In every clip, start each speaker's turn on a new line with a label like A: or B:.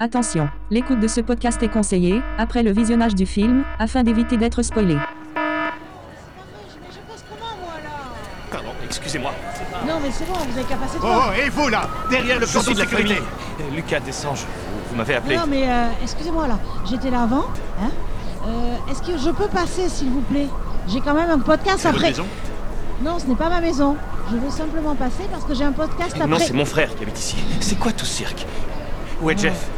A: Attention, l'écoute de ce podcast est conseillée, après le visionnage du film, afin d'éviter d'être spoilé.
B: Mais je passe comment moi là
C: Pardon, excusez-moi.
B: Non mais c'est bon, vous avez qu'à passer
D: Oh,
B: devant.
D: oh, et vous là Derrière le
C: Je
D: poteau
C: suis
D: de
C: de la
D: sécurité
C: famille. Euh, Lucas Dessange, vous, vous m'avez appelé.
B: non mais euh, excusez-moi là, j'étais là avant. Hein Euh, Est-ce que je peux passer s'il vous plaît J'ai quand même un podcast
D: C'est votre
B: après.
D: maison
B: Non, ce n'est pas ma maison. Je veux simplement passer parce que j'ai un podcast après.
C: Non, c'est mon frère qui habite ici. C'est quoi tout ce cirque Où est Jeff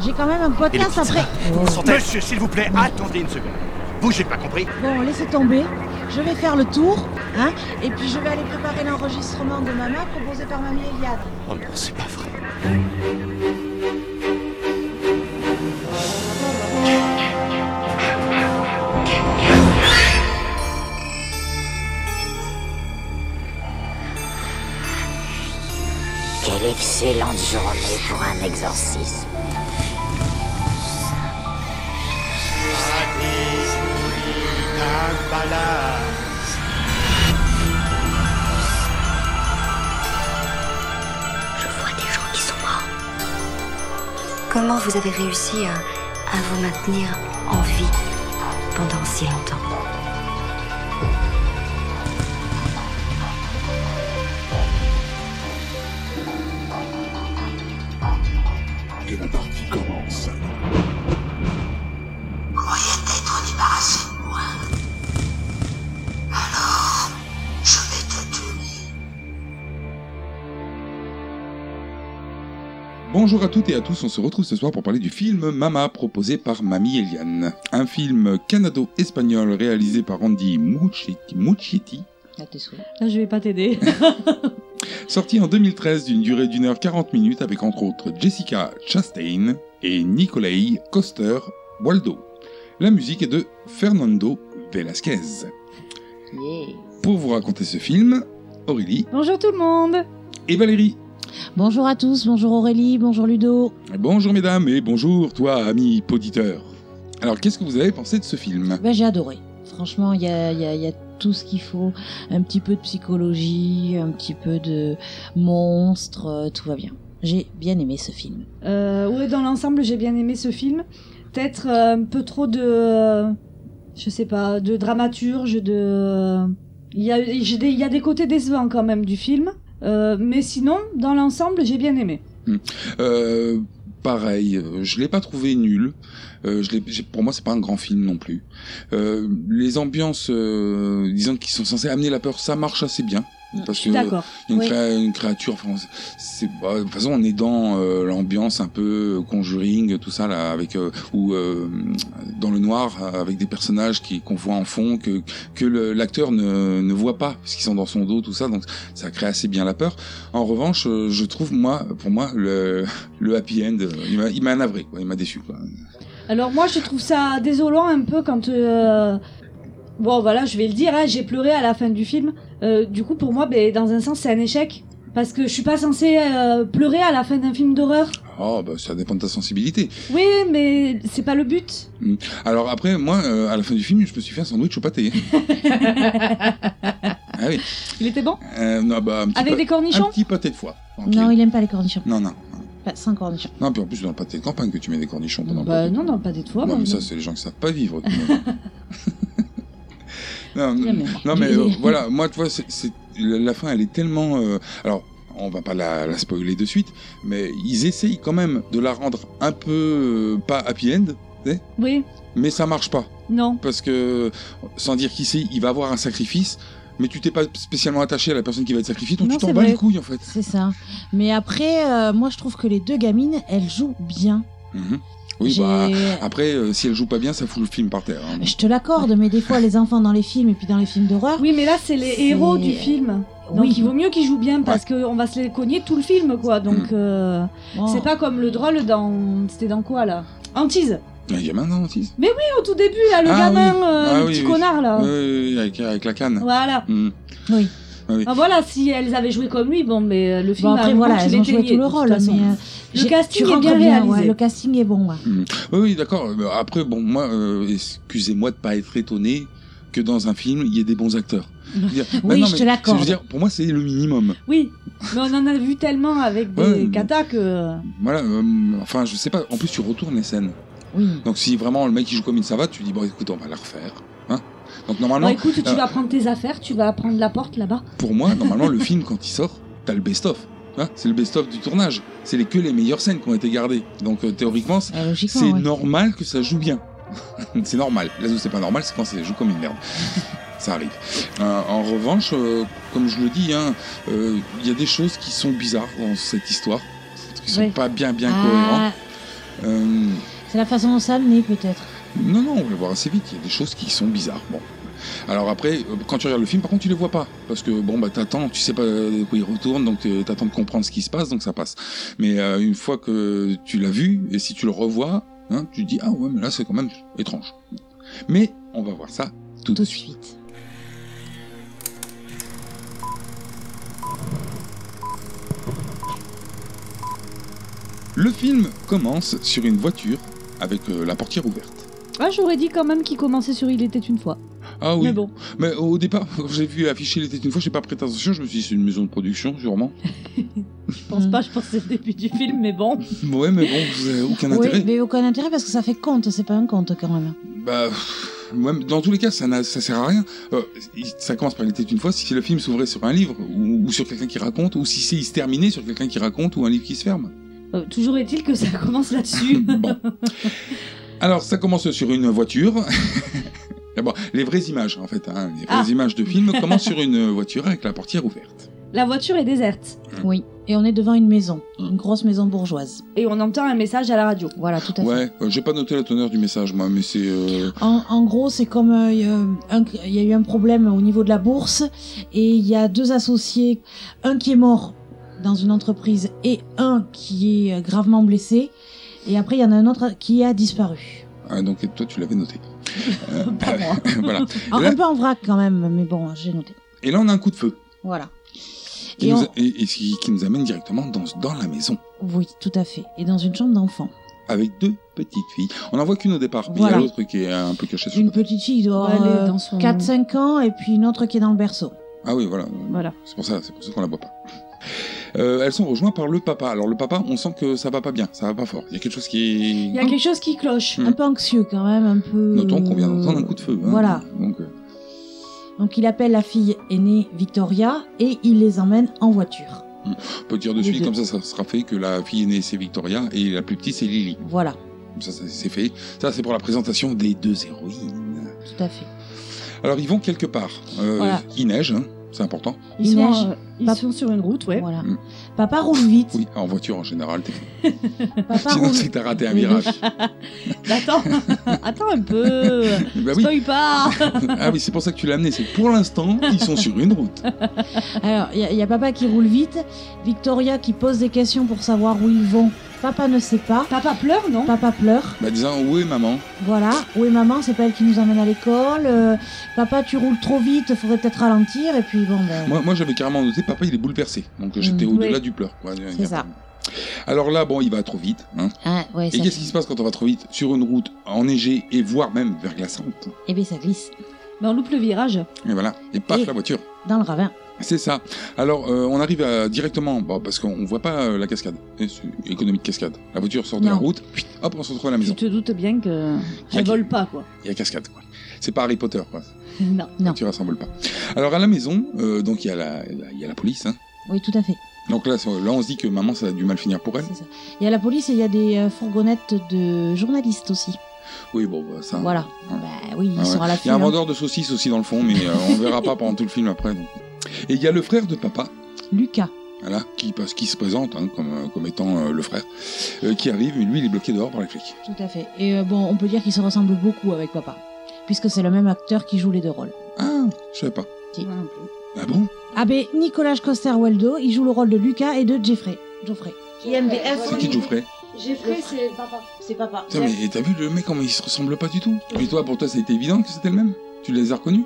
B: J'ai quand même un
C: Et les
B: podcast
C: pizzas
B: après.
C: Vous vous sentez
D: Monsieur, s'il vous plaît, attendez une seconde. Vous, j'ai pas compris.
B: Bon, laissez tomber. Je vais faire le tour, hein, et puis je vais aller préparer l'enregistrement de Mama proposé par Mamie Eliade.
C: Oh non, c'est pas vrai.
E: Quelle excellente journée pour un exorcisme.
F: Je vois des gens qui sont morts. Comment vous avez réussi à, à vous maintenir en vie pendant si longtemps
G: et la partie commence.
F: Croyez t'être débarrassé de moi. Alors, je vais te tuer.
G: Bonjour à toutes et à tous, on se retrouve ce soir pour parler du film Mama proposé par Mamie Eliane. Un film canado-espagnol réalisé par Andy Mucci- Mucchietti,
H: Là, Ah, je vais pas t'aider.
G: sorti en 2013 d'une durée d'une heure 40 minutes avec entre autres Jessica Chastain et Nicolai Coster Waldo. La musique est de Fernando Velasquez. Pour vous raconter ce film, Aurélie
H: Bonjour tout le monde.
G: et Valérie.
B: Bonjour à tous, bonjour Aurélie, bonjour Ludo.
G: Bonjour mesdames et bonjour toi ami poditeur. Alors qu'est-ce que vous avez pensé de ce film
B: Ben, j'ai adoré. Franchement, il y a, il y a- il y a tout ce qu'il faut. Un petit peu de psychologie, un petit peu de monstre, euh, tout va bien. J'ai bien aimé ce film.
H: Euh, ouais, dans l'ensemble, j'ai bien aimé ce film. Peut-être euh, un peu trop de, euh, je sais pas, de dramaturge, de. Il y a, j'ai des, il y a des côtés décevants quand même du film. Euh, mais sinon, dans l'ensemble, j'ai bien aimé.
G: Euh, pareil, euh, je l'ai pas trouvé nul. Euh, je l'ai- j'ai- pour moi, c'est pas un grand film non plus. Euh, les ambiances, euh, disons qui sont censées amener la peur, ça marche assez bien. Parce
H: Je
G: que
H: suis d'accord.
G: il y a une,
B: Oui.
G: créa- une créature, enfin, c'est bah, de toute façon on est dans euh, l'ambiance un peu Conjuring, tout ça là, avec euh, ou euh, dans le noir euh, avec des personnages qui qu'on voit en fond que que le- l'acteur ne, ne voit pas parce qu'ils sont dans son dos, tout ça, donc ça crée assez bien la peur. En revanche, euh, je trouve moi, pour moi, le, le happy end, euh, il m'a- il m'a navré, quoi, il m'a déçu. Quoi.
H: Alors moi, je trouve ça désolant un peu quand. euh, Bon, voilà, je vais le dire, hein, j'ai pleuré à la fin du film. Euh, du coup, pour moi, ben, dans un sens, c'est un échec. Parce que je suis pas censée euh, pleurer à la fin d'un film d'horreur.
G: Oh, bah, ça dépend de ta sensibilité.
H: Oui, mais c'est pas le but.
G: Alors après, moi, euh, à la fin du film, je me suis fait un sandwich au pâté. ah oui,
H: Il était bon
G: euh, non, bah, un petit
H: Avec
G: peu-
H: des
G: Un
H: cornichons
G: petit pâté de foie. tranquille.
B: Non, il aime pas les cornichons.
G: non, non.
B: Pas sans cornichons.
G: Non, puis en plus, dans le pâté de campagne que tu mets des cornichons pendant le
H: Bah
G: pâté.
H: non, non, pas des toits.
G: non,
H: moi,
G: mais
H: je-
G: ça, c'est les gens qui savent pas vivre. tout de même. non,
B: Il aime.
G: non, mais
B: Il-
G: euh, voilà, moi, tu vois, c'est- c'est- la la fin, elle est tellement. euh, alors, on va pas la, la spoiler de suite, mais ils essayent quand même de la rendre un peu euh, pas happy end,
H: Oui,
G: mais ça marche pas.
H: non.
G: parce que sans dire qui c'est, il va avoir un sacrifice, mais tu t'es pas spécialement attaché à la personne qui va être sacrifiée, donc
H: Non,
G: tu t'en
H: c'est
G: bats
H: vrai.
G: les couilles en fait.
B: C'est ça. Mais après, euh, moi je trouve que les deux gamines, elles jouent bien.
G: Mhm. Oui,
B: J'ai-
G: bah après, euh, si elle joue pas bien, ça fout le film par terre. hein.
B: Je te l'accorde, mais des fois les enfants dans les films et puis dans les films d'horreur,
H: Oui, mais là, c'est les
B: C'est-
H: héros du film. Donc
B: Oui.
H: il vaut mieux qu'ils jouent bien parce qu'on va se les cogner tout le film,
G: Mm.
H: quoi. Donc euh,
B: bon,
G: Oh.
H: c'est pas comme le drôle dans. C'était dans quoi, là Antise
G: Il y a maintenant aussi.
H: Oui, au tout début, là, le
G: Ah
H: gamin,
G: oui.
H: euh,
G: Ah
H: le
G: oui,
H: petit
G: oui.
H: connard, là.
G: Oui, avec, avec la canne.
H: Voilà.
G: Mhm.
B: Oui.
H: Ah, voilà, si elles avaient joué comme lui, bon, mais euh, le
B: Bon,
H: film. à
B: après
H: un moment,
B: voilà,
H: tu
B: elles ont
H: l'étais
B: joué
H: lié,
B: tout le
H: de toute
B: rôle,
H: façon.
B: mais euh,
H: Le
B: j'ai- tu
H: casting est
B: rentres
H: bien
B: ouais,
H: réalisé.
B: le casting est bon. ouais.
G: Oui, oui, d'accord. bah, Mais euh, Après, bon, moi, euh, excusez-moi de pas être étonné que dans un film, il y ait des bons acteurs. Je veux dire, bah
B: Oui,
G: non,
B: je te
G: mais
B: l'accorde.
G: veux dire, pour moi, c'est le minimum.
H: Oui, mais on en a vu tellement avec des
G: Ouais.
H: katas que.
G: Voilà. euh, enfin, je sais pas. En plus, tu retournes les scènes.
B: Oui.
G: Donc, si vraiment le mec il joue comme une savate, tu dis bon, écoute, on va la refaire. Hein Donc,
H: Bon,
G: normalement,
H: écoute, tu
G: euh,
H: vas prendre tes affaires, tu vas prendre la porte là-bas.
G: pour moi, normalement, le film quand il sort, t'as le best-of. Hein c'est le best-of du tournage. C'est les- que les meilleures scènes qui ont été gardées. Donc, euh, théoriquement,
B: Euh, logiquement,
G: c'est
B: ouais.
G: normal que ça joue bien. c'est normal. Là où c'est pas normal, c'est quand ça joue comme une merde. ça arrive. Euh, en revanche, euh, comme je le dis, hein, euh, il y a des choses qui sont bizarres dans cette histoire, qui sont
H: Ouais.
G: pas bien bien cohérentes.
B: Ah,
G: Euh,
B: c'est la façon dont ça a mené, peut-être.
G: non, non, on va le voir assez vite. Il y a des choses qui sont bizarres. Bon. Alors après, euh, quand tu regardes le film, par contre, tu les vois pas. Parce que bon, bah t'attends, tu sais pas de quoi il retourne, donc euh, t'attends de comprendre ce qui se passe, donc ça passe. Mais euh, une fois que tu l'as vu, et si tu le revois, hein, tu te dis, ah ouais, mais là c'est quand même étrange. Mais on va voir ça tout,
B: Tout
G: de
B: de
G: suite.
B: suite.
G: Le film commence sur une voiture avec euh, la portière ouverte.
H: Ah, j'aurais dit quand même qu'il commençait sur Il était une fois.
G: Ah oui,
H: Mais bon,
G: Mais au départ, quand j'ai vu afficher l'été une fois, j'ai pas prêté attention, je me suis dit c'est une maison de production, sûrement.
H: je pense pas, je pense que c'est le début du film, mais bon.
G: ouais, mais bon, vous avez aucun
B: Oui,
G: intérêt.
B: mais aucun intérêt parce que ça fait compte, c'est pas un compte quand même.
G: Bah, pff, ouais, mais dans tous les cas, ça, n'a- ça sert à rien. Euh, il- ça commence par l'été une fois, si le film s'ouvrait sur un livre, ou, ou sur quelqu'un qui raconte, ou si c'est il se terminait sur quelqu'un qui raconte, ou un livre qui se ferme.
H: Euh, toujours est-il que ça commence là-dessus.
G: bon. Alors, ça commence sur une voiture. D'abord, les vraies images, en fait, hein, les vraies
H: Ah.
G: images de film commencent sur une voiture avec la portière ouverte.
H: La voiture est déserte.
B: Oui. Et on est devant une maison, une grosse maison bourgeoise.
H: Et on entend un message à la radio.
B: Voilà, tout à fait.
G: Ouais, euh, j'ai pas noté la teneur du message, moi, mais c'est. euh,
B: En, en gros, c'est comme euh, il y a un- il y a eu un problème au niveau de la bourse et il y a deux associés, un qui est mort dans une entreprise et un qui est euh, gravement blessé. Et après, il y en a un autre qui a disparu.
G: Ah, donc toi, tu l'avais noté. Euh,
H: Pas moi.
G: voilà.
B: Un,
G: Et là,
B: un peu en vrac quand même, mais bon, j'ai noté.
G: et là, on a un coup de feu
B: Voilà.
G: qui,
B: Et
G: nous,
B: on-
G: a- et- et qui- qui nous amène directement dans, dans la maison
B: Oui, tout à fait. Et dans une chambre d'enfant.
G: avec deux petites filles. On n'en voit qu'une au départ, mais il
B: Voilà.
G: y a l'autre qui est un peu cachée sur le
B: Une
G: côté.
B: petite fille qui doit
H: Elle est
B: avoir
H: dans son-
G: Mm.
B: 4-5 ans et puis une autre qui est dans le berceau.
G: Ah oui, voilà.
H: Voilà.
G: C'est pour ça, c'est pour ça qu'on la voit pas. Euh, elles sont rejointes par le papa. Alors le papa, on sent que ça va pas bien, ça va pas fort. Il y a quelque chose qui.
H: Il y a quelque chose qui cloche.
G: Mm.
B: Un peu anxieux quand même, un peu...
G: Notons qu'on vient d'entendre un coup de feu. hein.
B: Voilà.
G: Donc, euh,
B: Donc il appelle la fille aînée Victoria et il les emmène en voiture.
G: on peut dire de
B: Les
G: suite
B: deux.
G: comme ça, ça sera fait que la fille aînée c'est Victoria et la plus petite c'est Lily.
B: Voilà,
G: Comme ça, ça, c'est fait. Ça, c'est pour la présentation des deux héroïnes.
B: tout à fait.
G: Alors ils vont quelque part. Euh,
B: Voilà.
G: Il neige, hein, c'est important.
H: Ils,
B: Il
H: sont,
B: neige.
H: euh, ils
B: Pas-
H: sont sur une route, ouais.
B: Voilà.
G: Mm.
B: Papa roule vite.
G: Oui, en voiture en général. t'es-
B: Papa
G: Sinon
B: roule.
G: c'est que t'as raté un
B: Oui,
G: virage.
H: Mais Attends, attends un peu.
G: bah oui.
H: Spoil pas.
G: Ah oui, c'est pour ça que tu l'as amené. C'est que pour l'instant ils sont sur une route.
B: Alors il y, a- il y a papa qui roule vite, Victoria qui pose des questions pour savoir où ils vont. Papa ne sait pas.
H: Papa pleure, non
B: Papa pleure.
G: Bah disant où est maman
B: Voilà. Où est maman C'est pas elle qui nous emmène à l'école. Euh, papa, tu roules trop vite. Faudrait peut-être ralentir. Et puis bon, ben,
G: Moi, moi j'avais carrément noté papa il est bouleversé. Donc euh, j'étais
B: Mm,
G: au-delà
H: oui.
G: du pleur. quoi. Il y a-
B: c'est ça.
G: Alors là bon il va trop vite. hein.
B: Ah, ouais,
G: Et
B: ça
G: qu'est-ce qui se passe quand on va trop vite sur une route enneigée et voire même verglaçante
B: Et Eh bien ça glisse
H: Mais Ben, on loupe le virage.
G: Et voilà. Et paf
B: Et-
G: la voiture.
B: dans le ravin.
G: C'est ça. Alors, euh, on arrive à- directement, bon, parce qu'on voit pas euh, la cascade. Et c'est une Économie de cascade. La voiture sort de la
B: Non.
G: route, puis, hop, on se retrouve à la
H: Tu
G: maison.
H: te doutes bien que
G: Ok.
H: elle vole pas, quoi.
G: Il y a cascade, quoi. C'est pas Harry Potter, quoi.
H: Non.
G: La
B: Non.
G: voiture, elle s'envole pas. Alors, à la maison, euh, donc, il y, a la- la- il y a la police. Hein.
B: Oui, tout à fait.
G: Donc là, ça- là, on se dit que maman, ça a du mal finir pour elle.
B: C'est ça. Il y a la police et il y a des euh, fourgonnettes de journalistes aussi.
G: Oui, bon, bah, ça.
B: Voilà.
G: Ouais.
B: Bah oui, ils
G: Ah ouais.
B: sont à la
G: Il y
B: fin.
G: a un vendeur de saucisses aussi dans le fond, mais euh, on le verra pas pendant tout le film après. donc. Et il y a le frère de papa,
B: Lucas.
G: voilà, qui, parce qu'il se présente hein, comme, euh, comme étant euh, le frère, euh, qui arrive, mais lui, il est bloqué dehors par les flics.
B: Tout à fait. Et euh, bon, on peut dire qu'ils se ressemblent beaucoup avec papa. Puisque c'est le même acteur qui joue les deux rôles.
G: Ah, je savais pas.
H: Non plus.
G: Ah bon
B: Ah ben, Nicolas Coster-Waldo, il joue le rôle de Lucas et de Jeffrey. Geoffrey.
G: C'est qui Geoffrey
B: Jeffrey, c'est papa. C'est papa.
G: Putain, mais et t'as vu le mec comment il se ressemble pas du tout Et toi, pour toi, ça a été évident que c'était le même Tu les as reconnus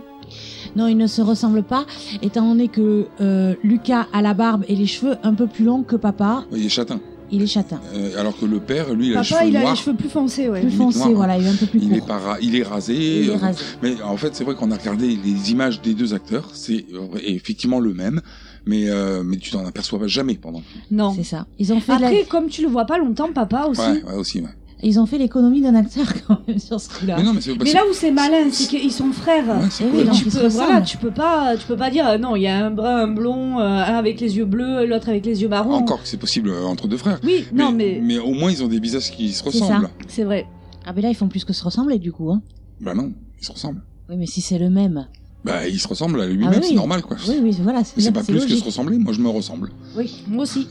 B: Non, ils ne se ressemblent pas, étant donné que euh, Lucas a la barbe et les cheveux un peu plus longs que papa.
G: Oui, il est châtain.
B: il est châtain.
G: Euh, alors que le père, lui, il a les
H: Papa,
G: cheveux
H: il a les
G: noirs.
H: cheveux plus foncés, ouais.
B: Plus
G: il est
B: foncé,
G: noir, hein.
B: voilà, il est un peu plus
G: Il est,
B: court.
G: pas ra- il est rasé.
B: Il est
G: euh,
B: rasé.
G: Mais en fait, c'est vrai qu'on a regardé les images des deux acteurs. C'est euh, effectivement le même, mais euh, mais tu t'en aperçois pas jamais pendant. le film.
H: Non.
B: C'est ça. Ils ont fait la-
H: Après, comme tu le vois pas longtemps, papa aussi.
G: Ouais, ouais, aussi. ouais.
B: ils ont fait l'économie d'un acteur quand même sur ce coup-là.
G: Mais non, mais c'est
H: Bah. Mais là où c'est malin, c'est qu'ils sont frères.
G: Ouais, c'est
B: Eh oui,
G: cool.
B: non.
H: tu
B: Ils se
H: peux, voilà,
B: ressemblent.
H: tu peux pas, tu peux pas dire euh, non, il y a un brun, un blond, euh, un avec les yeux bleus, l'autre avec les yeux marrons.
G: Encore que c'est possible euh, entre deux frères.
H: Oui, non, mais,
G: mais au moins ils ont des visages qui se
B: C'est ça.
G: ressemblent.
H: c'est vrai.
B: Ah, mais là, ils font plus que se ressembler du coup. Hein.
G: Bah non, ils se ressemblent.
B: Oui, mais si c'est le même.
G: Bah ils se ressemblent à lui-même,
B: Ah oui.
G: c'est normal quoi.
B: Oui, oui, voilà, c'est
G: Mais c'est
B: ça,
G: pas
B: c'est
G: plus que se
B: logique.
G: ressembler, moi je me ressemble.
H: Oui, moi aussi.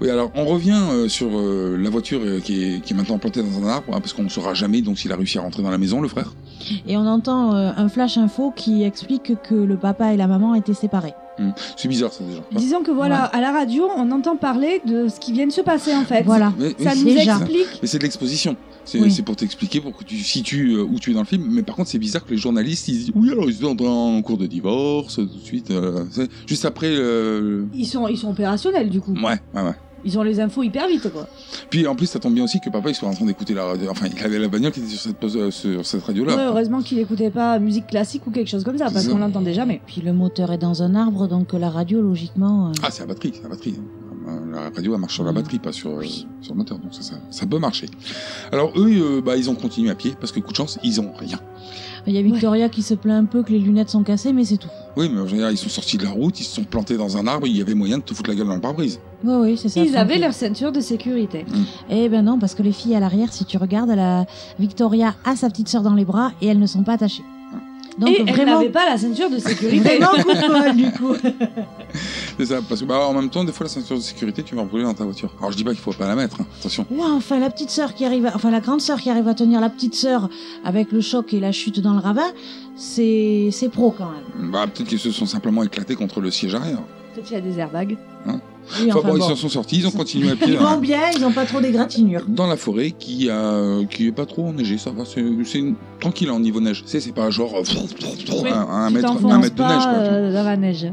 G: Oui, alors on revient euh, sur euh, la voiture euh, qui, est, qui est maintenant plantée dans un arbre, hein, parce qu'on ne saura jamais donc s'il a réussi à rentrer dans la maison, le frère.
B: Et on entend euh, un flash info qui explique que le papa et la maman étaient séparés.
G: Hmm. C'est bizarre ça déjà.
H: Disons que voilà, à la radio, on entend parler de ce qui vient de se passer en fait.
B: Voilà.
G: Mais- mais
H: Ça
G: c'est-
H: nous
B: Déjà.
H: explique.
G: Mais c'est de l'exposition. C'est
B: Oui.
G: c'est pour t'expliquer, pour que tu situes euh, où tu es dans le film. Mais par contre, c'est bizarre que les journalistes ils disent oui alors ils sont en cours de divorce tout de suite, euh, c'est- juste après. euh,
H: Ils sont, ils sont opérationnels du coup.
G: Ouais, ouais, ouais.
H: Ils ont les infos hyper vite quoi.
G: Puis en plus, ça tombe bien aussi que papa il soit en train d'écouter la radio. Enfin, il avait la bagnole qui était sur cette, pos- euh, sur cette radio
H: Ouais,
G: là.
H: heureusement qu'il écoutait pas musique classique ou quelque chose comme ça,
G: C'est
H: parce
G: ça.
H: qu'on l'entendait jamais.
B: Puis le moteur est dans un arbre, donc euh, la radio, logiquement. euh,
G: Ah, c'est la batterie, c'est la batterie. Euh, La radio elle marche sur la
B: Mm.
G: batterie, pas sur, euh,
B: Oui.
G: sur le moteur, donc ça, ça, ça peut marcher. Alors eux, euh, bah, ils ont continué à pied parce que coup de chance, ils ont rien. Ah.
B: Il y a Victoria qui se plaint un peu que les lunettes sont cassées, mais c'est tout.
G: Oui, mais en général, ils sont sortis de la route, ils se sont plantés dans un arbre, il y avait moyen de te foutre la gueule dans le pare-brise.
B: Oui, oui, c'est ça.
H: Ils avaient
B: tranquille.
H: leur ceinture de sécurité.
B: Eh ben non, parce que les filles à l'arrière, si tu regardes, la Victoria a sa petite sœur dans les bras et elles ne sont pas attachées. Donc
H: Et elle
B: vraiment,
H: n'avait pas la ceinture de sécurité.
B: vraiment coup de bol, du coup.
G: C'est ça, parce que bah, en même temps, des fois, la ceinture de sécurité, tu vas brûler dans ta voiture. Alors je dis pas qu'il faut pas la mettre, hein, attention.
B: Ouais, enfin la petite sœur qui arrive, à- enfin la grande sœur qui arrive à tenir la petite sœur avec le choc et la chute dans le ravin, c'est c'est pro quand même.
G: Bah peut-être qu'ils se sont simplement éclatés contre le siège arrière.
H: Peut-être qu'il y a des airbags.
B: Oui,
G: Enfin,
B: enfin,
G: bon, ils
B: bon.
G: s'en sont sortis, ils ont
B: Ils sont-
G: continué à pied.
B: Ils
G: hein.
B: vont bien, ils ont pas trop des gratinures.
G: dans la forêt qui a qui est pas trop enneigée ça va c'est c'est une- tranquille en niveau neige c'est c'est pas genre euh, un, un
H: Tu
G: mètre un
H: t'enfonces
G: mètre de
H: pas
G: neige quoi, tu vois.
H: euh, dans la neige.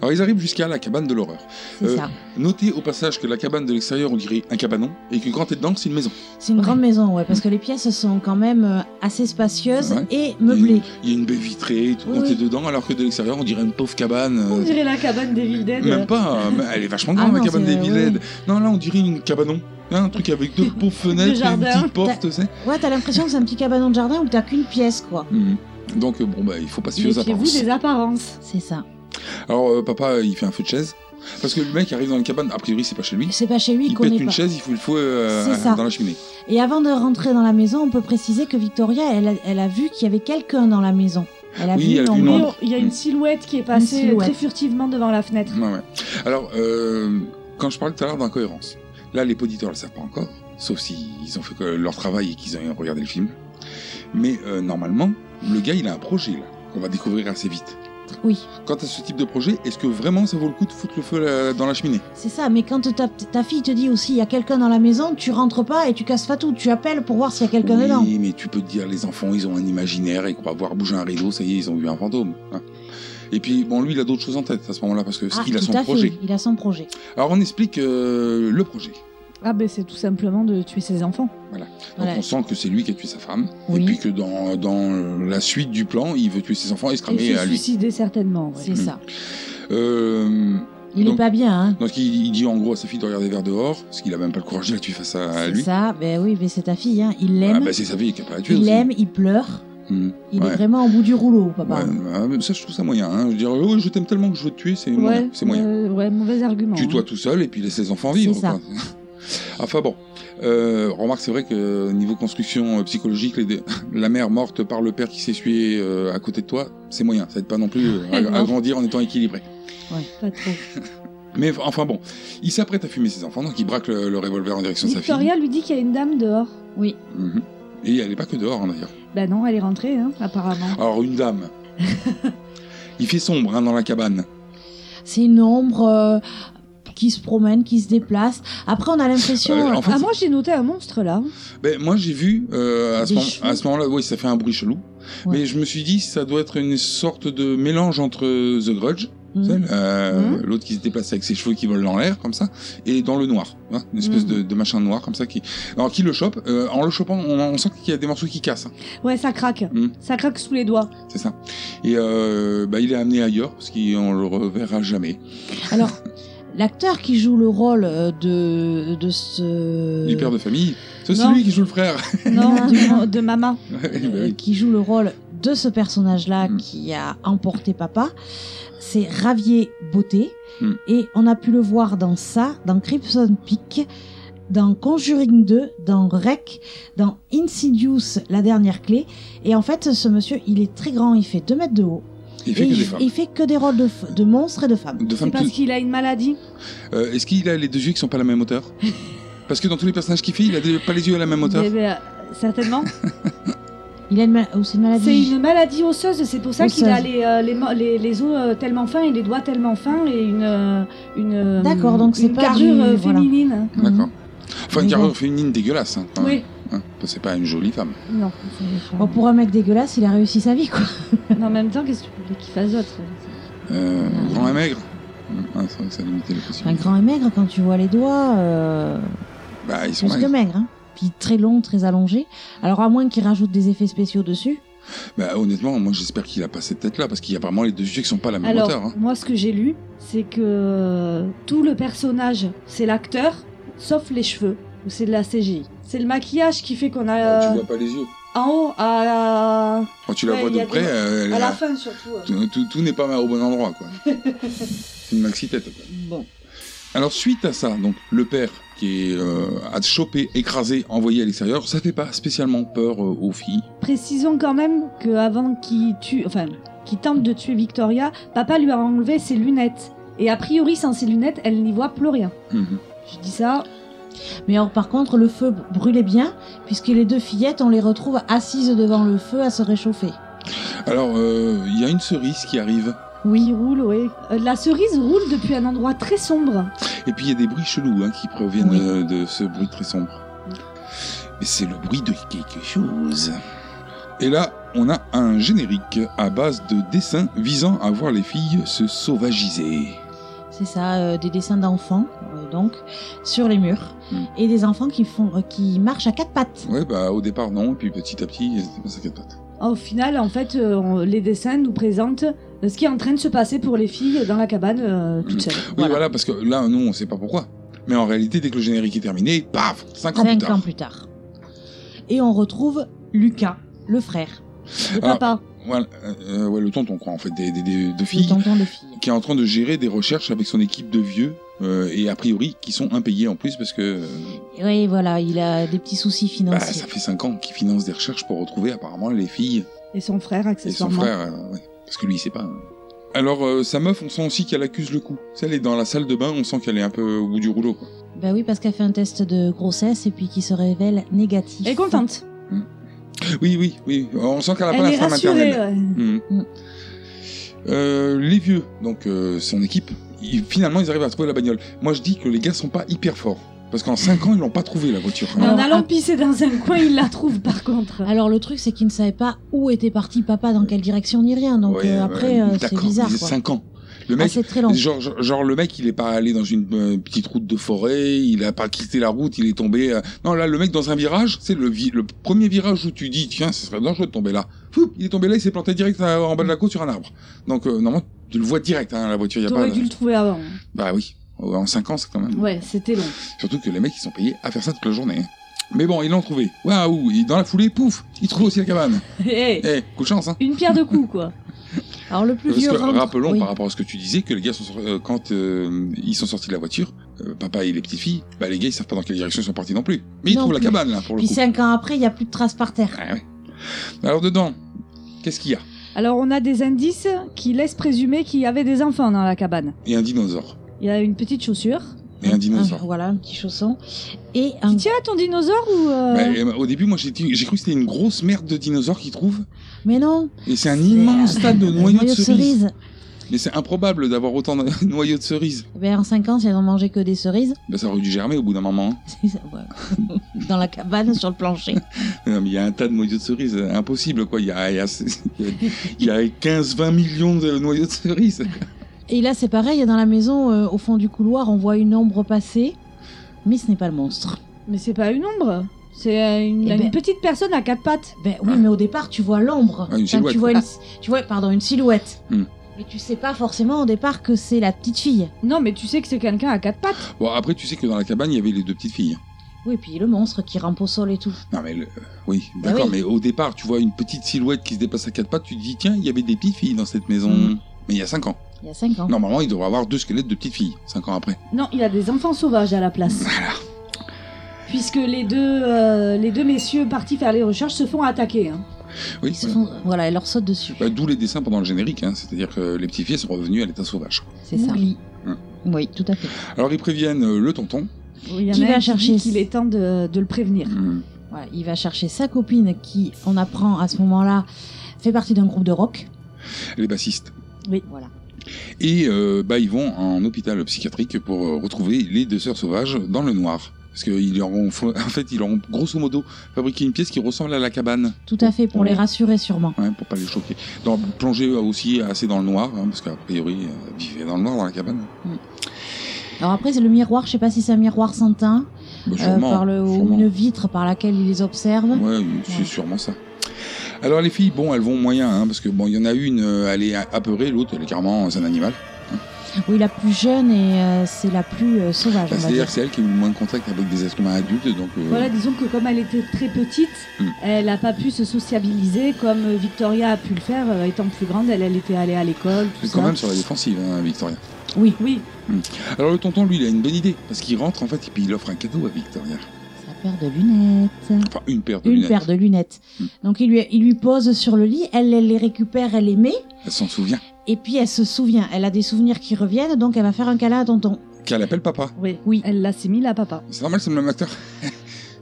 G: alors ils arrivent jusqu'à la cabane de l'horreur
B: C'est
G: Euh,
B: ça.
G: notez au passage que la cabane de l'extérieur on dirait un cabanon et que quand t'es dedans c'est une maison
B: C'est une
H: ouais.
B: grande maison, ouais, parce que les pièces sont quand même euh, assez spacieuses
G: Ouais.
B: et
G: il y a une-
B: meublées.
G: il y, a une baie vitrée et tout
B: Oui,
G: quand
B: oui.
G: t'es dedans alors que de l'extérieur on dirait une pauvre cabane euh,
H: On dirait la cabane des villes dead.
G: même pas euh, mais elle est vachement
B: Ah
G: grande
B: non,
G: la cabane
B: c'est-
G: des Villaides non là on dirait une cabanon un truc avec deux pauvres fenêtres et une
H: jardin.
G: petite porte tu sais
B: Ouais, t'as l'impression que c'est un petit cabanon de jardin où t'as qu'une pièce, quoi.
G: Mhm. donc euh, bon bah il faut pas se fier aux
H: Méfiez-vous
G: apparences Hein
H: des apparences.
B: C'est ça.
G: Alors euh, papa, il fait un feu de chaise. Parce que le mec arrive dans une cabane, a priori c'est pas chez lui.
B: C'est pas chez lui, il,
G: Il pète
B: connaît
G: une
B: pas.
G: chaise, il fout le feu euh,
B: C'est ça.
G: dans la cheminée.
B: Et avant de rentrer dans la maison, on peut préciser que Victoria, elle a, elle a vu qu'il y avait quelqu'un dans la maison. Elle a
G: Oui,
B: vu
G: elle
B: l'ombre.
G: a vu une
H: Mais
G: ombre.
H: oh, il y a
G: Mm.
H: une silhouette qui est passée
B: silhouette.
H: très furtivement devant la fenêtre.
G: Ouais, ouais. Alors, euh, quand je parlais tout à l'heure d'incohérence, là les poditeurs le savent pas encore, sauf s'ils ont fait que leur travail et qu'ils ont regardé le film. Mais euh, normalement, le gars il a un projet là, qu'on va découvrir assez vite.
B: Oui,
G: Quant à ce type de projet, est-ce que vraiment ça vaut le coup de foutre le feu là- dans la cheminée
B: c'est ça. Mais quand ta, ta fille te dit aussi il y a quelqu'un dans la maison, tu rentres pas et tu casses pas tout. Tu appelles pour voir s'il y a quelqu'un dedans.
G: Oui, mais tu peux te dire, les enfants, ils ont un imaginaire et qu'on va voir bouger un rideau, ça y est, ils ont vu un fantôme. hein. Et puis, bon, lui, il a d'autres choses en tête à ce moment-là parce que
B: Ah,
G: il a
B: tout
G: son
B: à fait,
G: projet.
B: Il a son projet.
G: Alors, on explique euh, le projet.
H: Ah ben c'est tout simplement de tuer ses enfants.
G: Donc,
B: Voilà.
G: on sent que c'est lui qui a tué sa femme.
B: Oui.
G: Et puis que dans, dans la suite du plan, il veut tuer ses enfants et se cramer
H: et se
G: à lui.
H: suicider certainement. ouais.
B: C'est
G: Mm.
B: ça.
G: Euh,
B: Il
G: Donc-
B: est pas bien, hein.
G: donc, il, il dit en gros à sa fille de regarder vers dehors, parce qu'il a même pas le courage de la tuer face à, bah, à
B: C'est
G: lui.
B: ça. Ben oui, mais c'est ta fille, hein. Il
G: Ah,
B: l'aime.
G: bah, c'est sa fille qui a pas la tuer.
B: il
G: aussi.
B: l'aime, il pleure.
G: Mhm.
B: Il
G: Ouais.
B: est vraiment au bout du rouleau,
H: Ah
G: Ouais,
H: bah.
B: papa.
G: ouais, ah, mais ça, je trouve ça moyen. Hein. Je dirais, oh, je t'aime tellement que je veux te tuer, c'est moyen.
H: Ouais,
G: C'est moyen.
H: euh, ouais, mauvais argument.
G: Tue-toi
H: hein.
G: tout seul et puis laisse les enfants
B: C'est
G: vivre.
B: ça.
G: Quoi. enfin bon, euh, remarque, c'est vrai que euh, niveau construction euh, psychologique, les deux- la mère morte par le père qui s'est essuyé euh, à côté de toi, c'est moyen. Ça aide pas non plus euh, à- à,
H: Non.
G: grandir en étant équilibré.
H: hein, Pas trop.
G: Mais enfin bon, il s'apprête à fumer ses enfants, donc il braque le, le revolver en direction de
H: Victoria lui dit qu'il y a une dame dehors.
B: Oui.
G: sa fille. Mhm. Et elle est pas que dehors hein, d'ailleurs.
H: Bah non, elle est rentrée hein, apparemment.
G: Alors une dame. il fait sombre hein, dans la cabane.
B: C'est une ombre euh, qui se promène, qui se déplace. Après, on a l'impression.
G: Euh, en fait,
H: Ah moi j'ai noté un monstre là.
G: Ben, moi, j'ai vu euh, à, ce
B: Des
G: moment,
B: chevaux.
G: à ce moment-là, oui, ça fait un bruit chelou.
B: Ouais.
G: Mais je me suis dit, ça doit être une sorte de mélange entre euh, The Grudge tu sais,
B: Mhm.
G: euh, l'autre qui se déplace avec ses cheveux qui volent dans l'air comme ça, et dans le noir, hein, une espèce
H: Mhm.
G: de, de machin noir comme ça qui, alors qui le chope. euh, en le chopant, on, on sent qu'il y a des morceaux qui cassent, hein,
H: Ouais, ça craque.
G: Mm.
H: Ça craque sous les doigts.
G: c'est ça. Et euh, bah, il est amené ailleurs parce qu'on le reverra jamais.
B: Alors, l'acteur qui joue le rôle euh, de, de ce.
G: Il perd de famille. C'est
H: Non.
G: celui qui joue le frère.
H: Non, de, de maman.
G: Ouais,
B: euh,
G: bah oui.
B: qui joue le rôle de ce personnage-là
G: Mm.
B: qui a emporté papa, c'est Ravier Beauté.
G: Mm.
B: Et on a pu le voir dans ça, dans Crimson Peak, dans Conjuring 2, dans Rec, dans Insidious, la dernière clé. Et en fait, ce monsieur, il est très grand, il fait 2 mètres de haut.
G: Il fait
B: et
G: que
B: il,
G: des femmes.
B: il fait que des rôles de, f- de monstres et de femmes.
G: De
H: C'est
G: femmes
H: parce
G: tout-
H: qu'il a une maladie.
G: Euh, Est-ce qu'il a les deux yeux qui sont pas à la même hauteur Parce que dans tous les personnages qu'il fait, il a des- pas les yeux à la même hauteur.
H: Eh ben, euh, certainement.
B: Il a une, ma- ou c'est une maladie
H: C'est une maladie osseuse, c'est pour ça qu'il a
B: Osseuse.
H: les, euh, les, mo- les, les os euh, tellement fins et les doigts tellement fins et une. euh, une euh,
B: D'accord, donc c'est
H: une
B: pas
H: carrure
B: du-
H: euh,
B: voilà.
H: féminine.
B: Mhm.
G: D'accord. Enfin, une
B: Mais
G: carrure
B: bon.
G: féminine dégueulasse. Hein, quand même.
H: Oui,
G: Hein, C'est pas une jolie femme.
H: non. c'est-
B: Bon, pour un mec dégueulasse, il a réussi sa vie, quoi.
H: Mais en même temps, qu'est-ce que tu voulais qu'il fasse d'autre
G: Euh, grand et maigre. Ah, c'est vrai que ça a limité les
B: Un
G: possibilités.
B: grand et maigre, quand tu vois les doigts, euh,
G: Bah, ils sont
B: plus que
G: maigres.
B: maigre. Hein. Puis très long, très allongé. Alors à moins qu'ils rajoutent des effets spéciaux dessus.
G: Bah, honnêtement, moi j'espère qu'il a pas cette tête-là parce qu'il y a vraiment les deux yeux qui sont pas à la même
H: Alors,
G: hauteur. hein.
H: moi, ce que j'ai lu, c'est que tout le personnage, c'est l'acteur, sauf les cheveux, ou c'est de la CGI. C'est le maquillage qui fait qu'on a
G: Bah, Tu
H: euh,
G: vois pas les yeux.
H: en haut, à,
G: Quand tu la
H: Ouais,
G: vois
H: il y
G: de
H: a
G: près,
H: des-
G: euh, elle
H: à la
G: a-
H: fin surtout. euh.
G: tout, tout- tout n'est pas au bon endroit. quoi. c'est une maxi-tête. quoi.
H: Bon.
G: Alors suite à ça, donc le père qui est euh, à choper, écrasé, envoyé à l'extérieur, ça fait pas spécialement peur euh, aux filles.
H: Précisons quand même qu'avant qu'il tue, enfin, qu'il tente de tuer Victoria, papa lui a enlevé ses lunettes. Et a priori, sans ses lunettes, elle n'y voit plus rien.
G: Mhm.
H: Je dis ça.
B: Mais alors, par contre, le feu brûlait bien, puisque les deux fillettes, on les retrouve assises devant le feu à se réchauffer.
G: Alors euh, il y a une cerise qui arrive,
H: Oui, roule, oui. Euh, la cerise roule depuis un endroit très sombre.
G: et puis il y a des bruits chelous hein, qui proviennent
B: Oui.
G: euh, de ce bruit très sombre. Mais c'est le bruit de quelque chose. Et là, on a un générique à base de dessins visant à voir les filles se sauvagiser.
B: C'est ça, euh, des dessins d'enfants, euh, donc, sur les murs.
G: Mm.
B: Et des enfants qui, font, euh, qui marchent à quatre pattes.
G: Ouais, bah au départ non, et puis petit à petit, c'était pas ça quatre pattes.
H: Ah, Au final, en fait, euh, on- les dessins nous présentent euh, ce qui est en train de se passer pour les filles dans la cabane euh, toutes seules.
G: Oui, voilà. parce que là, nous, on sait pas pourquoi. Mais en réalité, dès que le générique est terminé, paf, 5 ans plus
B: Cinq
G: tard.
B: ans plus tard. Et on retrouve Lucas, le frère,
H: Le
G: Ah.
H: papa,
G: Voilà, euh, ouais, le tonton, quoi, en fait, des, des, des- de
B: le
G: filles,
B: tonton des filles.
G: qui est en train de gérer des recherches avec son équipe de vieux, euh, et a priori, qui sont impayés en plus, parce que euh,
B: Oui, voilà, il a des petits soucis
G: bah,
B: financiers.
G: ça fait 5 ans qu'il finance des recherches pour retrouver apparemment les filles
H: et son frère,
G: et son
H: accessoirement.
G: frère. euh, ouais, parce que lui, il sait pas. hein. Alors, euh, sa meuf, on sent aussi qu'elle accuse le coup. Tu sais, Elle est dans la salle de bain, on sent qu'elle est un peu au bout du rouleau. Quoi.
B: Bah oui, parce qu'elle fait un test de grossesse et puis qui se révèle négatif.
H: Elle est contente.
G: Oui, oui, oui. On sent qu'elle a pas
H: Elle
G: la
H: est
G: fin maternelle.
H: rassurée. ouais.
G: Mhm.
B: Mm.
G: Euh, les vieux, donc euh, son équipe, ils- finalement ils arrivent à trouver la bagnole. Moi je dis que les gars sont pas hyper forts. Parce qu'en 5 ans ils l'ont pas trouvé la voiture. hein.
H: Mais en
B: Alors,
H: allant
B: ah.
H: pisser dans un coin, il la trouve par contre.
B: Alors le truc, c'est qu'il ne savait pas où était parti papa, dans quelle direction, ni rien. Donc
G: Ouais,
B: euh,
G: ouais,
B: après, euh, c'est
G: d'accord,
B: bizarre.
G: ils-
B: quoi.
G: 5 ans. Le
B: Ah,
G: mec,
B: c'est très long.
G: genre, genre- genre, le mec il est pas allé dans une euh, petite route de forêt, il a pas quitté la route, il est tombé. euh, Non là le mec dans un virage, c'est le, vi- le premier virage où tu dis tiens ce serait dangereux de tomber là. Foup, il est tombé là, il s'est planté direct euh, en bas de la côte sur un arbre. Donc euh, normalement tu le vois direct hein, la voiture, y a pas.
H: T'aurais
G: de-
H: dû le trouver avant.
G: Bah oui, en 5 ans c'est quand même.
H: Ouais, c'était long.
G: Surtout que les mecs, ils sont payés à faire ça toute la journée. hein. Mais bon, ils l'ont trouvé. Waouh Et dans la foulée, pouf Ils trouvent aussi la cabane.
H: Hey,
G: Eh, coup de chance, hein
H: Une pierre de coups, quoi.
B: Alors le plus
G: Parce
B: vieux
G: que,
B: rentre.
G: rappelons,
B: oui.
G: par rapport à ce que tu disais, que les gars, sont, sor- euh, quand euh, ils sont sortis de la voiture, euh, papa et les petites filles, bah les gars, ils savent pas dans quelle direction ils sont partis non plus. Mais ils
B: Non
G: trouvent la
B: plus.
G: cabane, là, pour le
B: Puis
G: coup. Ah
B: cinq ans après, il n'y a plus de traces par terre.
G: Ouais, ouais. Alors, dedans, qu'est-ce qu'il y a
H: Alors on a des indices qui laissent présumer qu'il y avait des enfants dans la cabane.
G: Et un dinosaure.
H: Il y a une petite chaussure.
G: Et un dinosaure.
B: Ah, voilà, un petit chausson. Et
H: Tu
B: un...
H: tiens à ton dinosaure ou...
B: ah,
H: euh,
G: Bah, euh, au début, moi, j'ai dit- j'ai cru que c'était une grosse merde de dinosaure qu'ils trouvent.
B: Mais non,
G: Et c'est un immense tas de
B: un
G: noyaux de cerises.
B: cerise.
G: Mais c'est improbable d'avoir autant de noyaux de cerises.
B: Ben, en cinq ans, si elles ont mangé que des cerises,
G: Bah, ça aurait dû germer au bout d'un moment. hein.
B: c'est ça, ouais. dans la cabane, sur le plancher.
G: Non, mais euh, il y a un tas de noyaux de cerises, euh, impossible quoi. Il y a, il y a- il y a 15-20 millions de noyaux de cerises.
B: Et là, c'est pareil, dans la maison, euh, au fond du couloir, on voit une ombre passer, mais ce n'est pas le monstre.
H: Mais c'est pas une ombre. C'est euh, une,
B: Eh
H: une
B: ben.
H: petite personne à quatre pattes.
B: Ben oui, mais au départ, tu vois l'ombre.
G: Ah, une silhouette,
B: tu vois,
G: quoi.
B: une, tu vois, pardon, une silhouette.
G: Hmm.
B: Mais tu sais pas forcément au départ que c'est la petite fille.
H: Non, mais tu sais que c'est quelqu'un à quatre pattes.
G: Bon, après, tu sais que dans la cabane, il y avait les deux petites filles.
B: Oui, et puis le monstre qui rampe au sol et tout.
G: Non, mais le- Ah oui,
B: Bah
G: d'accord,
B: oui.
G: mais au départ, tu vois une petite silhouette qui se dépasse à quatre pattes, tu te dis, tiens, il y avait des petites filles dans cette maison.
B: Mm.
G: Mais il y a cinq ans.
B: Il y a 5 ans.
G: Normalement, il devrait avoir deux squelettes de petites filles, cinq ans après.
H: Non, il a des enfants sauvages à la place. Puisque les deux, euh, les deux messieurs partis faire les recherches se font attaquer. hein.
G: Oui,
B: Ils se
G: voilà.
B: font- voilà, elle leur saute dessus.
G: Bah, d'où les dessins pendant le générique, hein, c'est-à-dire que les petites filles sont revenues à l'état sauvage.
B: C'est
H: ça.
B: Oui.
G: Hmm.
B: Oui, tout à fait.
G: Alors, ils préviennent euh, le tonton.
H: Il y en
B: Qui
H: a un
B: va
H: dit
B: chercher
H: qu'il est temps de, de le prévenir.
G: Mm.
B: Voilà, il va chercher sa copine qui, on apprend à ce moment-là, fait partie d'un groupe de rock.
G: les bassistes.
B: Oui. Voilà.
G: Et euh, bah, ils vont en hôpital psychiatrique pour euh, retrouver les deux sœurs sauvages dans le noir. Parce qu'ils leur ont, fa- en fait, ils leur ont grosso modo fabriqué une pièce qui ressemble à la cabane,
B: Tout à fait, pour les rassurer sûrement.
G: hein, pour pas les choquer. Dans, plonger aussi assez dans le noir, hein, parce qu'a priori, euh, ils vivaient dans le noir dans la cabane. Bah,
B: Alors après, c'est le miroir, je sais pas si c'est un miroir sans teint,
G: Bah,
B: euh,
G: sûrement.
B: par le, ou
G: sûrement.
B: une vitre par laquelle il les observe.
G: Ouais, c'est
B: Ouais.
G: sûrement ça. Alors les filles, bon, elles vont moyen, hein, parce que bon, il y en a une, euh, elle est apeurée, l'autre, elle est carrément, euh, c'est un animal.
B: Oui, la plus jeune et euh, c'est la plus euh, sauvage,
G: Bah,
B: on va dire.
G: C'est-à-dire que c'est elle qui a eu le moins de contact avec des êtres humains adultes, donc euh,
H: Voilà, disons que comme elle était très petite,
G: Mm.
H: elle n'a pas pu se sociabiliser comme Victoria a pu le faire euh, étant plus grande. Elle, elle était allée à l'école, tout
G: c'est quand
H: ça.
G: même sur la défensive, hein, Victoria.
B: Oui,
H: Oui,
G: Alors le tonton, lui, il a une bonne idée, parce qu'il rentre en fait et puis il offre un cadeau à Victoria.
B: sa paire de lunettes.
G: Enfin, une paire de
B: Une
G: lunettes.
B: paire de lunettes.
G: Hmm.
B: Donc il lui, il lui pose sur le lit, elle, elle les récupère, elle les met,
G: Elle s'en souvient.
B: et puis elle se souvient, elle a des souvenirs qui reviennent, donc elle va faire un câlin à tonton.
G: Qu'elle appelle papa.
H: oui,
B: Oui.
H: Elle l'assimile à papa.
G: C'est normal, c'est le même acteur.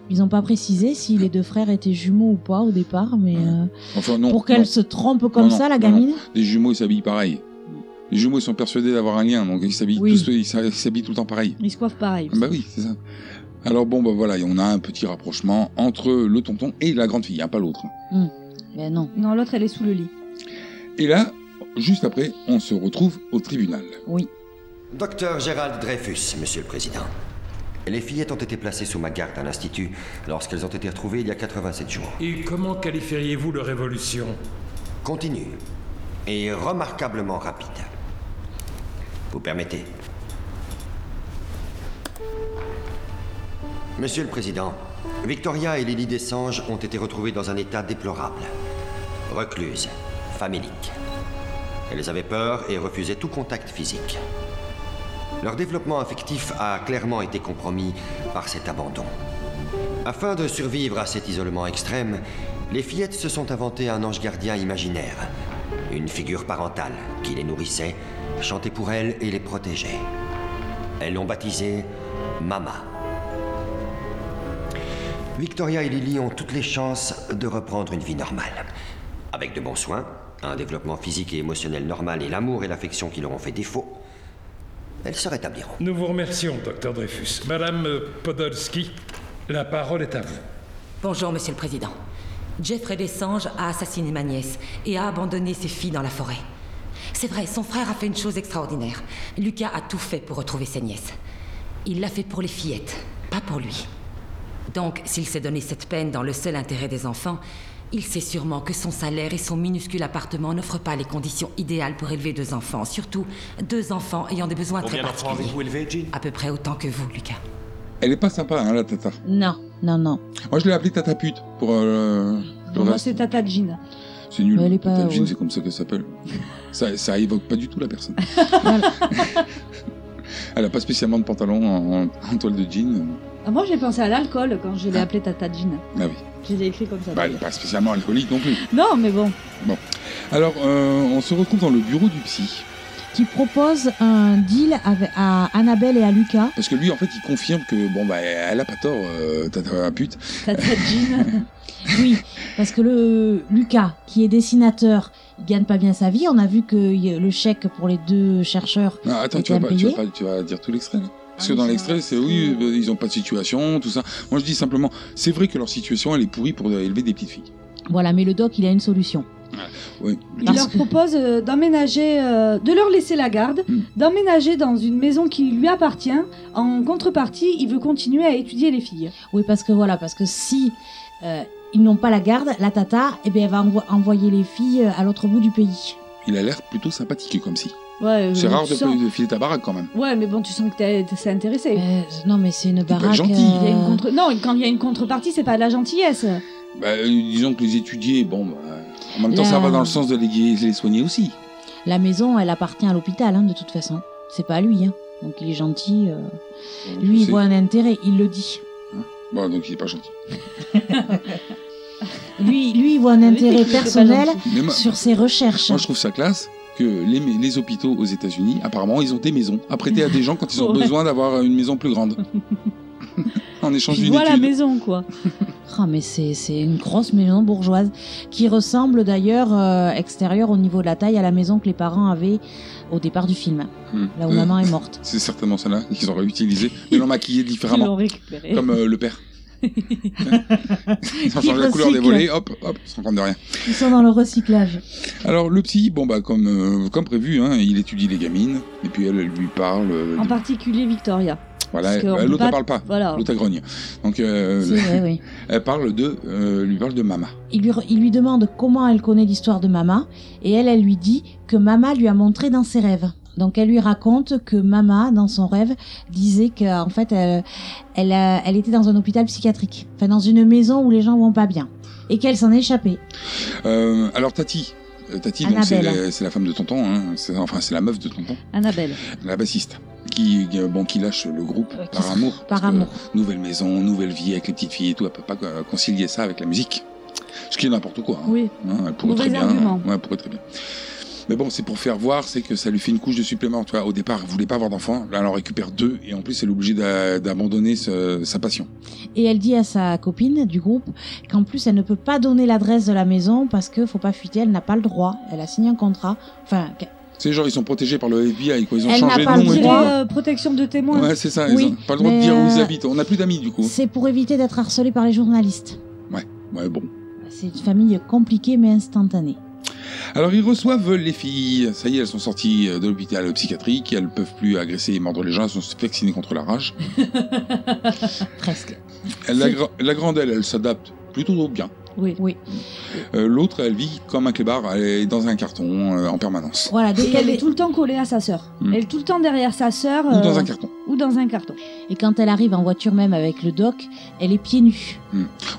B: Ils n'ont pas précisé si les deux frères étaient jumeaux ou pas au départ, mais
G: Ouais.
B: euh,
G: Enfin, Hmm. non.
B: pour qu'elle
G: non.
B: se trompe comme
G: Non,
B: ça,
G: non,
B: la
G: non,
B: gamine.
G: Les jumeaux, ils s'habillent pareil. Les jumeaux, ils sont persuadés d'avoir un lien, donc ils s'habillent
H: Oui.
G: tous- ils s'ha- ils s'habillent tout le temps pareil.
H: Ils se coiffent pareil.
G: Bah oui, c'est ça. Alors bon, bah voilà, et on a un petit rapprochement entre le tonton et la grande fille, hein, pas l'autre.
B: Ben non,
H: Non, l'autre, elle est sous le lit.
G: Et là, juste après, on se retrouve au tribunal.
B: oui.
I: Docteur Gérald Dreyfus, Monsieur le Président. Les fillettes ont été placées sous ma garde à l'Institut lorsqu'elles ont été retrouvées il y a 87 jours.
J: Et comment qualifieriez-vous leur évolution
I: Continue. Et remarquablement rapide. Vous permettez Monsieur le Président, Victoria et Lily Dessange ont été retrouvées dans un état déplorable. Recluses, faméliques. Elles avaient peur et refusaient tout contact physique. Leur développement affectif a clairement été compromis par cet abandon. Afin de survivre à cet isolement extrême, les fillettes se sont inventées un ange gardien imaginaire, une figure parentale qui les nourrissait, chantait pour elles et les protégeait. Elles l'ont baptisée Mama. Victoria et Lily ont toutes les chances de reprendre une vie normale. Avec de bons soins, un développement physique et émotionnel normal et l'amour et l'affection qui leur ont fait défaut, elles se rétabliront.
J: Nous vous remercions, docteur Dreyfus. Madame euh, Podolski, la parole est à vous.
K: Bonjour, Monsieur le Président. Jeffrey Desange a assassiné ma nièce et a abandonné ses filles dans la forêt. C'est vrai, son frère a fait une chose extraordinaire. Lucas a tout fait pour retrouver ses nièces. Il l'a fait pour les fillettes, pas pour lui. Donc, s'il s'est donné cette peine dans le seul intérêt des enfants, il sait sûrement que son salaire et son minuscule appartement n'offrent pas les conditions idéales pour élever deux enfants, surtout deux enfants ayant des besoins très
C: Combien d'enfants
K: particuliers.
C: avez-vous élevé, Jean
K: À peu près autant que vous, Lucas.
G: Elle est pas sympa, hein, la tata.
B: Non, non, non.
G: Moi, je l'ai appelée tata pute pour euh, le
H: Bon, moi,
G: reste.
H: c'est Tata Jean.
G: C'est nul.
B: Mais elle est
G: Tata
B: pas-
G: Jean,
B: ouais.
G: c'est comme ça qu'elle s'appelle. ça, ça évoque pas du tout la personne.
B: Voilà.
G: Elle a pas spécialement de pantalon en, en toile de jean.
H: Ah, moi, j'ai pensé à l'alcool quand je l'ai appelé Tata Jean.
G: Ah oui.
H: Je l'ai écrit comme ça.
G: Bah, elle est
H: d'ailleurs.
G: pas spécialement alcoolique non plus.
H: Non, mais bon.
G: Alors, euh, on se retrouve dans le bureau du psy.
B: Qui propose un deal avec- à Annabelle et à Lucas.
G: Parce que lui, en fait, il confirme que, bon, bah, elle a pas tort, euh, tata pute.
H: Tata Jean.
B: Oui, parce que le Lucas, qui est dessinateur, il gagne pas bien sa vie. On a vu que y- le chèque pour les deux chercheurs.
G: Non, attends,
B: Et
G: tu vas,
B: t'as
G: pas, tu, vas
B: payé
G: pas- tu vas dire tout l'extrait. là. Parce
B: Ah
G: que
B: oui,
G: dans
B: c'est
G: l'extrait,
B: vrai,
G: c'est
B: c'est
G: oui,
B: vrai.
G: euh, ils ont pas de situation, tout ça. Moi, je dis simplement, c'est vrai que leur situation, elle est pourrie pour euh, élever des petites filles.
B: Voilà, mais le doc, il a une solution.
G: Oui.
H: Il leur propose euh, d'emménager, euh, de leur laisser la garde, d'emménager dans une maison qui lui appartient. En contrepartie, il veut continuer à étudier les filles.
B: Oui, parce que voilà, parce que si euh, ils n'ont pas la garde, la tata, eh bien, elle va envo- envoyer les filles euh, à l'autre bout du pays.
G: Il a l'air plutôt sympathique comme si.
H: Ouais, euh,
G: C'est rare
H: tu
G: de,
H: sens-
G: de filer ta baraque quand même.
H: Ouais, mais bon, tu sens que t'es- t'es- c'est intéressé.
B: Euh, non, mais c'est une
G: pas
B: baraque. euh,
G: gentil.
H: Il y a une contre- Non, quand il y a une contrepartie, c'est pas de la gentillesse.
G: Bah, euh, disons que les étudier, bon, bah, en même temps,
B: La-
G: ça va dans le sens de les, gui- les soigner aussi.
B: La maison, elle appartient à l'hôpital, hein, de toute façon. C'est pas à lui, hein. Donc il est gentil. euh. Lui,
G: je
B: il
G: sais.
B: voit un intérêt, il le dit.
G: Bon, donc il est pas gentil.
B: Lui, lui il voit un
H: Oui, c'est
B: intérêt
H: qu'il était pas
B: personnel
H: gentil.
G: Mais moi-
B: sur ses recherches.
G: Moi, je trouve ça classe que les, mé- les hôpitaux aux États-Unis, apparemment, ils ont des maisons à prêter à des gens quand ils ont
H: Ouais.
G: besoin d'avoir une maison plus grande. en échange
H: Tu
G: d'une
H: vois la
G: étude.
H: maison, quoi.
B: Ah, mais c'est c'est une grosse maison bourgeoise qui ressemble d'ailleurs euh, extérieure au niveau de la taille à la maison que les parents avaient au départ du film,
G: Hmm.
B: là où
G: Euh,
B: maman est morte.
G: C'est certainement celle-là qu'ils ont réutilisée. Ils l'ont maquillée
H: Ils l'ont
G: différemment.
H: récupéré.
G: Comme euh, le père. Ils ont
B: Ils
G: changé la couleur des
B: recyclent.
G: volets, hop, hop, sans prendre de rien.
B: Ils sont dans le recyclage.
G: Alors, le petit, bon, bah, comme, euh, comme prévu, hein, il étudie les gamines, et puis elle, elle lui parle. euh,
H: En particulier Victoria.
G: Voilà,
H: Parce qu'on
G: elle-
H: peut
G: l'autre
H: pas-
G: elle parle pas,
H: Voilà.
G: l'autre elle grogne. Donc euh,
B: C'est vrai, oui.
G: elle parle de, euh, lui parle de Mama.
B: Il lui, re- il lui demande comment elle connaît l'histoire de Mama, et elle, elle lui dit que Mama lui a montré dans ses rêves. Donc elle lui raconte que Mama, dans son rêve, disait qu'en fait, elle, elle, a- elle était dans un hôpital psychiatrique, enfin dans une maison où les gens vont pas bien, et qu'elle s'en est échappée.
G: Euh, alors Tati, euh, Tati, donc c'est
B: Annabelle.
G: la, c'est la femme de tonton, hein, c'est- enfin c'est la meuf de tonton,
H: Annabelle.
G: la bassiste, qui euh, bon qui lâche le groupe
B: Euh, qui
G: par
B: se-
G: amour,
B: par
G: parce que
B: amour.
G: nouvelle maison, nouvelle vie avec les petites filles et tout, elle peut pas euh, concilier ça avec la musique, ce qui est n'importe quoi. hein.
H: Oui.
G: Hein, elle pourrait
H: Mauvais
G: très bien.
H: argument.
G: ouais, elle pourrait très bien. Mais bon, c'est pour faire voir, c'est que ça lui fait une couche de supplément. Tu vois, au départ, elle voulait pas avoir d'enfant, là, elle en récupère deux, et en plus, elle est obligée d'a- d'abandonner ce- sa passion.
B: Et elle dit à sa copine du groupe qu'en plus elle ne peut pas donner l'adresse de la maison parce que faut pas fuiter, elle n'a pas le droit. Elle a signé un contrat. Enfin, que-
G: Ces gens, ils sont protégés par le FBI, quoi. Ils ont
B: Elle n'a
G: changé de
B: pas le
G: nom et tout.
B: droit.
G: quoi.
H: Euh, protection de témoins.
G: Ouais, c'est ça. Ils
B: Oui,
G: ont pas le droit de
B: mais,
G: dire où ils
B: euh,
G: habitent. On n'a plus d'amis, du coup.
B: c'est pour éviter d'être harcelé par les journalistes.
G: Ouais, bon.
B: C'est une famille compliquée mais instantanée.
G: Alors, ils reçoivent les filles. Ça y est, elles sont sorties de l'hôpital psychiatrique. Elles peuvent plus agresser et mordre les gens. Elles sont vaccinées contre la rage.
B: Presque.
G: Elle, la, gra- la grande, elle, elle s'adapte plutôt bien.
H: Oui.
B: Oui.
G: Euh, L'autre, elle vit comme un clébard. Elle est dans un carton euh, en permanence.
B: Voilà, dès
H: Et elle
B: qu'elle
H: est
B: est...
H: tout le temps collée à sa sœur.
G: Mm.
H: Elle est tout le temps derrière sa sœur.
G: Ou dans
H: euh,
G: un carton.
H: ou dans un carton.
B: Et quand elle arrive en voiture même avec le doc, elle est pieds nus.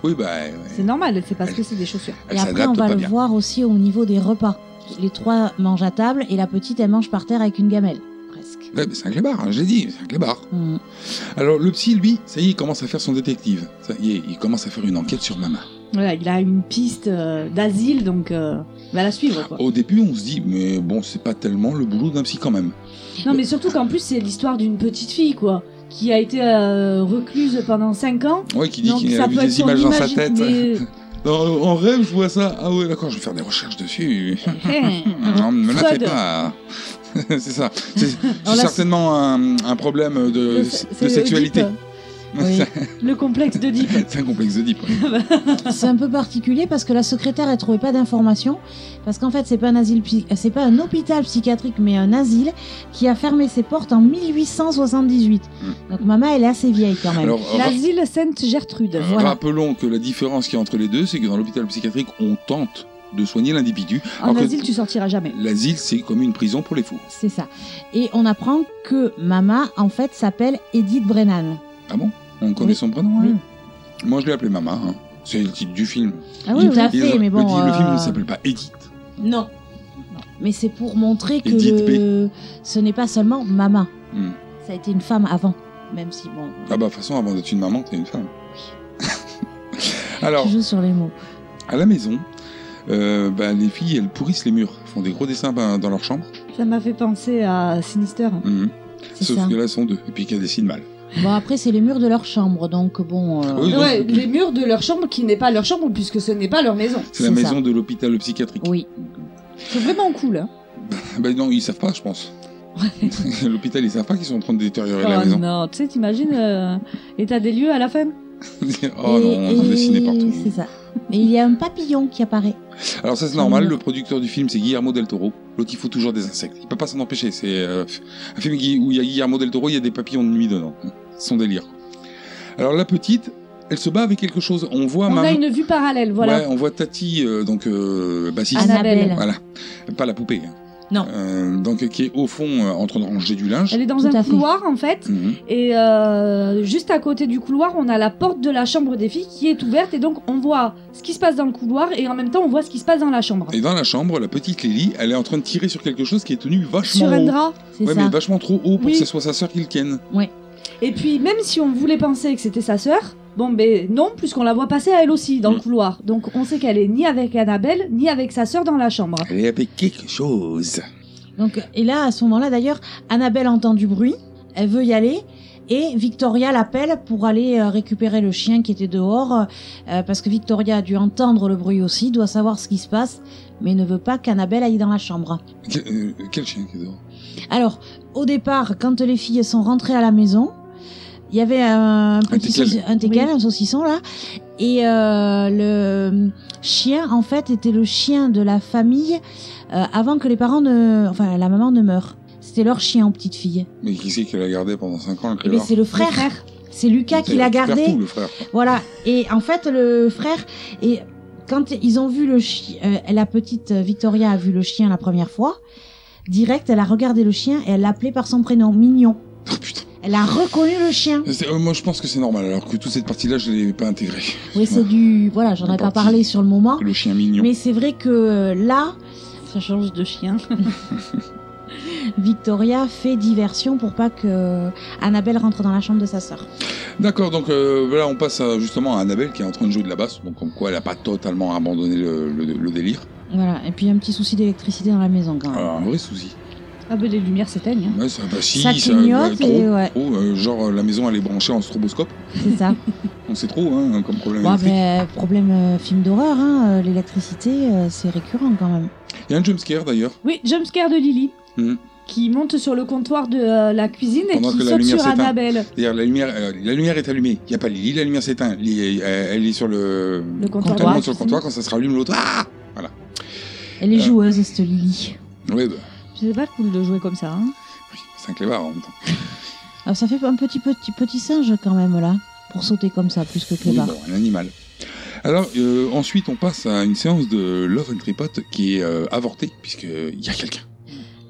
G: Oui, bah, elle,
H: C'est normal, c'est parce que c'est des chaussures.
G: elle
B: et après, on
G: s'adapte
B: va
G: pas
B: le
G: bien.
B: voir aussi au niveau des repas. Les trois mangent à table et la petite, elle mange par terre avec une gamelle. Presque.
G: Ouais, mais c'est un clébard, hein, je l'ai dit, c'est un clébard.
B: Hmm.
G: Alors, le psy, lui, ça y est, il commence à faire son détective. Ça y est, il commence à faire une enquête sur Mama.
H: Voilà, il a une piste euh, d'asile, donc euh, va la suivre. Quoi.
G: Au début, on se dit, mais bon, c'est pas tellement le boulot d'un psy quand même.
H: Non, mais surtout qu'en plus, c'est l'histoire d'une petite fille, quoi, qui a été euh, recluse pendant 5 ans.
G: Ouais, qui dit
H: donc
G: qu'il
H: ça
G: a vu
H: peut être
G: des
H: son
G: images dans sa
H: imagi-
G: tête.
H: mais-
G: Non, euh, en rêve, je vois ça. Ah ouais, d'accord, je vais faire des recherches dessus.
H: Hein.
B: Mhm.
G: Non, ne me la fais
H: Freud.
G: pas. c'est ça. C'est
H: là,
G: c'est certainement un, un problème de,
H: Le-
G: Euh, de
H: c'est
G: sexualité.
H: Oedipe,
B: Oui.
H: le complexe de
G: c'est un complexe de deep.
B: C'est un peu particulier parce que la secrétaire elle trouvait pas d'informations parce qu'en fait c'est pas un asile psy- c'est pas un hôpital psychiatrique mais un asile qui a fermé ses portes en 1878.
G: Hmm.
B: Donc maman elle est assez vieille quand même.
G: Alors, ra-
H: L'asile Sainte-Gertrude.
G: euh,
B: voilà.
G: rappelons que la différence qu'il y a entre les deux, c'est que dans l'hôpital psychiatrique, on tente de soigner l'individu.
H: En
G: alors que-
H: asile, tu sortiras jamais.
G: L'asile, c'est comme une prison pour les fous.
B: C'est ça. Et on apprend que maman en fait s'appelle Edith Brennan.
G: Ah bon On connaît
B: Oui.
G: son prénom
B: Oui.
G: hein Moi, je l'ai appelé Mama. hein. C'est le titre du film.
B: Ah oui,
G: Il-
B: tout à
G: il-
B: fait,
G: le-
B: mais bon.
G: Le, film, le film
B: euh,
G: ne s'appelle pas Edith.
B: Non. Mais c'est pour montrer que
G: Edith
B: le- ce n'est pas seulement maman.
G: Hmm.
B: Ça a été une femme avant, même si bon.
G: Ah bah, de toute façon, avant d'être une maman, t'es une femme. Alors,
B: Je joue sur les mots.
G: à la maison, euh, bah, les filles, elles pourrissent les murs. Font des gros dessins bah, dans leur chambre.
H: Ça m'a fait penser à Sinister.
G: Mhm.
B: C'est
G: Sauf
B: ça.
G: que là, elles sont deux. Et puis qu'elles dessinent mal.
B: Bon, après, c'est les murs de leur chambre, donc bon. euh,
G: Oui, donc,
H: Ouais, les murs de leur chambre qui n'est pas leur chambre puisque ce n'est pas leur maison.
G: c'est la
B: c'est ça.
G: maison de l'hôpital psychiatrique.
B: Oui.
H: C'est vraiment cool. hein.
G: Bah non, ils savent pas, je pense. L'hôpital, ils savent pas qu'ils sont en train de détériorer la
H: Oh
G: maison.
H: non, tu sais, t'imagines euh, état des lieux à la fin
G: oh non, on en
B: Et-
G: dessinait partout.
B: C'est ça. Et il y a un papillon qui apparaît.
G: Alors ça c'est
H: Mm.
G: normal, le producteur du film c'est Guillermo del Toro. L'autre il faut toujours des insectes, il peut pas s'en empêcher. C'est euh, un film qui- où il y a Guillermo del Toro, il y a des papillons de nuit dedans. C'est son délire. Alors la petite, elle se bat avec quelque chose. On voit
H: On
G: maman-
H: a une vue parallèle, voilà.
G: Ouais, on voit Tati, euh, donc euh, bassiste.
H: Annabelle.
G: Voilà, pas la poupée. hein.
B: Non.
G: Euh, donc qui est au fond euh, en train de ranger du linge.
H: Elle est dans un couloir en fait,
G: Mhm.
H: et euh, juste à côté du couloir, on a la porte de la chambre des filles qui est ouverte, et donc on voit ce qui se passe dans le couloir, et en même temps on voit ce qui se passe dans la chambre.
G: Et dans la chambre, la petite Lily, elle est en train de tirer sur quelque chose qui est tenu vachement
H: Sur un
G: haut.
H: drap, c'est
G: ouais,
H: ça.
G: mais vachement trop haut pour
H: Oui.
G: que ce soit sa sœur qui le tienne.
B: Ouais.
H: Et puis même si on voulait penser que c'était sa sœur, bon ben non, puisqu'on la voit passer à elle aussi dans le
G: Mm.
H: couloir, donc on sait qu'elle est ni avec Annabelle, ni avec sa sœur dans la chambre.
G: Elle est avec quelque chose.
B: Donc, et là, à ce moment-là, d'ailleurs, Annabelle entend du bruit, elle veut y aller, et Victoria l'appelle pour aller euh, récupérer le chien qui était dehors, euh, parce que Victoria a dû entendre le bruit aussi, doit savoir ce qui se passe, mais ne veut pas qu'Annabelle aille dans la chambre.
G: Que- euh, quel chien qui est dehors
B: Alors, au départ, quand les filles sont rentrées à la maison, il y avait un petit
G: teckel.
B: sauci- un, teckel,
G: Oui.
B: un saucisson là, et euh, le chien en fait était le chien de la famille euh, avant que les parents ne, enfin la maman ne meure. C'était leur chien aux petites filles.
G: Mais qui c'est qui l'a gardé pendant 5 ans le
B: Eh ben,
G: clébard
B: c'est le frère. C'est Lucas qui
G: Il
B: l'a
G: récupère
B: gardé.
G: tout, le frère.
B: Voilà. Et en fait, le frère et quand ils ont vu le chien, la petite Victoria a vu le chien la première fois. Direct, elle a regardé le chien et elle l'a appelé par son prénom, Mignon. Elle a reconnu le chien.
G: C'est- euh, moi je pense que c'est normal, alors que toute cette partie-là je l'ai pas intégrée.
B: Oui, c'est du voilà, j'en ai pas
G: parti.
B: parlé sur le moment.
G: Le chien mignon.
B: Mais c'est vrai que euh, là,
H: ça change de chien.
B: Victoria fait diversion pour pas que Annabelle rentre dans la chambre de sa sœur.
G: D'accord, donc euh, voilà, on passe à, justement à Annabelle qui est en train de jouer de la basse, donc comme quoi elle a pas totalement abandonné le, le- le délire.
B: Voilà. Et puis un petit souci d'électricité dans la maison quand même.
G: Alors, un vrai souci.
H: Ah ben les lumières s'éteignent. hein.
G: Ouais, ça, bah, si,
B: Ça clignote
G: trop,
B: et ouais.
G: trop, euh, genre euh, la maison elle est branchée en stroboscope.
B: C'est ça.
G: On sait trop hein, comme problème.
B: Bon,
G: électrique.
B: Bah, mais problème euh, film d'horreur, hein, euh, l'électricité, euh, c'est récurrent quand même.
G: Il y a un jumpscare d'ailleurs.
H: Oui, jumpscare de Lily.
G: Mhm.
H: Qui monte sur le comptoir de euh, la cuisine et
G: Pendant
H: qui
G: que la
H: saute
G: lumière
H: sur
G: s'éteint.
H: Annabelle.
G: C'est-à-dire la lumière, euh, la lumière est allumée. Il n'y a pas Lily, la lumière s'éteint. Lily, euh, Elle est sur le,
H: Le comptoir.
G: quand elle monte sur le comptoir. Quand ça se rallume, l'autre. Ah Voilà.
B: Elle est
G: Euh.
B: joueuse, cette Lily.
G: Ouais, bah,
H: C'est pas cool de jouer comme ça. hein.
G: c'est un clébard en même temps.
B: Alors, Ah, ça fait un petit, petit, petit singe quand même là, pour sauter comme ça, plus que
G: Oui, bah,
B: clébard.
G: bon, un animal. Alors euh, ensuite, on passe à une séance de Love and Tripod qui est euh, avortée puisque il y a quelqu'un.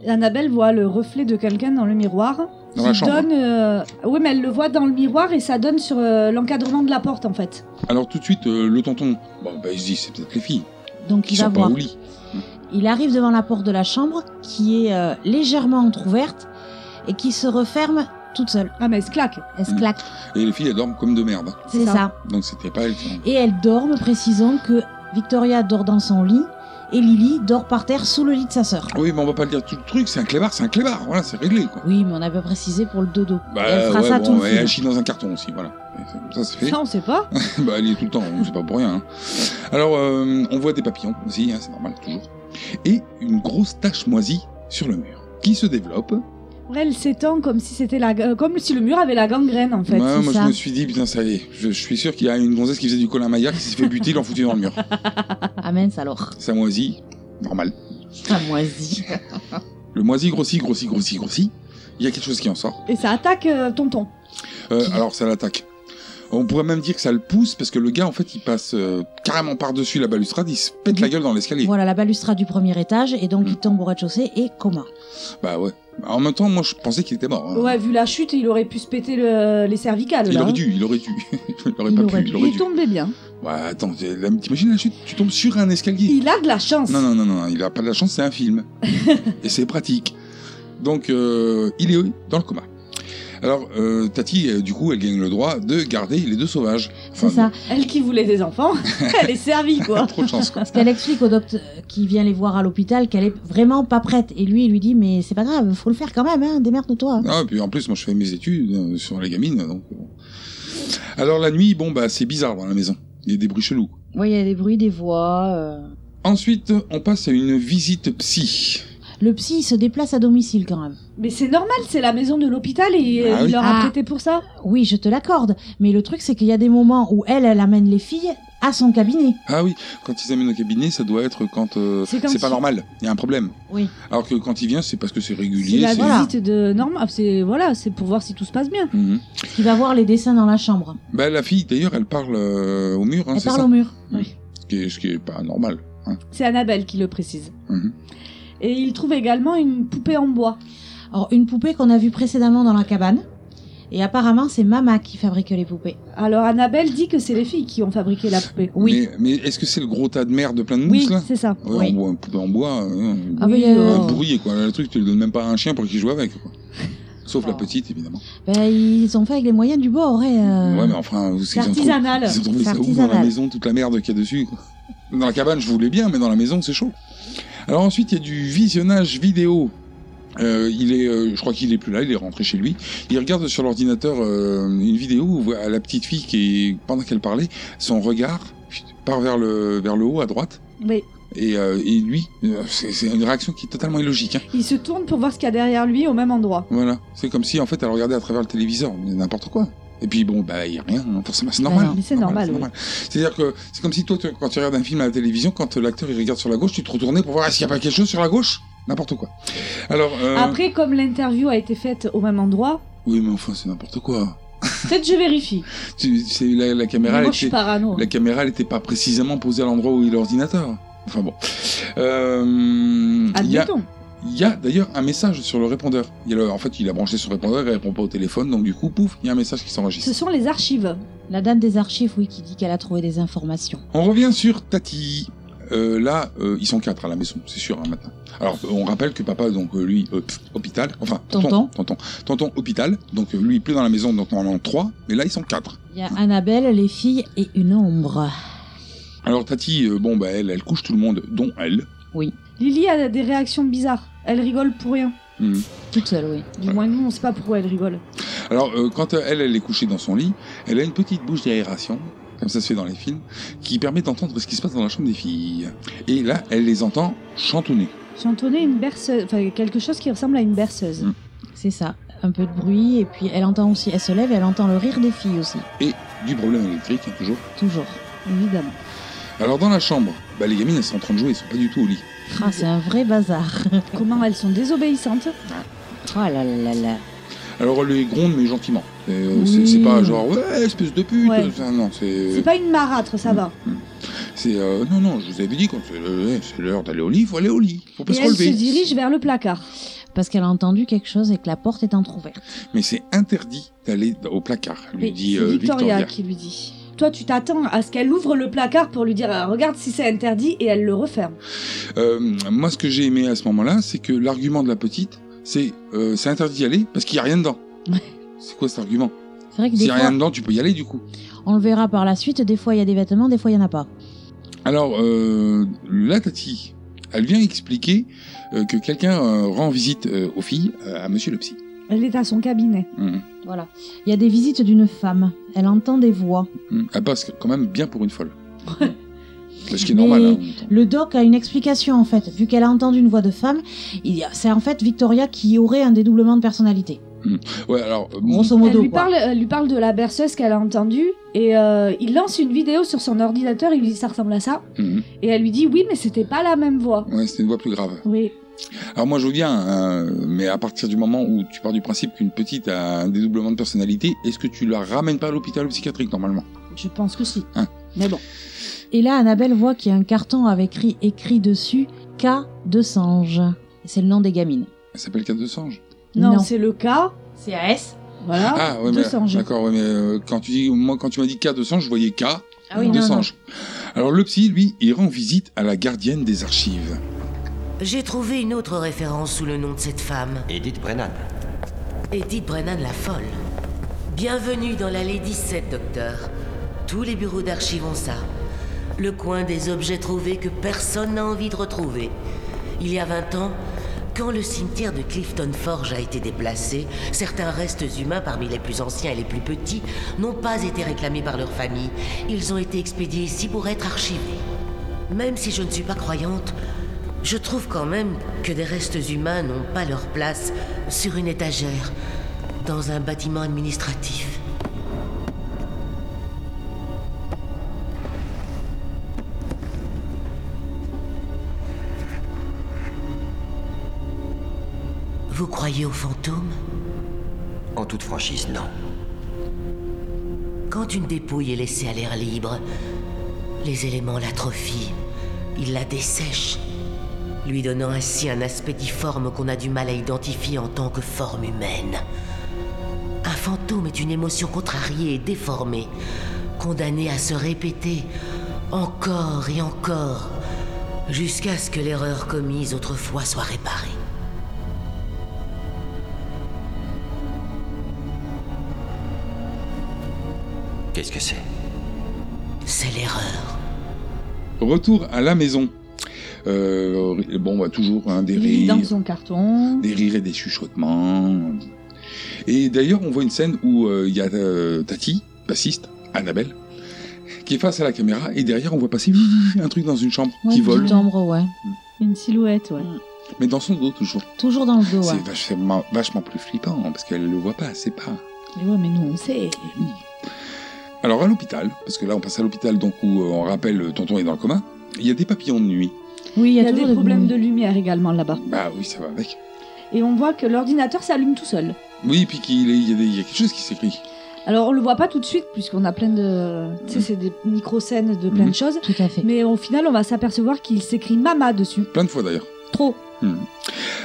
H: Annabelle voit le reflet de quelqu'un dans le miroir.
G: Dans
H: qui
G: la chambre.
H: Donne, euh, Oui, mais elle le voit dans le miroir et ça donne sur euh, l'encadrement de la porte en fait.
G: Alors tout de suite, euh, le tonton, bon, bah, il se dit c'est peut-être les filles
B: Donc,
G: qui
B: il va
G: sont pas
B: voir.
G: au lit.
B: Il arrive devant la porte de la chambre, qui est euh, légèrement entr'ouverte, et qui se referme toute seule.
H: Ah, mais elle se claque.
B: Elle
G: Mm.
B: se claque,
G: Et les filles, elles dorment comme de merde. hein.
B: c'est ça.
G: Donc c'était pas elles. qui ont-
B: Et elles dorment, précisons que Victoria dort dans son lit, et Lily dort par terre sous le lit de sa sœur.
G: Oui, mais on va pas le dire tout le truc. C'est un clébard, c'est un clébard. Voilà, c'est réglé quoi.
B: Oui, mais on avait précisé pour le dodo.
G: Bah,
B: Et elle fera
G: ouais,
B: ça
G: bon,
B: tout le
G: et
B: film.
G: elle chie dans un carton aussi, voilà. Et Ça, c'est fait.
H: Ça, on sait pas.
G: bah, elle y est tout le temps, c'est pas pour rien. hein. Alors, euh, on voit des papillons aussi, hein, c'est normal, toujours. Et une grosse tache moisie sur le mur, qui se développe.
H: Ouais, elle s'étend comme si c'était la, euh, comme si le mur avait la gangrène en fait.
G: Ouais,
H: Bah, c'est
G: moi,
H: ça.
G: je me suis dit, putain, ça y est, je, je suis sûr qu'il y a une gonzesse qui faisait du Colin Maillard qui s'est fait buter, l'en foutu dans le mur.
B: Amen, ça Ah, alors. Ah,
G: Ça moisit, normal.
B: Ça moisit.
G: Le moisi grossit, grossit, grossit, grossit. Il y a quelque chose qui en sort.
H: Et ça attaque euh, Tonton.
G: Euh, alors, ça l'attaque. On pourrait même dire que ça le pousse, parce que le gars, en fait, il passe euh, carrément par-dessus la balustrade, il se pète la gueule dans l'escalier.
B: Voilà la balustrade du premier étage et
G: Mm.
B: donc il tombe au rez-de-chaussée et coma.
G: Bah ouais. En même temps, moi, je pensais qu'il était mort. hein.
H: Ouais, vu la chute, il aurait pu se péter le- les cervicales.
G: Il
H: là,
G: aurait
H: hein.
G: dû, il aurait dû. il aurait pas pu, il aurait
H: Il
G: dû.
H: tombait bien.
G: Bah attends, t'es- la- t'imagines la chute Tu tombes sur un escalier.
H: Il a de la chance.
G: Non, non, non, non, il a pas de la chance, c'est un film. Et c'est pratique. Donc, euh, il est dans le coma. Alors, euh, Tati, euh, du coup, elle gagne le droit de garder les deux sauvages. Enfin,
B: C'est ça.
H: Elle qui voulait des enfants, elle est servie quoi.
G: Trop de chance quoi.
B: Parce qu'elle explique au docteur euh, qui vient les voir à l'hôpital qu'elle est vraiment pas prête et lui il lui dit mais c'est pas grave, faut le faire quand même, hein, démerde-toi.
G: Ah, et puis en plus, moi, je fais mes études euh, sur les gamines, donc bon. Alors, la nuit, bon, bah, c'est bizarre dans la maison. Il y a des bruits chelous.
B: Oui, il y a des bruits, des voix. euh.
G: Ensuite, on passe à une visite psy.
B: Le psy il se déplace à domicile quand même.
H: Mais c'est normal, c'est la maison de l'hôpital et
G: Bah
H: euh,
B: Ah oui.
H: il leur
B: Ah.
H: a prêté pour ça.
B: Oui, je te l'accorde, mais le truc c'est qu'il y a des moments où elle, elle amène les filles à son cabinet.
G: Ah oui, quand ils amènent au cabinet, ça doit être quand euh,
H: C'est
G: c'est
H: comme
G: pas
H: si-
G: normal, il y a un problème.
B: Oui.
G: Alors que quand il vient, c'est parce que c'est
H: C'est
G: régulier.
H: la
G: c'est-
H: visite de normal, c'est voilà, c'est pour voir si tout se passe bien.
G: Mhm.
B: Qui va voir les dessins dans la chambre.
G: Bah, la fille, d'ailleurs, elle parle euh, au mur, hein,
B: Elle
G: c'est
B: parle
G: ça
B: au mur.
G: Ce qui est, ce qui est pas normal. hein.
H: C'est Annabelle qui le précise.
G: Mhm.
H: Et il trouve également une poupée en bois.
B: Alors, une poupée qu'on a vue précédemment dans la cabane. Et apparemment, c'est Mama qui fabrique les poupées.
H: Alors Annabelle dit que c'est les filles qui ont fabriqué la poupée.
G: Mais, mais est-ce que c'est le gros tas de merde plein de
H: Oui,
G: mousse là
H: c'est ça.
G: Ouais,
H: Oui.
G: En bois, poupée en bois. euh,
B: Ah, mais il y a-
G: euh, brouillé, quoi. Le truc, tu le donnes même pas à un chien pour qu'il joue avec. Quoi. Sauf la petite, évidemment.
B: Ben, ils ont fait avec les moyens du bord. Et, euh,
G: Ouais, mais enfin, vous
B: c'est artisanal.
G: Ils ont trouvé
B: C'est
G: ça où dans la
B: artisanal.
G: maison, toute la merde qu'il y a dessus. quoi. Dans la cabane, je voulais bien, mais dans la maison, c'est chaud. Alors ensuite, il y a du visionnage vidéo. Euh, il est, euh, je crois qu'il est plus là, il est rentré chez lui. Il regarde sur l'ordinateur euh, une vidéo où on voit la petite fille qui, est- pendant qu'elle parlait, son regard chut, part vers le, vers le haut à droite.
H: Oui.
G: Et, euh, et lui, euh, c'est c'est une réaction qui est totalement illogique. hein.
H: Il se tourne pour voir ce qu'il y a derrière lui au même endroit.
G: Voilà, c'est comme si en fait elle regardait à travers le téléviseur, mais n'importe quoi. Et puis bon, bah il y a rien, hein, forcément, c'est
H: Bah
G: normal.
H: non, mais c'est normal, oui.
G: C'est-à-dire que c'est comme si toi, tu- quand tu regardes un film à la télévision, quand euh, l'acteur il regarde sur la gauche, tu te retournais pour voir est-ce qu'il n'y a pas quelque chose sur la gauche N'importe quoi. Alors, euh,
H: Après, comme l'interview a été faite au même endroit,
G: oui, mais enfin, c'est n'importe quoi.
H: peut-être je vérifie.
G: Tu- C'est la, la
H: Mais
G: caméra,
H: moi,
G: elle
H: je suis
G: était,
H: parano. hein.
G: la caméra, elle n'était pas précisément posée à l'endroit où est l'ordinateur. Enfin bon. Euh, il y a-
H: Admettons.
G: Il y a d'ailleurs un message sur le répondeur. Il y a le- en fait, il a branché son répondeur, il répond pas au téléphone, donc du coup, pouf, il y a un message qui s'enregistre.
H: Ce sont les archives.
B: La dame des archives, oui, qui dit qu'elle a trouvé des informations.
G: On revient sur Tati. Euh, là, euh, ils sont quatre à la maison, c'est sûr, hein, maintenant. Alors, euh, on rappelle que papa, donc euh, lui, euh, pff, hôpital, enfin, tonton, tonton, tonton, hôpital, donc euh, lui, plus dans la maison, donc on en a trois, mais là, ils sont quatre.
B: Il y a Annabelle, les filles et une ombre.
G: Alors, Tati, euh, bon, bah, elle, elle couche tout le monde, dont elle.
B: Oui.
H: Lily a des réactions bizarres. Elle rigole pour rien.
G: Mhm.
B: Toute seule, oui.
H: Du moins, nous, on sait pas pourquoi elle rigole.
G: Alors, euh, quand euh, elle, elle est couchée dans son lit, elle a une petite bouche d'aération, comme ça se fait dans les films, qui permet d'entendre ce qui se passe dans la chambre des filles. Et là, elle les entend chantonner.
H: J'entonnais une berceuse, enfin quelque chose qui ressemble à une berceuse.
B: C'est ça. Un peu de bruit, et puis elle entend aussi, elle se lève, et elle entend le rire des filles aussi.
G: Et du problème électrique, hein, toujours.
B: Toujours, évidemment.
G: Alors, dans la chambre, bah, les gamines, elles sont en train de jouer, elles sont pas du tout au lit.
B: Ah, c'est un vrai bazar.
H: Comment elles sont désobéissantes
G: Euh,
B: Oh là là là là.
G: Alors, elle les gronde, mais gentiment. Et, euh,
H: Oui.
G: C'est c'est pas genre, ouais, espèce de pute.
H: Mmh. Ouais.
G: Enfin, non, c'est.
H: C'est pas une marâtre, ça va.
G: c'est, euh, non, non, je vous avais dit, quand c'est euh, c'est l'heure d'aller au lit, faut aller au lit. Faut pas
H: Et
G: se
H: elle se
G: relever.
H: dirige vers le placard.
B: Parce qu'elle a entendu quelque chose et que la porte est entr'ouverte.
G: Mais c'est interdit d'aller au placard, lui
H: Et
G: dit
H: c'est
G: euh,
H: Victoria,
G: Victoria.
H: qui lui dit. Toi, tu t'attends à ce qu'elle ouvre le placard pour lui dire euh, regarde si c'est interdit et elle le referme.
G: Euh, moi, ce que j'ai aimé à ce moment-là, c'est que l'argument de la petite, c'est euh, c'est interdit d'y aller parce qu'il n'y a rien dedans. C'est quoi cet argument
B: C'est vrai que des
G: S'il n'y a rien
B: fois,
G: dedans, tu peux y aller du coup.
B: on le verra par la suite, des fois il y a des vêtements, des fois il y en a pas.
G: Alors, euh, la Tati, elle vient expliquer euh, que quelqu'un euh, rend visite euh, aux filles euh, à monsieur le psy.
H: Elle est à son cabinet.
G: Mhm.
B: Voilà. Il y a des visites d'une femme. Elle entend des voix.
G: Mhm. Elle passe quand même bien pour une folle. Ce qui est
B: Mais
G: normal. hein, en même temps.
B: Le doc a une explication en fait. Vu qu'elle a entendu une voix de femme, il y a- c'est en fait Victoria qui aurait un dédoublement de personnalité.
G: Ouais, alors, euh,
B: Grosso
H: Elle
B: modo.
H: lui,
B: quoi.
H: parle, elle lui parle de la berceuse qu'elle a entendue et euh, il lance une vidéo sur son ordinateur. Il lui dit ça ressemble à ça.
G: mhm.
H: Et elle lui dit oui, mais c'était pas la même voix.
G: ouais, c'était une voix plus grave.
H: Oui.
G: Alors moi je veux bien, hein, mais à partir du moment où tu pars du principe qu'une petite a un dédoublement de personnalité, est-ce que tu la ramènes pas à l'hôpital psychiatrique normalement
H: Je pense que si.
G: Hein.
H: Mais bon.
B: Et là, Annabelle voit qu'il y a un carton avec écrit, écrit dessus K de singe. C'est le nom des gamines.
G: Elle s'appelle Carte de Sange. Ah,
H: Non,
B: Non.
H: c'est le cas.
B: C'est AS
H: Voilà.
G: ouais,
H: Ah, de
G: mais
H: singe.
G: d'accord, ouais, mais euh, quand tu dis moi quand tu m'as dit K de Sange, je voyais K
B: Ah oui,
G: de
B: non, non.
G: Sange. Alors le psy lui, il rend visite à la gardienne des archives.
L: J'ai trouvé une autre référence sous le nom de cette femme.
I: Edith Brennan.
L: Edith Brennan la folle. Bienvenue dans l'allée 17, docteur. Tous les bureaux d'archives ont ça. Le coin des objets trouvés que personne n'a envie de retrouver. Il y a 20 ans, quand le cimetière de Clifton Forge a été déplacé, certains restes humains parmi les plus anciens et les plus petits n'ont pas été réclamés par leur famille. Ils ont été expédiés ici pour être archivés. Même si je ne suis pas croyante, Je trouve quand même que des restes humains n'ont pas leur place sur une étagère, dans un bâtiment administratif. Vous croyez aux fantômes
I: En toute franchise, non.
L: Quand une dépouille est laissée à l'air libre, les éléments l'atrophient, ils la dessèchent, lui donnant ainsi un aspect difforme qu'on a du mal à identifier en tant que forme humaine. Un fantôme est une émotion contrariée et déformée, condamnée à se répéter encore et encore, jusqu'à ce que l'erreur commise autrefois soit réparée.
I: Qu'est-ce que c'est
L: C'est l'erreur.
G: Retour à la maison. Euh, bon, bah, toujours hein, des
H: Il est
G: rires.
H: dans son carton.
G: des rires et des chuchotements. Et d'ailleurs, on voit une scène où euh, il y a euh, Tati, bassiste, Annabelle, qui est face à la caméra et derrière, on voit passer un truc dans une chambre
B: Ouais,
G: qui
B: une
G: vole,
B: petite ombre, ouais.
M: Une silhouette, ouais.
G: mais dans son dos toujours.
B: Toujours dans le dos, ouais.
G: C'est vachement, vachement plus flippant parce qu'elle le voit pas, c'est pas.
B: Mais ouais, mais nous, on sait.
G: Alors à l'hôpital, parce que là on passe à l'hôpital donc où euh, on rappelle euh, tonton est dans le coma, il y a des papillons de nuit.
H: Oui, il y a,
B: toujours
H: des
B: des
H: problèmes de lumière également là-bas.
G: Bah oui, ça va avec.
H: Et on voit que l'ordinateur s'allume tout seul.
G: Oui, puis qu'il est- il y, a des- il y a quelque chose qui s'écrit.
H: Alors on le voit pas tout de suite puisqu'on a plein de, tu sais, c'est des micro-scènes de plein
G: Mhm.
H: de choses. Mais au final, on va s'apercevoir qu'il s'écrit Mama dessus.
G: Plein de fois d'ailleurs.
H: Trop.
G: Hmm.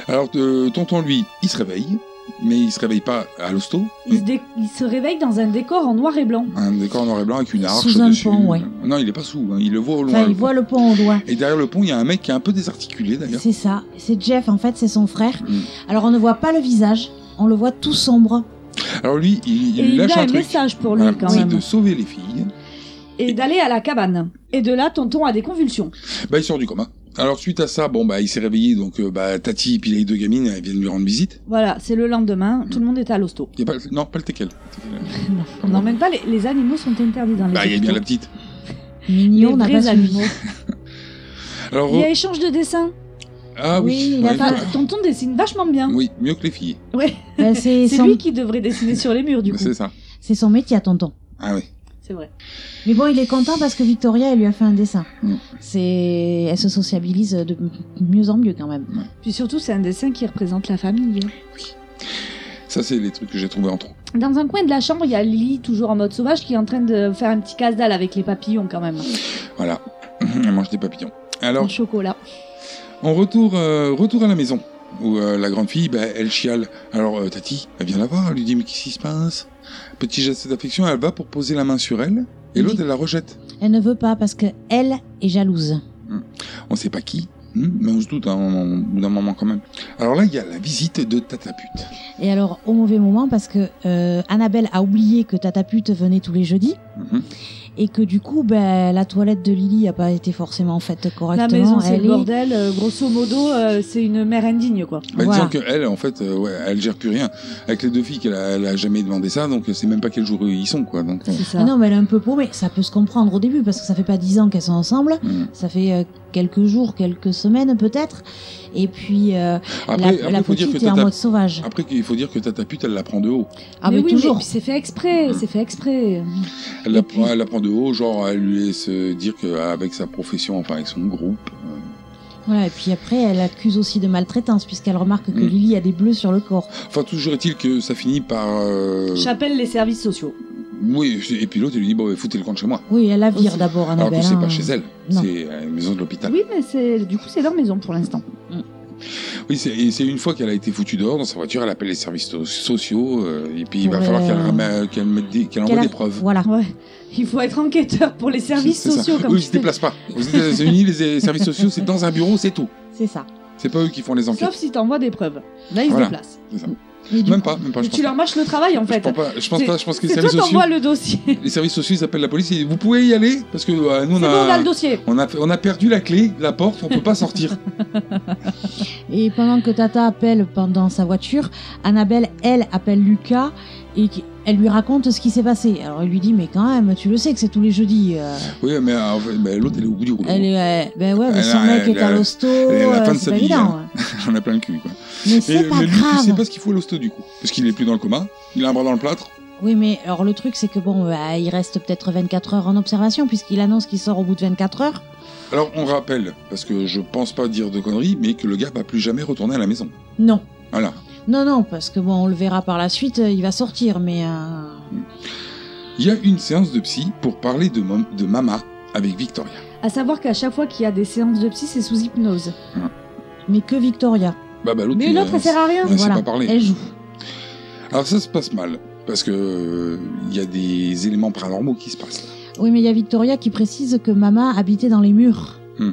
G: Alors euh, tonton lui, il se réveille, mais il se réveille pas à l'hosto,
H: Il se, dé- il se réveille dans un décor en noir et blanc.
G: un décor en noir et blanc avec une arche
H: Sous un
G: dessus.
H: pont, ouais.
G: Non, il est pas sous, hein, il le voit au loin.
B: Enfin, il voit le pont au doigt.
G: Et derrière le pont, il y a un mec qui est un peu désarticulé d'ailleurs.
B: C'est ça. C'est Jeff, en fait, c'est son frère.
G: Mm.
B: Alors, on ne voit pas le visage, on le voit tout sombre.
G: Alors lui, il,
H: Et il
G: lâche
H: a
G: un
H: un
G: truc.
H: message pour lui, quand
G: c'est
H: même.
G: de sauver les filles.
H: Et d'aller à la cabane. Et de là, tonton a des convulsions.
G: Bah, il sort du coma. Alors, suite à ça, bon, bah, il s'est réveillé, donc, euh, bah, Tati et puis les deux gamines, elles viennent lui rendre visite.
H: Voilà, c'est le lendemain, tout le monde est à l'hosto.
G: Il y a pas, non, pas le teckel.
H: On n'emmène pas, les, les animaux sont interdits dans les
G: Bah, il y a bien la
H: hôpitaux.
G: petite.
B: Mignon,
H: Les
B: on n'a
H: vrais
B: pas suivi.
H: animaux.
G: Alors,
H: Il y a échange de dessins.
G: ah oui, ouais,
H: Enfin,
G: ouais.
H: tonton dessine vachement bien.
G: Oui, mieux que les filles. Bah,
H: Ouais.
B: Ben, c'est
H: c'est
B: son-
H: lui qui devrait dessiner sur les murs, du coup.
G: C'est ça.
B: C'est son métier à tonton.
G: Ah oui.
H: C'est vrai.
B: Mais bon, il est content parce que Victoria, elle lui a fait un dessin.
G: Mm.
B: C'est, Elle se sociabilise de mieux en mieux, quand même.
H: Puis surtout, c'est un dessin qui représente la famille.
G: Ça, c'est les trucs que j'ai trouvés en trop.
H: Dans un coin de la chambre, il y a Lily, toujours en mode sauvage, qui est en train de faire un petit casse-dalle avec les papillons, quand même.
G: Voilà. Elle mange des papillons. Alors,
H: En chocolat.
G: on retourne, retour à la maison, où euh, la grande fille, bah, elle chiale. Alors, euh, Tati, elle vient la voir, elle lui dit, mais qu'est-ce qui se passe Petit geste d'affection, elle va pour poser la main sur elle, et l'autre, elle la rejette.
B: Elle ne veut pas parce que elle est jalouse.
G: On sait pas qui, hein, mais on se doute hein, on- au bout d'un moment quand même. Alors là, il y a la visite de Tatapute.
B: Et alors, au mauvais moment, parce que euh, Annabelle a oublié que Tatapute venait tous les jeudis.
G: Mhm.
B: Et que du coup, ben, la toilette de Lily n'a pas été forcément faite correctement.
H: La maison, c'est
B: Elle
H: le
B: est-
H: bordel. euh, Grosso modo, euh, c'est une mère indigne, quoi.
G: Bah, Disons qu'elle, en fait, euh, ouais, elle gère plus rien. Avec les deux filles qu'elle a, elle a jamais demandé ça, donc elle sait même pas quel jour ils sont, quoi. Donc, euh,
B: Ah non, mais elle est un peu paumée. Ça peut se comprendre au début parce que ça fait pas dix ans qu'elles sont ensemble.
G: Mhm.
B: Ça fait euh, quelques jours, quelques semaines peut-être. Et puis euh, la,
G: Après, après,
B: la
G: faut dire
B: petite
G: que
B: est en
G: Tata-
B: mode sauvage.
G: Après, il faut dire que Tatapute, elle la prend de haut.
B: Ah, mais,
H: oui,
B: toujours.
H: puis c'est fait exprès, c'est fait exprès.
G: Elle la, prend- elle la prend de haut, genre, elle lui laisse euh, dire qu'avec sa profession, enfin, avec son groupe.
B: Voilà, et puis après, elle accuse aussi de maltraitance puisqu'elle remarque que
G: Mhm.
B: Lily a des bleus sur le corps.
G: Enfin, toujours est-il que ça finit par. euh,
H: J'appelle les services sociaux.
G: Oui, et puis l'autre, il lui dit, bon, foutez le camp de chez moi.
B: Oui, elle la vire
H: Ah,
B: d'abord,
G: Alors
B: Annabelle.
G: que c'est
B: hein.
G: pas chez elle,
B: Non.
G: c'est à une maison de l'hôpital.
H: bah Oui, mais c'est du coup, c'est leur maison pour l'instant.
G: Oui, c'est et c'est une fois qu'elle a été foutue dehors dans sa voiture, elle appelle les services so- sociaux, euh, et puis il va
H: Pour,
G: falloir
H: euh,
G: qu'elle ramè- qu'elle mette des- qu'elle envoie
H: Qu'elle a-
G: des preuves.
B: Voilà.
H: Il faut être enquêteur pour les services
G: C'est ça.
H: sociaux, comme
G: Eux,
H: tu
G: ils se
H: sais.
G: déplacent pas. Aux États-Unis, les les services sociaux, c'est dans un bureau, c'est tout.
B: C'est ça.
G: C'est pas eux qui font les enquêtes.
H: Sauf si t'envoies des preuves. Là, ils
G: Voilà.
H: se déplacent.
G: C'est ça.
H: Et du
G: Même
H: coup-
G: pas, même pas.
H: Mais
G: Je
H: tu
G: pense,
H: leur mâches le travail, en fait.
G: pense pas. Je pense pas. Je pense que les
H: C'est
G: services
H: toi
G: sociaux.
H: t'envoies le dossier.
G: Les services sociaux, ils appellent la police. Et vous pouvez y aller parce que euh, nous on
H: C'est bon,
G: a,
H: on a le dossier.
G: on a fait- on a perdu la clé, la porte, on peut pas sortir.
B: Et pendant que Tata appelle pendant sa voiture, Annabelle, elle, appelle Lucas et qui- elle lui raconte ce qui s'est passé. Alors il lui dit, mais quand même, tu le sais que c'est tous les jeudis. euh.
G: Oui, mais euh, en fait, ben, l'autre, elle est au bout du rouleau.
B: Elle est, euh, ben ouais, mais
G: Elle
B: son
G: a-
B: mec
G: elle
B: est à
G: a-
B: l'hosto,
G: elle a la
B: euh,
G: fin de
B: c'est
G: sa
B: pas
G: vie,
B: évident.
G: hein. J'en ai plein le cul, quoi.
B: Mais c'est pas
G: mais lui,
B: grave.
G: il sait pas ce qu'il faut à l'hosto, du coup. Parce qu'il est plus dans le coma, il a un bras dans le plâtre.
B: Oui, mais alors le truc, c'est que bon, bah, il reste peut-être 24 heures en observation, puisqu'il annonce qu'il sort au bout de 24 heures.
G: Alors, on rappelle, parce que je pense pas dire de conneries, mais que le gars va plus jamais retourner à la maison.
B: Non.
G: Voilà.
B: Non, non, parce que bon, on le verra par la suite, euh, il va sortir, mais. euh,
G: Il y a une séance de psy pour parler de, mam- de Mama avec Victoria.
H: À savoir qu'à chaque fois qu'il y a des séances de psy, c'est sous hypnose.
B: Mais que Victoria.
G: Bah, bah, l'autre,
H: Mais
G: il
H: l'autre,
G: a-
H: elle sert à rien.
G: elle sait
H: Voilà,
G: pas parler.
B: elle joue.
G: Alors, ça se passe mal, parce que euh, il y a des éléments paranormaux qui se passent.
B: Oui, mais il y a Victoria qui précise que Mama habitait dans les murs.
G: Hmm.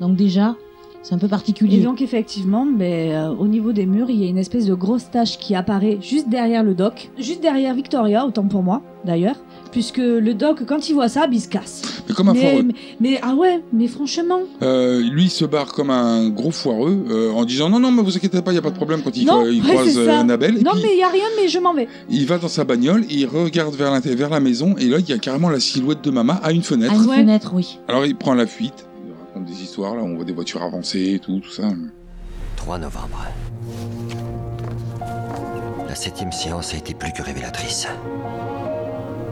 B: Donc déjà, c'est un peu particulier.
H: Et donc effectivement, mais, euh, au niveau des murs, il y a une espèce de grosse tache qui apparaît juste derrière le doc, juste derrière Victoria, autant pour moi d'ailleurs, puisque le doc, quand il voit ça, il se casse.
G: Mais comme un foireux.
H: mais, mais- ah ouais, mais franchement.
G: Euh, lui il se barre comme un gros foireux euh, en disant non non mais vous inquiétez pas il y a pas de problème quand il,
H: non,
G: cro- il
H: ouais,
G: croise
H: c'est
G: euh,
H: ça.
G: Annabelle et
H: Non
G: puis
H: mais il y a rien, mais je m'en vais.
G: il va dans sa bagnole et il regarde vers l'intérieur vers la maison et là il y a carrément la silhouette de Mama à une fenêtre.
B: À
H: Ah,
B: une fenêtre, oui.
G: Alors il prend la fuite, il raconte des histoires là on voit des voitures avancer et tout tout ça.
I: 3 novembre. La septième séance a été plus que révélatrice.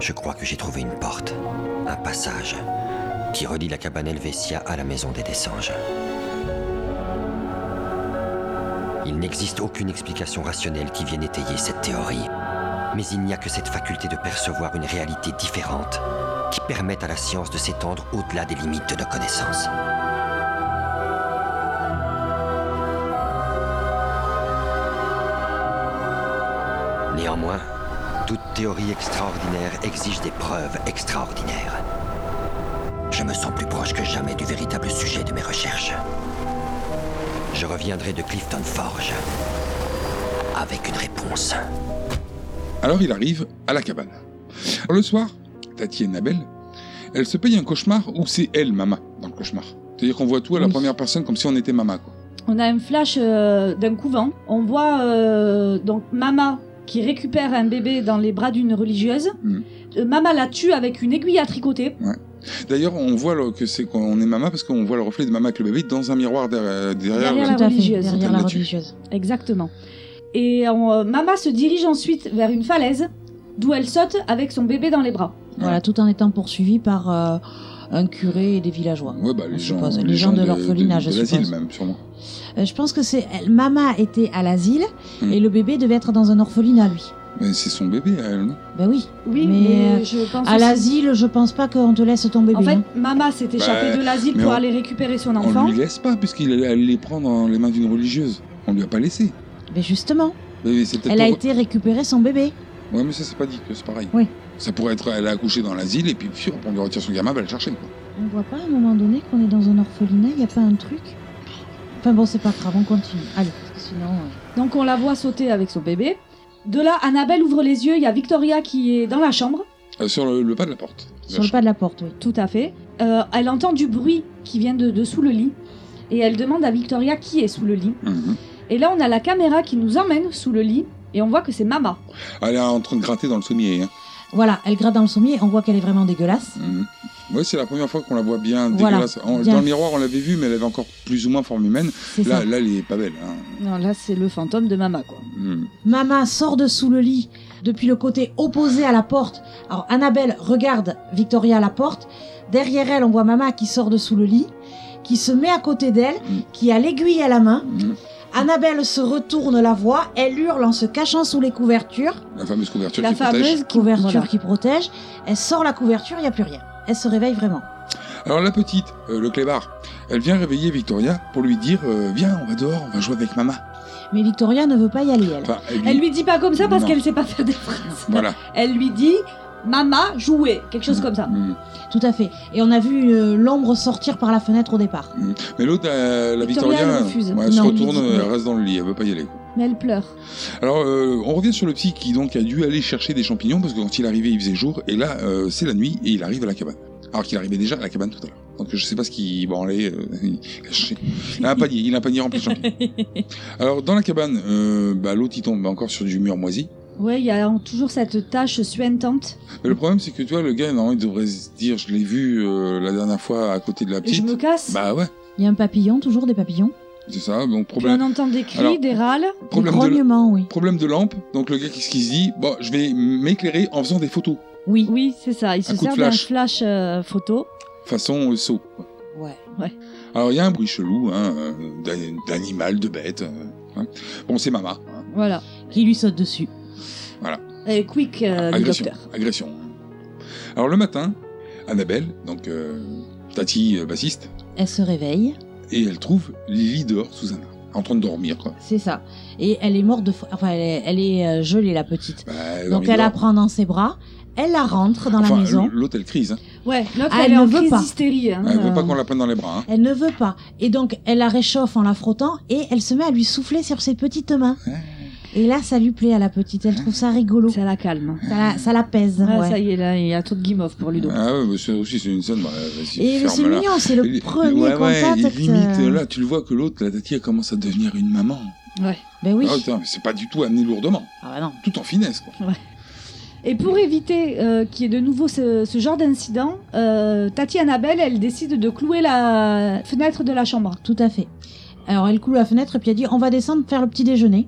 I: Je crois que j'ai trouvé une porte, un passage, qui relie la cabane Helvetia à la maison des Dessanges. Il n'existe aucune explication rationnelle qui vienne étayer cette théorie, mais il n'y a que cette faculté de percevoir une réalité différente qui permette à la science de s'étendre au-delà des limites de nos connaissances. Néanmoins, toute théorie extraordinaire exige des preuves extraordinaires. Je me sens plus proche que jamais du véritable sujet de mes recherches. Je reviendrai de Clifton Forge avec une réponse.
G: Alors il arrive à la cabane. Alors, le soir, Tati et Annabelle, elle se paye un cauchemar où c'est elle Mama dans le cauchemar. C'est-à-dire qu'on voit tout à la première personne comme si on était Mama quoi.
H: On a un flash euh, d'un couvent. On voit euh, donc Mama qui récupère un bébé dans les bras d'une religieuse.
G: Mhm.
H: Euh, Mama la tue avec une aiguille à tricoter.
G: Ouais. D'ailleurs, on voit le- que c'est qu'on est Mama parce qu'on voit le reflet de Mama avec le bébé dans un miroir derrière, derrière,
H: Derrière
G: le-
H: la religieuse.
G: quand elle tue.
H: Exactement. Et on- euh, Mama se dirige ensuite vers une falaise d'où elle saute avec son bébé dans les bras.
B: Voilà, tout en étant poursuivi par euh, un curé et des villageois.
G: Ouais, bah,
B: on
G: les, gens,
B: suppose. Les gens de l'orphelinat,
G: de,
B: je
G: de l'asile
B: suppose.
G: même, sûrement.
B: Euh, je pense que c'est. elle- Mama était à l'asile
G: Hmm.
B: et le bébé devait être dans un orphelinat, lui.
G: Mais c'est son bébé, à elle, non
B: Ben oui.
H: Oui,
B: euh,
H: mais je pense
B: à
H: aussi-
B: l'asile, je pense pas qu'on te laisse ton bébé.
H: En fait,
B: hein.
H: Mama s'est échappée
G: Bah,
H: de l'asile
G: mais
H: pour
G: on-
H: aller récupérer son
G: On
H: enfant.
G: lui laisse pas, puisqu'il elle les prend dans les mains d'une religieuse. On lui a pas laissé.
B: Mais Ben justement,
G: Mais, mais c'est peut-être
B: elle a
G: pour-
B: été récupérer son bébé.
G: Ouais, mais ça, c'est pas dit que c'est pareil.
B: Oui.
G: Ça pourrait être, elle a accouché dans l'asile, et puis, pfiou, on lui retire son gamin, bah, elle va le chercher, quoi.
B: On voit pas à un moment donné qu'on est dans un orphelinat, il y a pas un truc Enfin bon, c'est pas grave, on continue. Allez, parce que sinon. euh,
H: Donc on la voit sauter avec son bébé. De là, Annabelle ouvre les yeux, il y a Victoria qui est dans la chambre,
G: Euh, sur le, le pas de la porte.
B: Sur le pas de la porte, oui.
H: tout à fait. Euh, elle entend du bruit qui vient de, de sous le lit et elle demande à Victoria qui est sous le lit.
G: Mhm.
H: Et là, on a la caméra qui nous emmène sous le lit et on voit que c'est Mama.
G: Elle est en train de gratter dans le sommier, hein.
B: Voilà, elle gratte dans le sommier, on voit qu'elle est vraiment dégueulasse.
G: Mhm. Ouais, c'est la première fois qu'on la voit bien
B: Voilà,
G: dégueulasse. En-
B: bien.
G: Dans le miroir, on l'avait vue, mais elle avait encore plus ou moins forme humaine.
B: C'est
G: Là,
B: ça.
G: là, elle est pas belle. Hein.
H: Non, là, c'est le fantôme de Mama, quoi.
G: Mhm.
B: Mama sort de sous le lit, depuis le côté opposé à la porte. Alors Annabelle regarde Victoria à la porte. Derrière elle, on voit Mama qui sort de sous le lit, qui se met à côté d'elle, qui a l'aiguille à la main.
G: Mhm.
B: Annabelle se retourne, la voit, elle hurle en se cachant sous les couvertures.
G: La fameuse couverture
B: la
G: qui protège.
B: fameuse couverture
G: Voilà.
B: qui protège. Elle sort la couverture, il n'y a plus rien. Elle se réveille vraiment.
G: Alors la petite, euh, le clébard, elle vient réveiller Victoria pour lui dire euh, Viens, on va dehors, on va jouer avec maman.
B: Mais Victoria ne veut pas y aller, elle.
G: Enfin,
H: Elle lui dit pas comme ça parce
G: Non.
H: qu'elle sait pas faire des phrases.
G: Voilà.
H: Elle lui dit Mama, jouez, quelque chose comme ça.
G: Hmm.
B: Tout à fait. Et on a vu euh, l'ombre sortir par la fenêtre au départ.
G: Mm. Mais l'autre, euh, la
H: Victoria,
G: Victoria,
H: elle refuse.
G: ouais, elle se
B: Non, elle
G: retourne,
B: lui dit-
G: elle reste dans le lit, elle veut pas y aller. quoi.
H: Mais elle pleure.
G: Alors euh, on revient sur le psy qui donc a dû aller chercher des champignons parce que quand il arrivait, il faisait jour et là euh, c'est la nuit et il arrive à la cabane. Alors qu'il arrivait déjà à la cabane tout à l'heure. Donc je sais pas ce qu'il branlait. euh, il- il a un panier, il a un panier rempli de champignons. Alors dans la cabane, euh, bah, l'autre il tombe encore bah, sur du mur moisi.
H: Ouais, il y a toujours cette tache suintante.
G: Mais le problème, c'est que tu vois, le gars, normalement, il devrait se dire je l'ai vu euh, la dernière fois à côté de la petite.
H: Je me casse.
G: Bah ouais,
B: Il y a un papillon, toujours des papillons.
G: c'est ça. Donc,
H: Puis
G: problème.
H: on entend des cris,
G: Oh, ben. Alors,
H: des râles.
G: problème de-
B: oui.
G: Problème de lampe. Donc, le gars, qu'est-ce qu'il se dit Bon, je vais m'éclairer en faisant des photos.
B: Oui.
H: Oui, c'est ça. Il se
G: Un coup de
H: sert d'un
G: flash.
H: flash euh, photo.
G: Façon euh, saut. quoi.
H: Ouais. ouais.
G: Alors, il y a un bruit chelou, hein, euh, d'an- d'animal, de bête. euh, hein. Bon, c'est Mama. hein,
H: Voilà.
B: Qui lui saute dessus.
G: Voilà.
H: Et quick, euh, le
G: agression.
H: docteur.
G: Agression. hein. Alors, le matin, Annabelle, donc euh, Tati, euh, bassiste,
B: Elle se réveille,
G: et elle trouve Lily dehors sous un arbre, en train de dormir. Quoi.
B: c'est ça. Et elle est morte de faim. Enfin, elle est, elle est, euh, gelée, la petite.
G: Bah,
B: Donc elle la
G: a
B: prend dans ses bras, elle la rentre dans la maison.
G: L'autre, elle crise. hein.
H: Ouais, l'autre,
B: Ah,
H: elle,
B: elle
H: est en
B: ne veut
H: crise
B: pas.
H: d'hystérie. hein,
G: Ah, Elle veut pas
H: euh.
G: qu'on la prenne dans les bras. hein.
B: Elle ne veut pas. Et donc, elle la réchauffe en la frottant et elle se met à lui souffler sur ses petites mains. Et là, ça lui plaît à la petite. Elle trouve ça rigolo. Ça
H: la calme.
B: Ça la, pèse.
H: Ah,
B: ouais.
H: Ça y est, là, il y a trop de guimauve pour Ludo.
G: Ah ouais, mais c'est aussi, c'est une scène. bah, vas-y,
B: Et mais c'est
G: ferme-la.
B: mignon, c'est le
G: Et-
B: premier
G: ouais, ouais,
B: contact,
G: et limite,
B: euh.
G: là, tu le vois que l'autre, la Tati, elle commence à devenir une maman.
H: Ouais.
B: Ben oui.
G: Ah, putain, mais c'est pas du tout amené lourdement.
H: Ah, bah
G: Tout en finesse, quoi.
H: Et pour éviter euh, qu'il y ait de nouveau ce, ce genre d'incident, euh, Tati Annabelle, elle décide de clouer la fenêtre de la chambre.
B: Tout à fait. Alors, elle coule la fenêtre et puis elle dit On va descendre faire le petit déjeuner.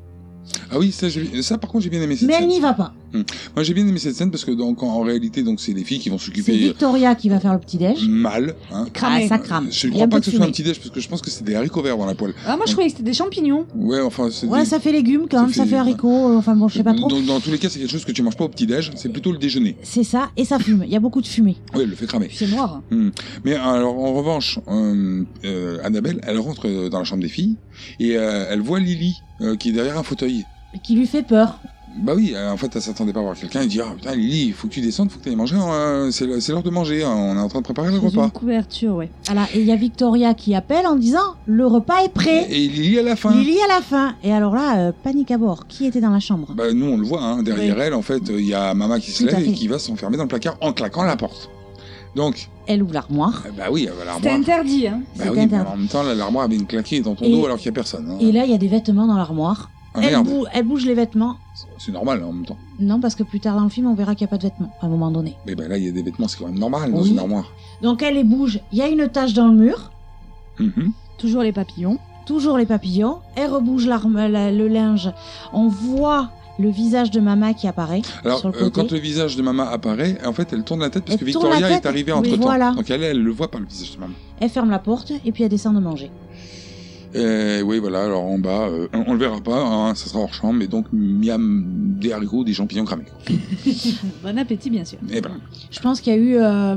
G: Ah oui, ça, j'ai- ça, par contre, j'ai bien aimé cette
B: Mais elle
G: scène.
B: n'y va pas.
G: Hum. Moi, j'ai bien aimé cette scène parce que, donc, en, en réalité, donc, c'est les filles qui vont
B: C'est
G: s'occuper
B: Victoria qui va faire le petit
G: euh,
B: déj.
G: mal. Hein.
B: Cramé. Ah, ça crame.
G: Je
B: Il y a
G: ne crois
B: un
G: pas
B: peu
G: que ce
B: de
G: soit un
B: fumée.
G: petit déj parce que je pense que c'est des haricots verts dans la poêle.
H: Ah, moi, je
G: Donc-
H: croyais que c'était des champignons.
G: Ouais, enfin, c'est
B: Ouais,
G: des-
B: ça fait légumes quand
G: ça
B: même, ça
G: fait-
B: fait haricots. euh, Enfin bon, je sais pas trop.
G: Donc, dans tous les cas, c'est quelque chose que tu manges pas au petit-déj, c'est plutôt le déjeuner.
B: C'est ça, et ça fume. Il y a beaucoup de fumée.
G: Oui, elle le fait cramer.
H: C'est noir.
G: Hmm. Mais alors, en revanche, euh, euh, Annabelle, elle rentre euh, dans la chambre des filles et euh, elle voit Lily euh, qui est derrière un fauteuil.
B: Qui lui fait peur.
G: Bah oui, euh, en fait, elle s'attendait pas à voir quelqu'un. Elle dit Ah putain, Lily, il faut que tu descendes, faut que tu ailles manger. hein, c'est le- c'est l'heure de manger. hein, on est en train de préparer le
H: Sous une
G: repas.
H: couverture, ouais.
B: Voilà, et il y a Victoria qui appelle en disant Le repas est prêt.
G: Et Lily à la fin.
B: Lily à la fin. Et alors là, euh, panique à bord. Qui était dans la chambre
G: Bah, nous, on le voit, hein, derrière
B: Oui.
G: elle, en fait, euh, il y a Mama qui se
B: Tout à
G: lève et
B: fait.
G: qui va s'enfermer dans le placard en claquant la porte. Donc,
B: Elle ouvre l'armoire.
G: euh, bah oui, elle va à
H: C'était
G: l'armoire.
H: interdit, hein.
G: Bah
B: C'était
G: oui, mais
B: interdit.
G: en même temps, là, l'armoire avait une claquée dans ton
B: Et-
G: dos alors qu'il n'y a personne. hein.
B: Et là, il y a des vêtements dans l'armoire.
G: Ah,
B: elle,
G: merde.
B: bou- elle bouge les vêtements.
G: C'est normal hein, en même temps.
B: Non, parce que plus tard dans le film, on verra qu'il n'y a pas de vêtements à un moment donné.
G: Mais bah là, il y a des vêtements, c'est quand même normal dans
B: Oui.
G: une armoire.
B: Donc elle les bouge. Il y a une tache dans le mur.
G: Mhm.
H: Toujours les papillons.
B: Toujours les papillons. Elle rebouge l'arme- euh, la- le linge. On voit le visage de Mama qui apparaît
G: Alors,
B: sur le
G: euh,
B: côté.
G: quand le visage de Mama apparaît, en fait, elle tourne la tête parce
B: Elle
G: que
B: tourne la
G: Victoria
B: tête,
G: est arrivée
B: oui,
G: entre temps.
B: voilà.
G: Donc elle, elle le voit pas le visage de Mama.
B: Elle ferme la porte et puis elle descend de manger.
G: Et Eh oui, voilà, alors en bas, euh, on, on le verra pas, hein, ça sera hors champ, mais donc miam des haricots, des champignons cramés. quoi.
H: Bon appétit, bien sûr.
G: Et voilà.
B: Je pense qu'il y a eu, euh,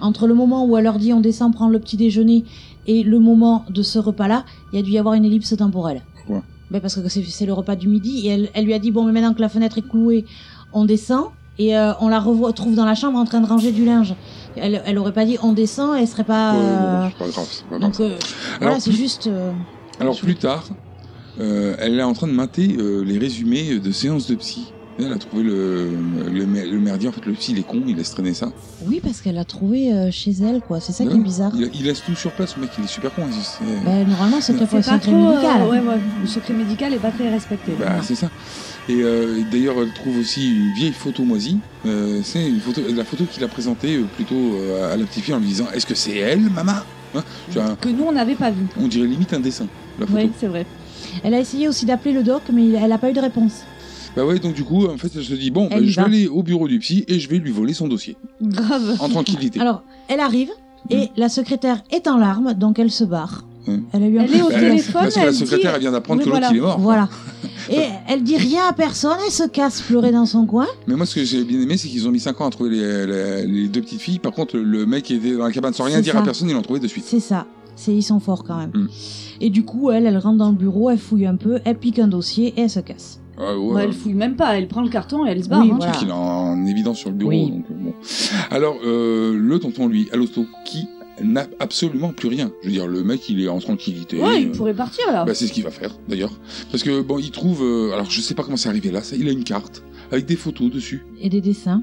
B: entre le moment où elle leur dit on descend prendre le petit déjeuner et le moment de ce repas-là, il y a dû y avoir une ellipse temporelle.
G: Pourquoi
B: Ben parce que c'est- c'est le repas du midi et elle, elle lui a dit bon mais maintenant que la fenêtre est clouée, on descend et euh, on la revoit trouve dans la chambre en train de ranger du linge. Elle, elle aurait pas dit on descend, elle serait pas.
G: Ouais,
B: euh,
G: bon, bah, c'est pas grave, c'est pas grave.
B: donc euh, voilà, c'est juste. euh,
G: Alors plus tard, euh, elle est en train de mater euh, les résumés de séances de psy. Elle a trouvé le, le, mer- le merdier, en fait, le psy, il est con, il laisse traîner ça.
B: Oui parce qu'elle l'a trouvé euh, chez elle quoi. C'est ça qui
G: Ouais.
B: est bizarre.
G: Il, il laisse tout sur place, le mec, il est super con. il- c'est-
B: Ben, normalement c'est
H: C'est
B: un
H: pas
B: secret
H: trop.
B: médical.
H: euh, ouais, ouais. Le secret médical est pas très respecté.
G: Bah, c'est ça. Et euh, d'ailleurs, elle trouve aussi une vieille photo moisie. Euh, c'est une photo, la photo qu'il a présentée euh, plutôt euh, à la petite fille en lui disant Est-ce que c'est elle, maman Hein Tu vois,
H: Que nous, on n'avait pas vu.
G: On dirait limite un dessin, la photo.
H: Oui, c'est vrai.
B: Elle a essayé aussi d'appeler le doc mais il- elle a pas eu de réponse.
G: Bah ouais, donc du coup, en fait, elle se dit Bon,
B: Elle
G: bah,
B: y
G: je vais
B: va.
G: aller au bureau du psy et je vais lui voler son dossier.
H: Grave.
G: En tranquillité.
B: Alors, elle arrive
G: Mm.
B: et la secrétaire est en larmes, donc elle se barre.
G: Hein.
B: Elle a eu un
H: Elle
B: coup de
H: est au
B: fil.
H: téléphone,
G: parce que la
H: elle
G: secrétaire,
H: dit-
G: elle vient d'apprendre
H: Oui,
G: que l'autre,
H: voilà.
G: il est mort.
B: Voilà. Et elle dit rien à personne, elle se casse pleurer dans son coin.
G: Mais moi, ce que j'ai bien aimé, c'est qu'ils ont mis 5 ans à trouver les, les- les deux petites filles. Par contre, le mec qui était dans la cabane sans rien
B: C'est
G: dire à
B: ça.
G: personne, ils l'ont trouvé de suite.
B: C'est ça. C'est ils sont forts quand même.
G: Mm.
B: Et du coup, elle, elle rentre dans le bureau, elle fouille un peu, elle pique un dossier et elle se casse.
G: Ah
H: Ouais, Bah, elle fouille même pas, elle prend le carton et elle se barre.
B: Oui,
H: hein.
B: voilà.
G: qu'il est en évidence sur le bureau.
B: Oui.
G: donc, euh, bon. Alors, euh, le tonton, lui, à l'hosto, qui n'a absolument plus rien. Je veux dire, le mec, il est en tranquillité.
H: Ouais, il
G: euh,
H: pourrait partir là.
G: bah, c'est ce qu'il va faire, d'ailleurs. Parce que, bon, il trouve. euh, alors, je sais pas comment c'est arrivé là, ça, il a une carte avec des photos dessus.
B: Et des dessins.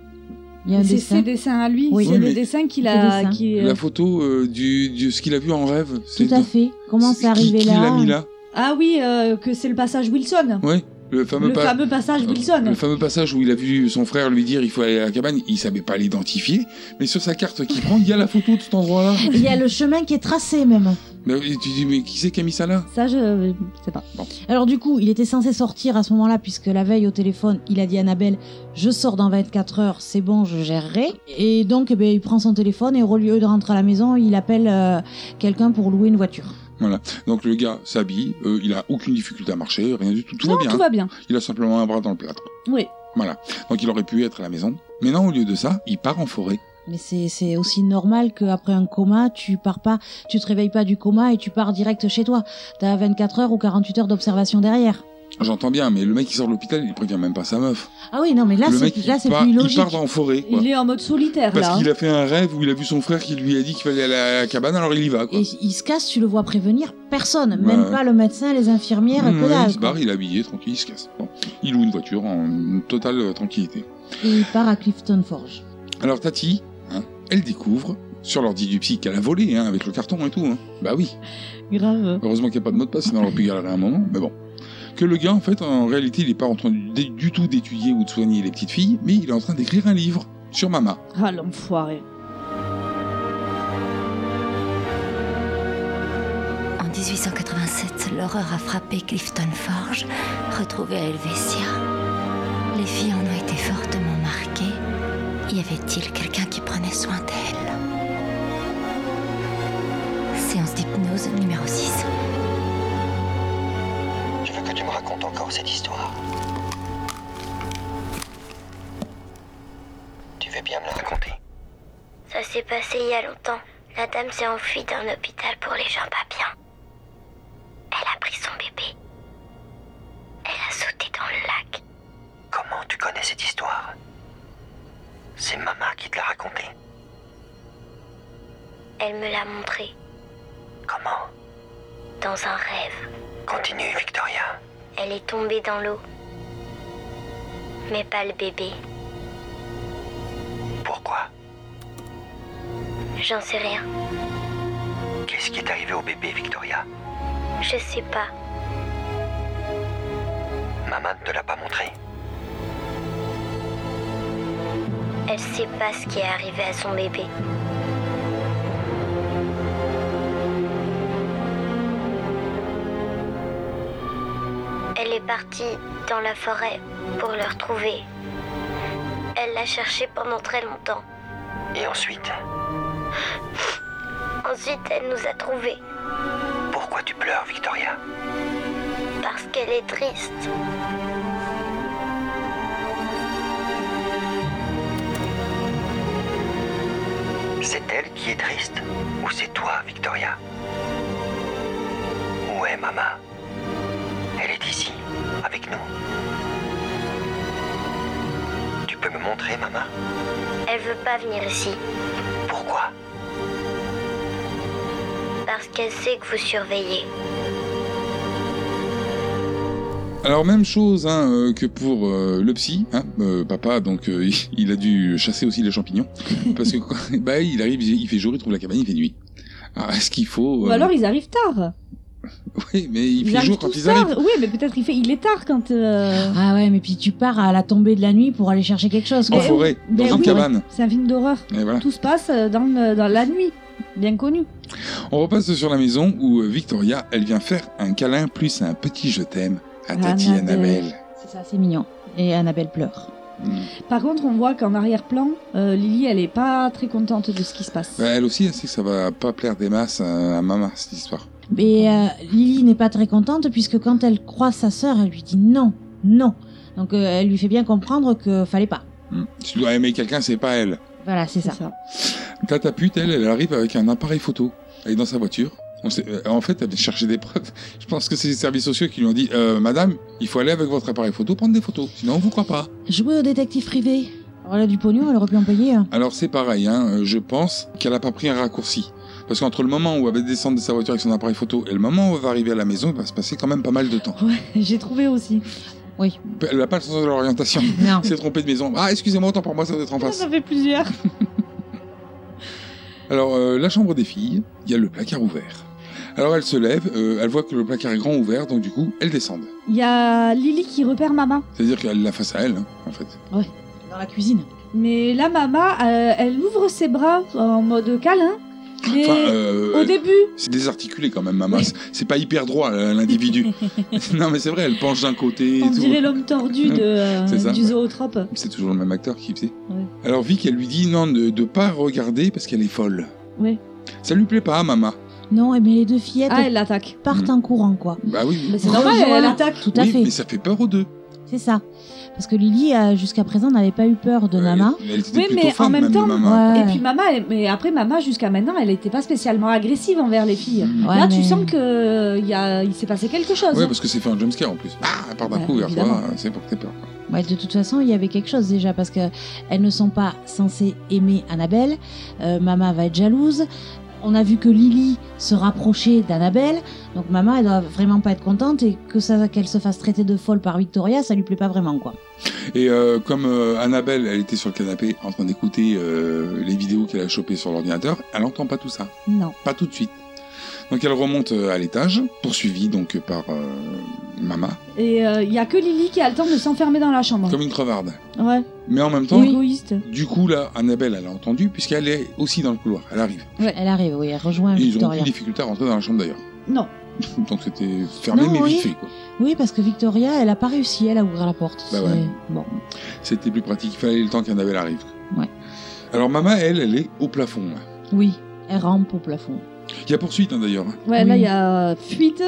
B: Il y a un
H: Mais c'est
B: dessin.
H: ses dessins à lui,
B: Oui.
H: c'est
G: Oui,
H: le
G: mais-
H: dessin qu'il
B: Ses
H: a.
B: dessins.
H: qui-
G: La photo euh, du, du- ce qu'il a vu en rêve.
B: Tout à fait. Comment c'est
G: qui,
B: arrivé
G: qui
B: là
G: l'a mis là
H: Ah oui, euh, que c'est le passage Wilson.
G: Ouais. Le fameux,
H: Le
G: pa- euh,
H: fameux passage Wilson.
G: le fameux passage où il a vu son frère lui dire il faut aller à la cabane, il savait pas l'identifier, mais sur sa carte qu'il prend, il y a la photo de cet endroit-là.
B: Il y a le chemin qui est tracé même.
G: Mais euh, tu dis mais qui c'est qui a mis ça là
H: Ça, je sais pas.
B: Alors du coup, il était censé sortir à ce moment-là, puisque la veille au téléphone, il a dit à Annabelle, je sors dans 24 heures, c'est bon, je gérerai. Et donc, eh ben, il prend son téléphone et au lieu de rentrer à la maison, il appelle euh, quelqu'un pour louer une voiture.
G: Voilà. Donc le gars s'habille, euh, il a aucune difficulté à marcher, rien du tout, tout
H: non,
G: va bien.
H: tout va bien.
G: Il a simplement un bras dans le plâtre.
H: Oui.
G: Voilà. Donc il aurait pu être à la maison. Mais non, au lieu de ça, il part en forêt.
B: Mais c'est c'est aussi normal qu'après un coma, tu pars pas, tu te réveilles pas du coma et tu pars direct chez toi. T'as 24 heures ou 48 heures d'observation derrière.
G: J'entends bien, mais le mec qui sort de l'hôpital, il prévient même pas sa meuf.
B: Ah oui, non, mais là,
G: le
B: c'est
G: mec,
B: là, c'est
G: il, part,
B: plus
G: il
B: logique.
G: part en forêt. Quoi.
H: Il est en mode solitaire
G: Parce
H: là.
G: qu'il
H: hein.
G: a fait un rêve où il a vu son frère qui lui a dit qu'il fallait aller à la cabane, alors il y va. Quoi.
B: Et il se casse, tu le vois prévenir personne, même
G: Ouais.
B: pas le médecin, les infirmières,
G: Bah. Mmh,
B: que
G: ouais,
B: dalle,
G: il se
B: quoi.
G: barre, il est habillé, tranquille, il se casse. Bon. Il loue une voiture en totale euh, tranquillité.
B: Et il part à Clifton Forge.
G: Alors Tati, hein, elle découvre sur l'ordi du psy qu'elle a volé, hein, avec le carton et tout. hein. Bah oui.
B: Grave.
G: Heureusement qu'il n'y a pas de mot de passe, sinon on aurait pu galérer un moment, mais bon. Que le gars, en fait, en réalité, il n'est pas en train d- du tout d'étudier ou de soigner les petites filles, mais il est en train d'écrire un livre sur Mama.
H: Ah l'enfoiré.
F: En 1887, l'horreur a frappé Clifton Forge, retrouvée à Helvetia. Les filles en ont été fortement marquées. Y avait-il quelqu'un qui prenait soin d'elles Séance d'hypnose numéro 6.
I: Je veux que tu me racontes encore cette histoire. Tu veux bien me la raconter
M: Ça s'est passé il y a longtemps. La dame s'est enfuie d'un hôpital pour les gens pas bien. Elle a pris son bébé. Elle a sauté dans le lac.
I: Comment tu connais cette histoire C'est Mama qui te l'a racontée.
M: Elle me l'a montré.
I: Comment
M: Dans un rêve.
I: Continue, Victoria.
M: Elle est tombée dans l'eau. Mais pas le bébé.
I: Pourquoi
M: J'en sais rien.
I: Qu'est-ce qui est arrivé au bébé, Victoria
M: Je sais pas.
I: Maman ne te l'a pas montré.
M: Elle sait pas ce qui est arrivé à son bébé. Elle est partie dans la forêt pour le retrouver. Elle l'a cherché pendant très longtemps.
I: Et ensuite,
M: Ensuite, elle nous a trouvés
I: pourquoi tu pleures, Victoria
M: parce qu'elle est triste.
I: C'est elle qui est triste Ou c'est toi, Victoria Où est Mama Elle est ici, avec nous. Tu peux me montrer, Mama
M: Elle veut pas venir ici
I: Pourquoi
M: parce qu'elle sait que vous surveillez.
G: Alors même chose hein, euh, que pour euh, le psy, hein, euh, papa, donc euh, il a dû chasser aussi les champignons, parce que quand- bah, il arrive, il fait jour, il trouve la cabane, il fait nuit. Ah, est-ce qu'il faut...
H: Ou
G: euh,
H: Bah alors ils arrivent tard.
G: Oui, mais il fait
H: arrivent
G: jour quand
H: tous
G: ils
H: tard.
G: arrivent.
H: Oui, mais peut-être il fait. Il est tard quand. euh,
B: Ah ouais, mais puis tu pars à la tombée de la nuit pour aller chercher quelque chose.
G: En
B: quoi.
G: forêt, dans
H: Ben
G: une
H: oui,
G: cabane.
H: C'est un film d'horreur.
G: Et voilà.
H: Tout se passe euh, dans, le- dans la nuit, bien connu.
G: On repasse sur la maison où euh, Victoria, elle vient faire un câlin plus un petit je t'aime
H: Ah,
G: à Tati
B: Annabelle.
G: Annabelle. Mm.
B: C'est ça, c'est mignon. Et Annabelle pleure.
H: Par contre, on voit qu'en arrière-plan, euh, Lily, elle est pas très contente de ce qui se passe.
G: Bah, elle aussi, elle sait que ça va pas plaire des masses à, à Mama, cette histoire.
B: Mais euh, Lily n'est pas très contente puisque quand elle croit sa sœur, elle lui dit non, non. Donc euh, elle lui fait bien comprendre que fallait pas.
G: Hmm. Tu dois aimer quelqu'un, c'est pas elle.
B: Voilà, c'est ça.
G: Tata pute, elle, elle arrive avec un appareil photo. Elle est dans sa voiture. On sait- euh, en fait, elle vient chercher des preuves. Je pense que c'est les services sociaux qui lui ont dit euh, Madame, il faut aller avec votre appareil photo prendre des photos, sinon on vous croit pas.
B: Jouer au détective privé. Alors là, du pognon, elle aurait pu en payer. hein.
G: Alors c'est pareil, hein, euh, je pense qu'elle a pas pris un raccourci. Parce qu'entre le moment où elle va descendre de sa voiture avec son appareil photo et le moment où elle va arriver à la maison, il va se passer quand même pas mal de temps.
H: J'ai trouvé aussi.
B: Oui.
G: Elle n'a pas le sens de l'orientation.
B: Non.
G: Elle s'est trompée de maison. Ah, excusez-moi, autant pour moi, ça doit être en face.
H: Ça fait plusieurs.
G: Alors, euh, la chambre des filles, il y a le placard ouvert. Alors elle se lève, euh, elle voit que le placard est grand ouvert, donc du coup, elle descend.
H: Il y a Lily qui repère Mama.
G: C'est-à-dire qu'elle l'a face à elle, hein, en fait.
B: Ouais, dans la cuisine.
H: Mais là, Mama, euh, elle ouvre ses bras en mode câlin. Mais
G: Enfin, euh,
H: au
G: elle-
H: début,
G: C'est désarticulé quand même, maman. C'est- C'est pas hyper droit, euh, l'individu. non, mais c'est vrai, elle penche d'un côté et
H: on
G: tout.
H: dirait l'homme tordu de, euh,
G: C'est ça,
H: du
G: ouais.
H: zootrope.
G: C'est toujours le même acteur qui faisait.
H: Ouais.
G: Alors Vic, elle lui dit non, de ne pas regarder parce qu'elle est folle.
B: Ouais.
G: Ça lui plaît pas, maman.
B: Non, eh, mais les deux fillettes
H: Ah, elle l'attaque.
B: partent en courant, quoi.
G: Bah oui.
B: Mais c'est normal, Rejoins- elle attaque. Tout à
G: Oui,
B: fait.
G: Mais ça fait peur aux deux.
B: C'est ça. Parce que Lily, euh, jusqu'à présent, n'avait pas eu peur de Nana.
G: Elle était
H: Oui,
G: plutôt
H: mais en
G: fan,
H: même
G: de
H: temps, euh,
G: Mama.
H: et puis Mama, elle- mais après Mama, jusqu'à maintenant, elle n'était pas spécialement agressive envers les filles. Là,
B: Ouais,
H: tu
B: mais-
H: sens que il y a- il s'est passé quelque chose.
G: Ouais, parce que c'est fait un jumpscare en plus. Ah, par d'un
B: Ouais,
G: coup vers toi,
B: évidemment.
G: euh, c'est pour que t'aies peur. quoi.
B: Ouais, de toute façon, il y avait quelque chose déjà parce que elles ne sont pas censées aimer Annabelle. Euh, Mama va être jalouse. On a vu que Lily se rapprochait d'Annabelle, donc Mama elle doit vraiment pas être contente et que ça qu'elle se fasse traiter de folle par Victoria, ça lui plaît pas vraiment quoi.
G: Et euh, comme euh, Annabelle, elle était sur le canapé en train d'écouter euh, les vidéos qu'elle a chopées sur l'ordinateur, elle n'entend pas tout ça.
B: Non.
G: Pas tout de suite. Donc elle remonte euh, à l'étage, poursuivie donc par euh, Mama,
H: Et euh, il y a que Lily qui a le temps de s'enfermer dans la chambre.
G: comme une crevarde.
H: Ouais.
G: Mais en même temps,
H: Égoïste.
G: du coup là, Annabelle, elle a entendu puisqu'elle est aussi dans le couloir. Elle arrive.
B: Elle arrive, oui, elle rejoint
G: Et ils ont
B: Victoria.
G: aucune difficulté à rentrer dans la chambre d'ailleurs.
H: Non.
G: Donc c'était fermé
B: Non,
G: mais
B: oui.
G: vite fait. Quoi.
B: Oui, parce que Victoria, elle a pas réussi elle à ouvrir la porte.
G: Bah
B: C'est-
G: ouais.
B: Bon.
G: C'était plus pratique. Il fallait le temps qu'Annabelle arrive.
B: Ouais.
G: Alors Mama, elle, elle est au plafond. là.
B: Oui, elle rampe au plafond.
G: Il y a poursuite hein, d'ailleurs.
H: Ouais, là, il y a fuite.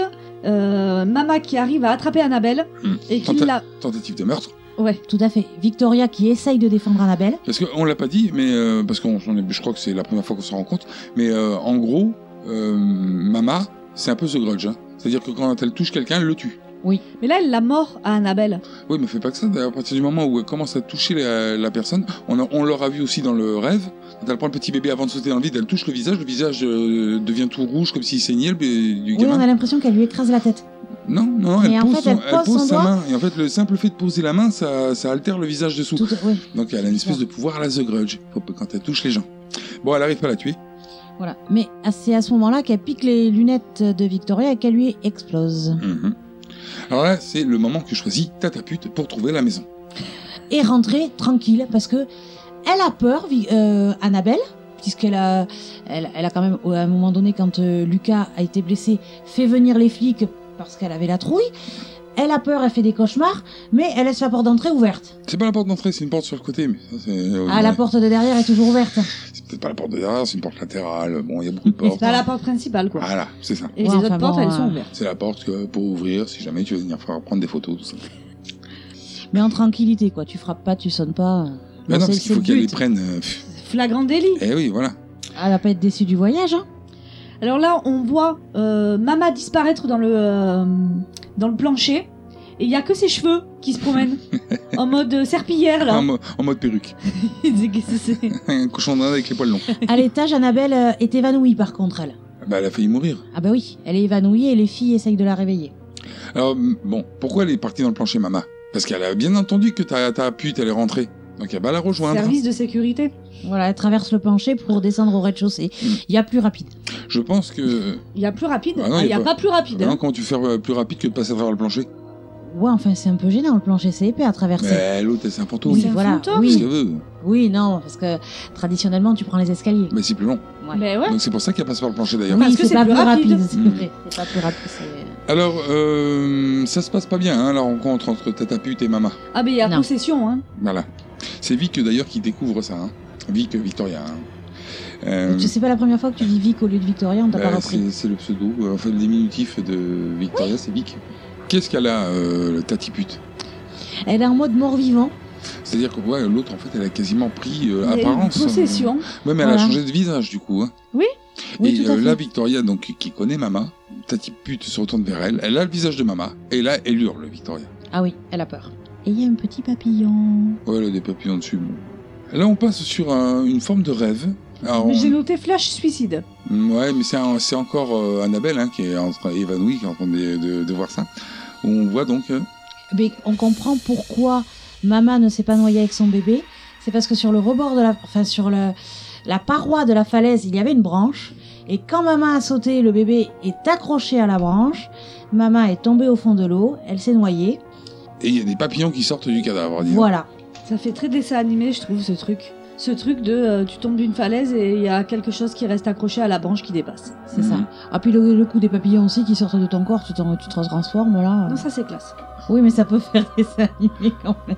H: euh, Mama qui arrive à attraper Annabelle.
G: Hmm.
H: Et qui
G: Tenta-
H: l'a.
G: Tentative de meurtre.
H: Ouais.
B: Tout à fait. Victoria qui essaye de défendre Annabelle.
G: Parce qu'on l'a pas dit, mais euh, parce qu'on on est- je crois que c'est la première fois qu'on s'en rend compte. Mais euh, en gros, euh, Mama, c'est un peu ce grudge. hein. C'est-à-dire que quand elle touche quelqu'un, elle le tue.
B: Oui.
H: Mais là, elle l'a mort à Annabelle.
G: Oui, mais fais pas que ça. À partir du moment où elle commence à toucher la, la personne, on, a- on l'aura vu aussi dans le rêve. Quand elle prend le petit bébé avant de sauter dans le vide, elle touche le visage. Le visage euh, devient tout rouge comme s'il saignait le bé- du
B: Oui,
G: gamin.
B: on a l'impression qu'elle lui écrase la tête.
G: Non, non,
B: Mais
G: elle
B: en
G: pose,
B: fait,
G: son-
B: elle
G: elle
B: pose
G: pose
B: son
G: sa
B: doigt.
G: main. Et en fait, le simple fait de poser la main, ça, ça altère le visage dessous.
B: Tout, oui.
G: Donc elle a une espèce de pouvoir à la The Grudge faut pas- quand elle touche les gens. Bon, elle arrive pas à la tuer.
B: Voilà. Mais à- c'est à ce moment-là qu'elle pique les lunettes de Victoria et qu'elle lui explose.
G: Mhm. Alors là, c'est le moment que choisit Tatapute pour trouver la maison.
B: Et rentrer tranquille parce que elle a peur, Vi- euh, Annabelle, puisqu'elle a, elle, elle a quand même, à un moment donné, quand euh, Lucas a été blessé, fait venir les flics parce qu'elle avait la trouille. Elle a peur, elle fait des cauchemars, mais elle laisse la porte d'entrée ouverte.
G: C'est pas la porte d'entrée, c'est une porte sur le côté. Mais ça, c'est euh,
B: Ah, la porte de derrière est toujours ouverte.
G: C'est peut-être pas la porte de derrière, c'est une porte latérale. Bon, il y a beaucoup de portes.
B: Ah,
H: T'as la porte principale, quoi.
G: Voilà, c'est ça.
H: Et les
B: Ouais,
H: autres
B: enfin
H: portes,
B: bon,
H: elles sont
B: euh,
H: ouvertes.
G: C'est la porte que- pour ouvrir si jamais tu veux venir faire prendre des photos, tout ça.
B: Mais en tranquillité, quoi. Tu frappes pas, tu sonnes pas.
G: Mais
B: Bon,
G: non,
B: Bah, c'est-
G: parce qu'il
B: c'est
G: faut
B: le
G: qu'elle les
B: but. Ah,
G: prenne. euh, pff.
H: Flagrant délit.
G: Eh oui, voilà.
B: Elle va pas être déçue du voyage, hein.
H: Alors là, on voit euh, Mama disparaître dans le, euh, dans le plancher. Et il y a que ses cheveux qui se promènent. en mode euh, serpillière, là.
G: En, mo- en mode perruque.
H: C'est- c'est- c'est-
G: Un cochon d'Inde avec les poils longs.
B: À l'étage, Annabelle euh, est évanouie par contre, elle.
G: Bah, elle a failli mourir.
B: Ah bah oui, elle est évanouie et les filles essayent de la réveiller.
G: Alors, m- bon, pourquoi elle est partie dans le plancher, Mama Parce qu'elle a bien entendu que ta, ta pute, elle est rentrée. Donc elle va la rejoindre.
H: Service de sécurité.
B: Voilà, elle traverse le plancher pour descendre au rez-de-chaussée. Il y a plus rapide.
G: Je pense que.
H: Il y a plus rapide.
G: Ah non,
H: Ah, il y a, pas... plus rapide.
G: Bah non,
H: hein.
G: comment tu fais euh, plus rapide que de passer à travers le plancher
B: Ouais, enfin c'est un peu gênant, le plancher c'est épais à traverser.
G: Mais l'autre, elle, c'est un fantôme.
B: Oui, C'est un voilà, fantôme. oui.
G: Qu'est-ce qu'elle veut
B: Oui, non, parce que traditionnellement tu prends les escaliers.
G: Mais c'est plus long.
B: Ouais.
H: Mais ouais.
G: Donc c'est pour ça qu'elle passe par le plancher d'ailleurs.
B: Oui,
H: Parce que
B: c'est
H: c'est
B: pas
H: plus
B: plus rapide,
H: rapide.
B: c'est vrai. C'est pas plus rapide, c'est...
G: Alors, euh, ça se passe pas bien, hein, la rencontre entre Tatapute et Mama.
H: Ah, mais il y a
B: Non.
H: possession. Hein.
G: Voilà. C'est Vic d'ailleurs qui découvre ça. Hein. Vic, Victoria. hein. Euh,
B: Je sais pas la première fois que tu dis Vic au lieu de Victoria, on t'a
G: bah,
B: pas repris.
G: c'est c'est le pseudo, euh, en fait, le diminutif de Victoria, c'est Vic. Qu'est-ce qu'elle a, euh, le Tatipute
B: Elle est en mode mort-vivant.
G: C'est-à-dire que ouais, l'autre, en fait, elle a quasiment pris euh,
H: Il y a une
G: apparence. hein.
H: possession.
G: Ouais, mais elle
B: Voilà.
G: a changé de visage du coup. Hein.
H: Oui.
B: Oui,
G: et
B: tout à
G: euh,
B: fait.
G: là, Victoria, donc, qui connaît Mama, Tati Pute se retourne vers elle. Elle a le visage de Mama. Et là, elle hurle, Victoria.
B: Ah oui, elle a peur. Et il y a un petit papillon.
G: Ouais, elle a des papillons dessus. bon. Là, on passe sur un- une forme de rêve. Alors,
H: Mais J'ai
G: on-
H: noté flash suicide.
G: Mm, Ouais, mais c'est un- c'est encore euh, Annabelle hein, qui est en train, évanouie, qui est en train de, de- de voir ça. Où on voit donc. euh,
B: Mais on comprend pourquoi Mama ne s'est pas noyée avec son bébé. C'est parce que sur le rebord de la, enfin sur le, la paroi de la falaise, il y avait une branche. Et quand maman a sauté, le bébé est accroché à la branche. Maman est tombée au fond de l'eau, elle s'est noyée.
G: Et il y a des papillons qui sortent du cadavre. Oh, dis donc.
B: Voilà.
H: Ça fait très dessin animé, je trouve, ce truc. Ce truc de euh, tu tombes d'une falaise et il y a quelque chose qui reste accroché à la branche qui dépasse.
B: C'est ça.
G: Mm.
B: Ah, puis le, le coup des papillons aussi qui sortent de ton corps, tu, t'en- tu te transformes là.
H: Non, ça c'est classe.
B: Oui, mais ça peut faire des animés quand même.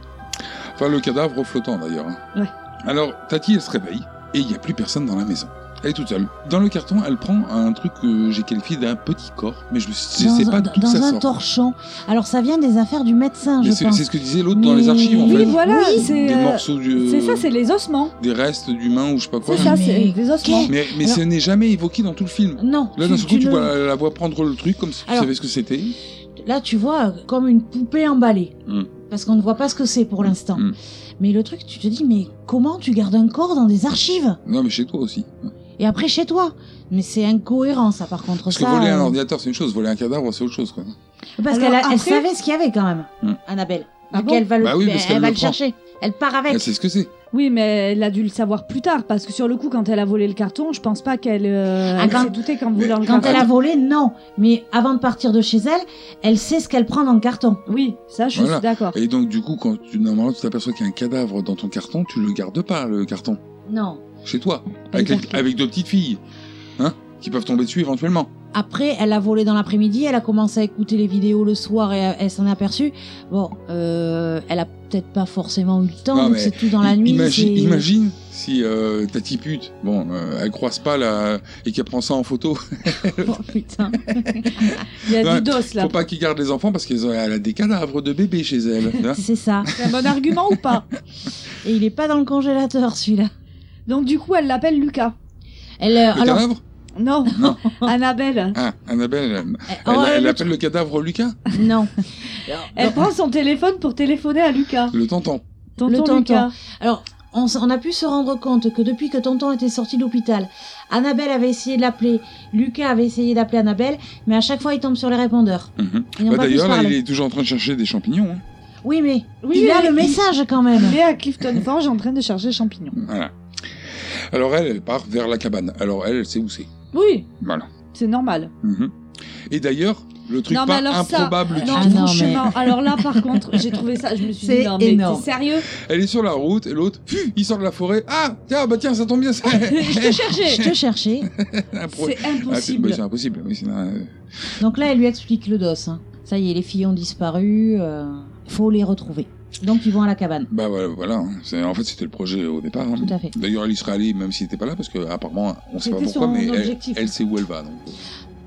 G: Enfin, le cadavre flottant d'ailleurs. hein.
H: Ouais.
G: Alors, Tati, elle se réveille et il n'y a plus personne dans la maison. Elle est toute seule. Dans le carton, elle prend un truc que j'ai qualifié d'un petit corps, mais je ne
B: dans
G: sais pas
B: un,
G: d'où
B: dans
G: ça
B: un
G: sort.
B: torchon. Alors ça vient des affaires du médecin,
G: Mais
B: je
G: c'est
B: pense.
G: c'est ce que disait l'autre dans les
B: Mais-
G: archives, en
H: Oui,
G: fait.
H: voilà, c'est
G: Des
H: euh,
G: morceaux du-
H: c'est ça, c'est les ossements.
G: Des restes d'humains ou je sais pas quoi.
H: C'est ça,
G: mais
H: c'est des ossements.
G: mais, mais
H: Alors-
G: ce n'est jamais évoqué dans tout le film.
B: Non.
G: Là,
B: tu-
G: d'un seul coup,
B: tu
G: tu
B: le-
G: vois, la vois prendre le truc comme si tu
B: Alors-
G: savais ce que c'était.
B: Là, tu vois euh, comme une poupée emballée.
G: Hmm.
B: Parce qu'on ne voit pas ce que c'est pour l'instant.
G: Mm.
B: Mais le truc, tu te dis, mais comment tu gardes un corps dans des archives
G: Non, mais chez toi aussi.
B: Et après chez toi Mais c'est incohérent, ça, par contre.
G: Parce
B: ça,
G: que voler un
B: euh,
G: ordinateur, c'est une chose. Voler un cadavre, c'est autre chose. Quoi.
B: Parce
H: Alors,
B: qu'elle a- elle
H: après-
B: savait ce qu'il y avait quand même,
G: Mm.
B: Annabelle.
H: Ah
B: Donc
H: bon
B: elle va le,
G: Bah oui,
B: elle
G: parce qu'elle
B: va
G: le
B: le
G: prend.
B: chercher. Elle part avec.
G: Elle sait ce que c'est.
H: Oui, mais elle a dû le savoir plus tard parce que sur le coup, quand elle a volé le carton, je pense pas qu'elle euh,
B: Ah,
H: elle
B: quand-
H: s'est doutée qu'en voulant le
B: Quand
H: carton.
B: elle a volé, non. Mais avant de partir de chez elle, elle sait ce qu'elle prend dans le carton.
H: Oui, ça, je
G: Voilà.
H: suis d'accord.
G: Et donc, du coup, quand tu, normalement, tu t'aperçois qu'il y a un cadavre dans ton carton, tu le gardes pas, le carton.
B: Non.
G: Chez toi. Avec,
B: Hyper
G: avec deux petites filles. Hein Qui peuvent tomber dessus éventuellement.
B: Après, elle a volé dans l'après-midi, elle a commencé à écouter les vidéos le soir et elle s'en est aperçue. Bon, euh, elle a peut-être pas forcément eu le temps,
G: Non,
B: donc
G: mais
B: c'est tout dans la
G: i-
B: nuit.
G: Imagine,
B: c'est-
G: imagine si euh, Tati pute, bon, euh, elle croise pas la... et qu'elle prend ça en photo.
B: Oh, putain.
H: Il y a
G: Ouais,
H: du dos là.
G: Faut pas qu'ils gardent les enfants parce qu'elle a des cadavres de bébés chez elle. hein.
B: C'est ça.
H: C'est un bon argument ou pas
B: Et il est pas dans le congélateur, celui-là.
H: Donc du coup, elle l'appelle Lucas.
B: Elle, euh,
G: le
B: alors,
G: cadavre
H: Non,
G: Non.
H: Annabelle.
G: Ah, Annabelle, elle,
B: oh,
G: elle-
B: elle
G: elle
B: le-
G: appelle le cadavre Lucas
B: non.
H: Elle prend son téléphone pour téléphoner à Lucas.
G: Le tonton.
H: Tonton,
B: Le tonton.
H: Lucas.
B: Alors, on, s- on a pu se rendre compte que depuis que Tonton était sorti de l'hôpital, Annabelle avait essayé de l'appeler, Lucas avait essayé d'appeler Annabelle, mais à chaque fois, il tombe sur les répondeurs.
G: Mhm.
B: Ils n'ont
G: Bah,
B: pas pu se
G: D'ailleurs, là, il
B: parler.
G: est toujours en train de chercher des champignons. hein.
B: Oui, mais
H: Oui,
B: il
H: mais
B: a le
H: il-
B: message quand même.
H: Il est à Clifton Forge en train de charger champignons.
G: Voilà. Alors elle, elle part vers la cabane. Alors elle, elle sait où c'est.
H: Oui,
G: Voilà.
H: c'est normal.
G: Mhm. Et d'ailleurs, le truc
H: non, mais
G: pas
H: alors
G: improbable
H: ça,
G: du
H: non,
B: Ah, non,
G: tout.
B: mais-
H: franchement, alors là par contre, j'ai trouvé ça, je me suis
B: C'est
H: dit non mais
B: énorme.
H: t'es sérieux
G: Elle est sur la route et l'autre, fuh, il sort de la forêt. Ah, tiens, bah tiens, ça tombe bien. C'est
H: Je te
B: Je
H: cherchais.
B: te cherchais.
G: impro-
H: C'est
G: Ah, c'est bah,
H: impossible.
G: c'est impossible. oui, c'est un- euh,
B: Donc là, elle lui explique le dos. hein. Ça y est, les filles ont disparu. euh, faut les retrouver. Donc ils vont à la cabane.
G: Bah voilà. voilà hein. C'est- En fait, c'était le projet au départ. hein.
B: Tout à fait.
G: D'ailleurs, elle y serait allée même s'il n'était pas là parce que apparemment, on sait pas
H: C'était
G: pourquoi,
H: son
G: mais elle,
H: objectif.
G: elle sait où elle va. donc.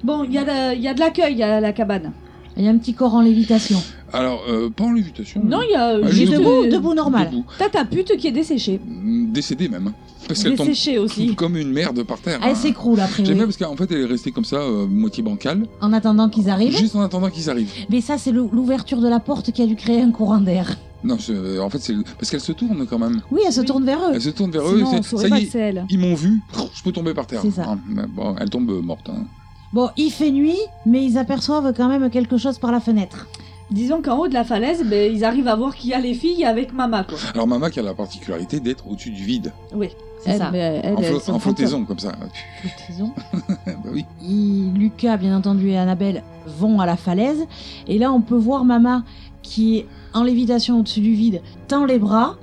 H: Bon, il y, a de- il y a de l'accueil à la cabane.
B: Il y a un petit corps en lévitation.
G: Alors, euh, pas en lévitation.
H: Non, il y a
G: Ah,
B: Il est
G: juste
B: debout,
H: euh,
B: debout normal.
G: debout.
H: T'as ta pute qui est desséchée.
G: Mm, Décédée même. hein. Parce qu'elle tombe
H: Desséchée aussi.
G: comme une merde par terre.
B: Elle
G: hein.
B: s'écroule après.
G: J'aime
B: oui.
G: bien parce qu'en fait, elle est restée comme ça, euh, moitié bancale,
B: En attendant qu'ils arrivent.
G: juste en attendant qu'ils arrivent.
B: Mais ça, c'est le- l'ouverture de la porte qui a dû créer un courant d'air.
G: Non, c'est- en fait, c'est parce qu'elle se tourne quand même.
B: Oui, elle se
H: Oui.
B: tourne vers eux.
G: Elle se tourne vers
H: Sinon,
G: eux
H: on
G: et c'est- ça
H: saurait pas
G: y
H: que
G: est,
H: c'est elle.
G: ils m'ont vu, je peux tomber par terre.
B: C'est ça.
G: Ah, mais bon, elle tombe euh, morte. hein.
B: Bon, il fait nuit, mais ils aperçoivent quand même quelque chose par la fenêtre.
H: Disons qu'en haut de la falaise, ben, ils arrivent à voir qu'il y a les filles avec Mama, quoi.
G: Alors, Mamak a la particularité d'être au-dessus du vide,
H: Oui,
B: C'est
H: Elle,
B: ça.
H: ben, elle,
G: en,
H: elle
G: flo-
H: s'en
G: en
H: prend pas.
G: flottaison comme ça. Ah,
B: Flottaison.
G: bah oui.
B: Il- Lucas, bien entendu, et Annabelle vont à la falaise. Et là, on peut voir Mama qui est en lévitation au-dessus du vide, tend les bras.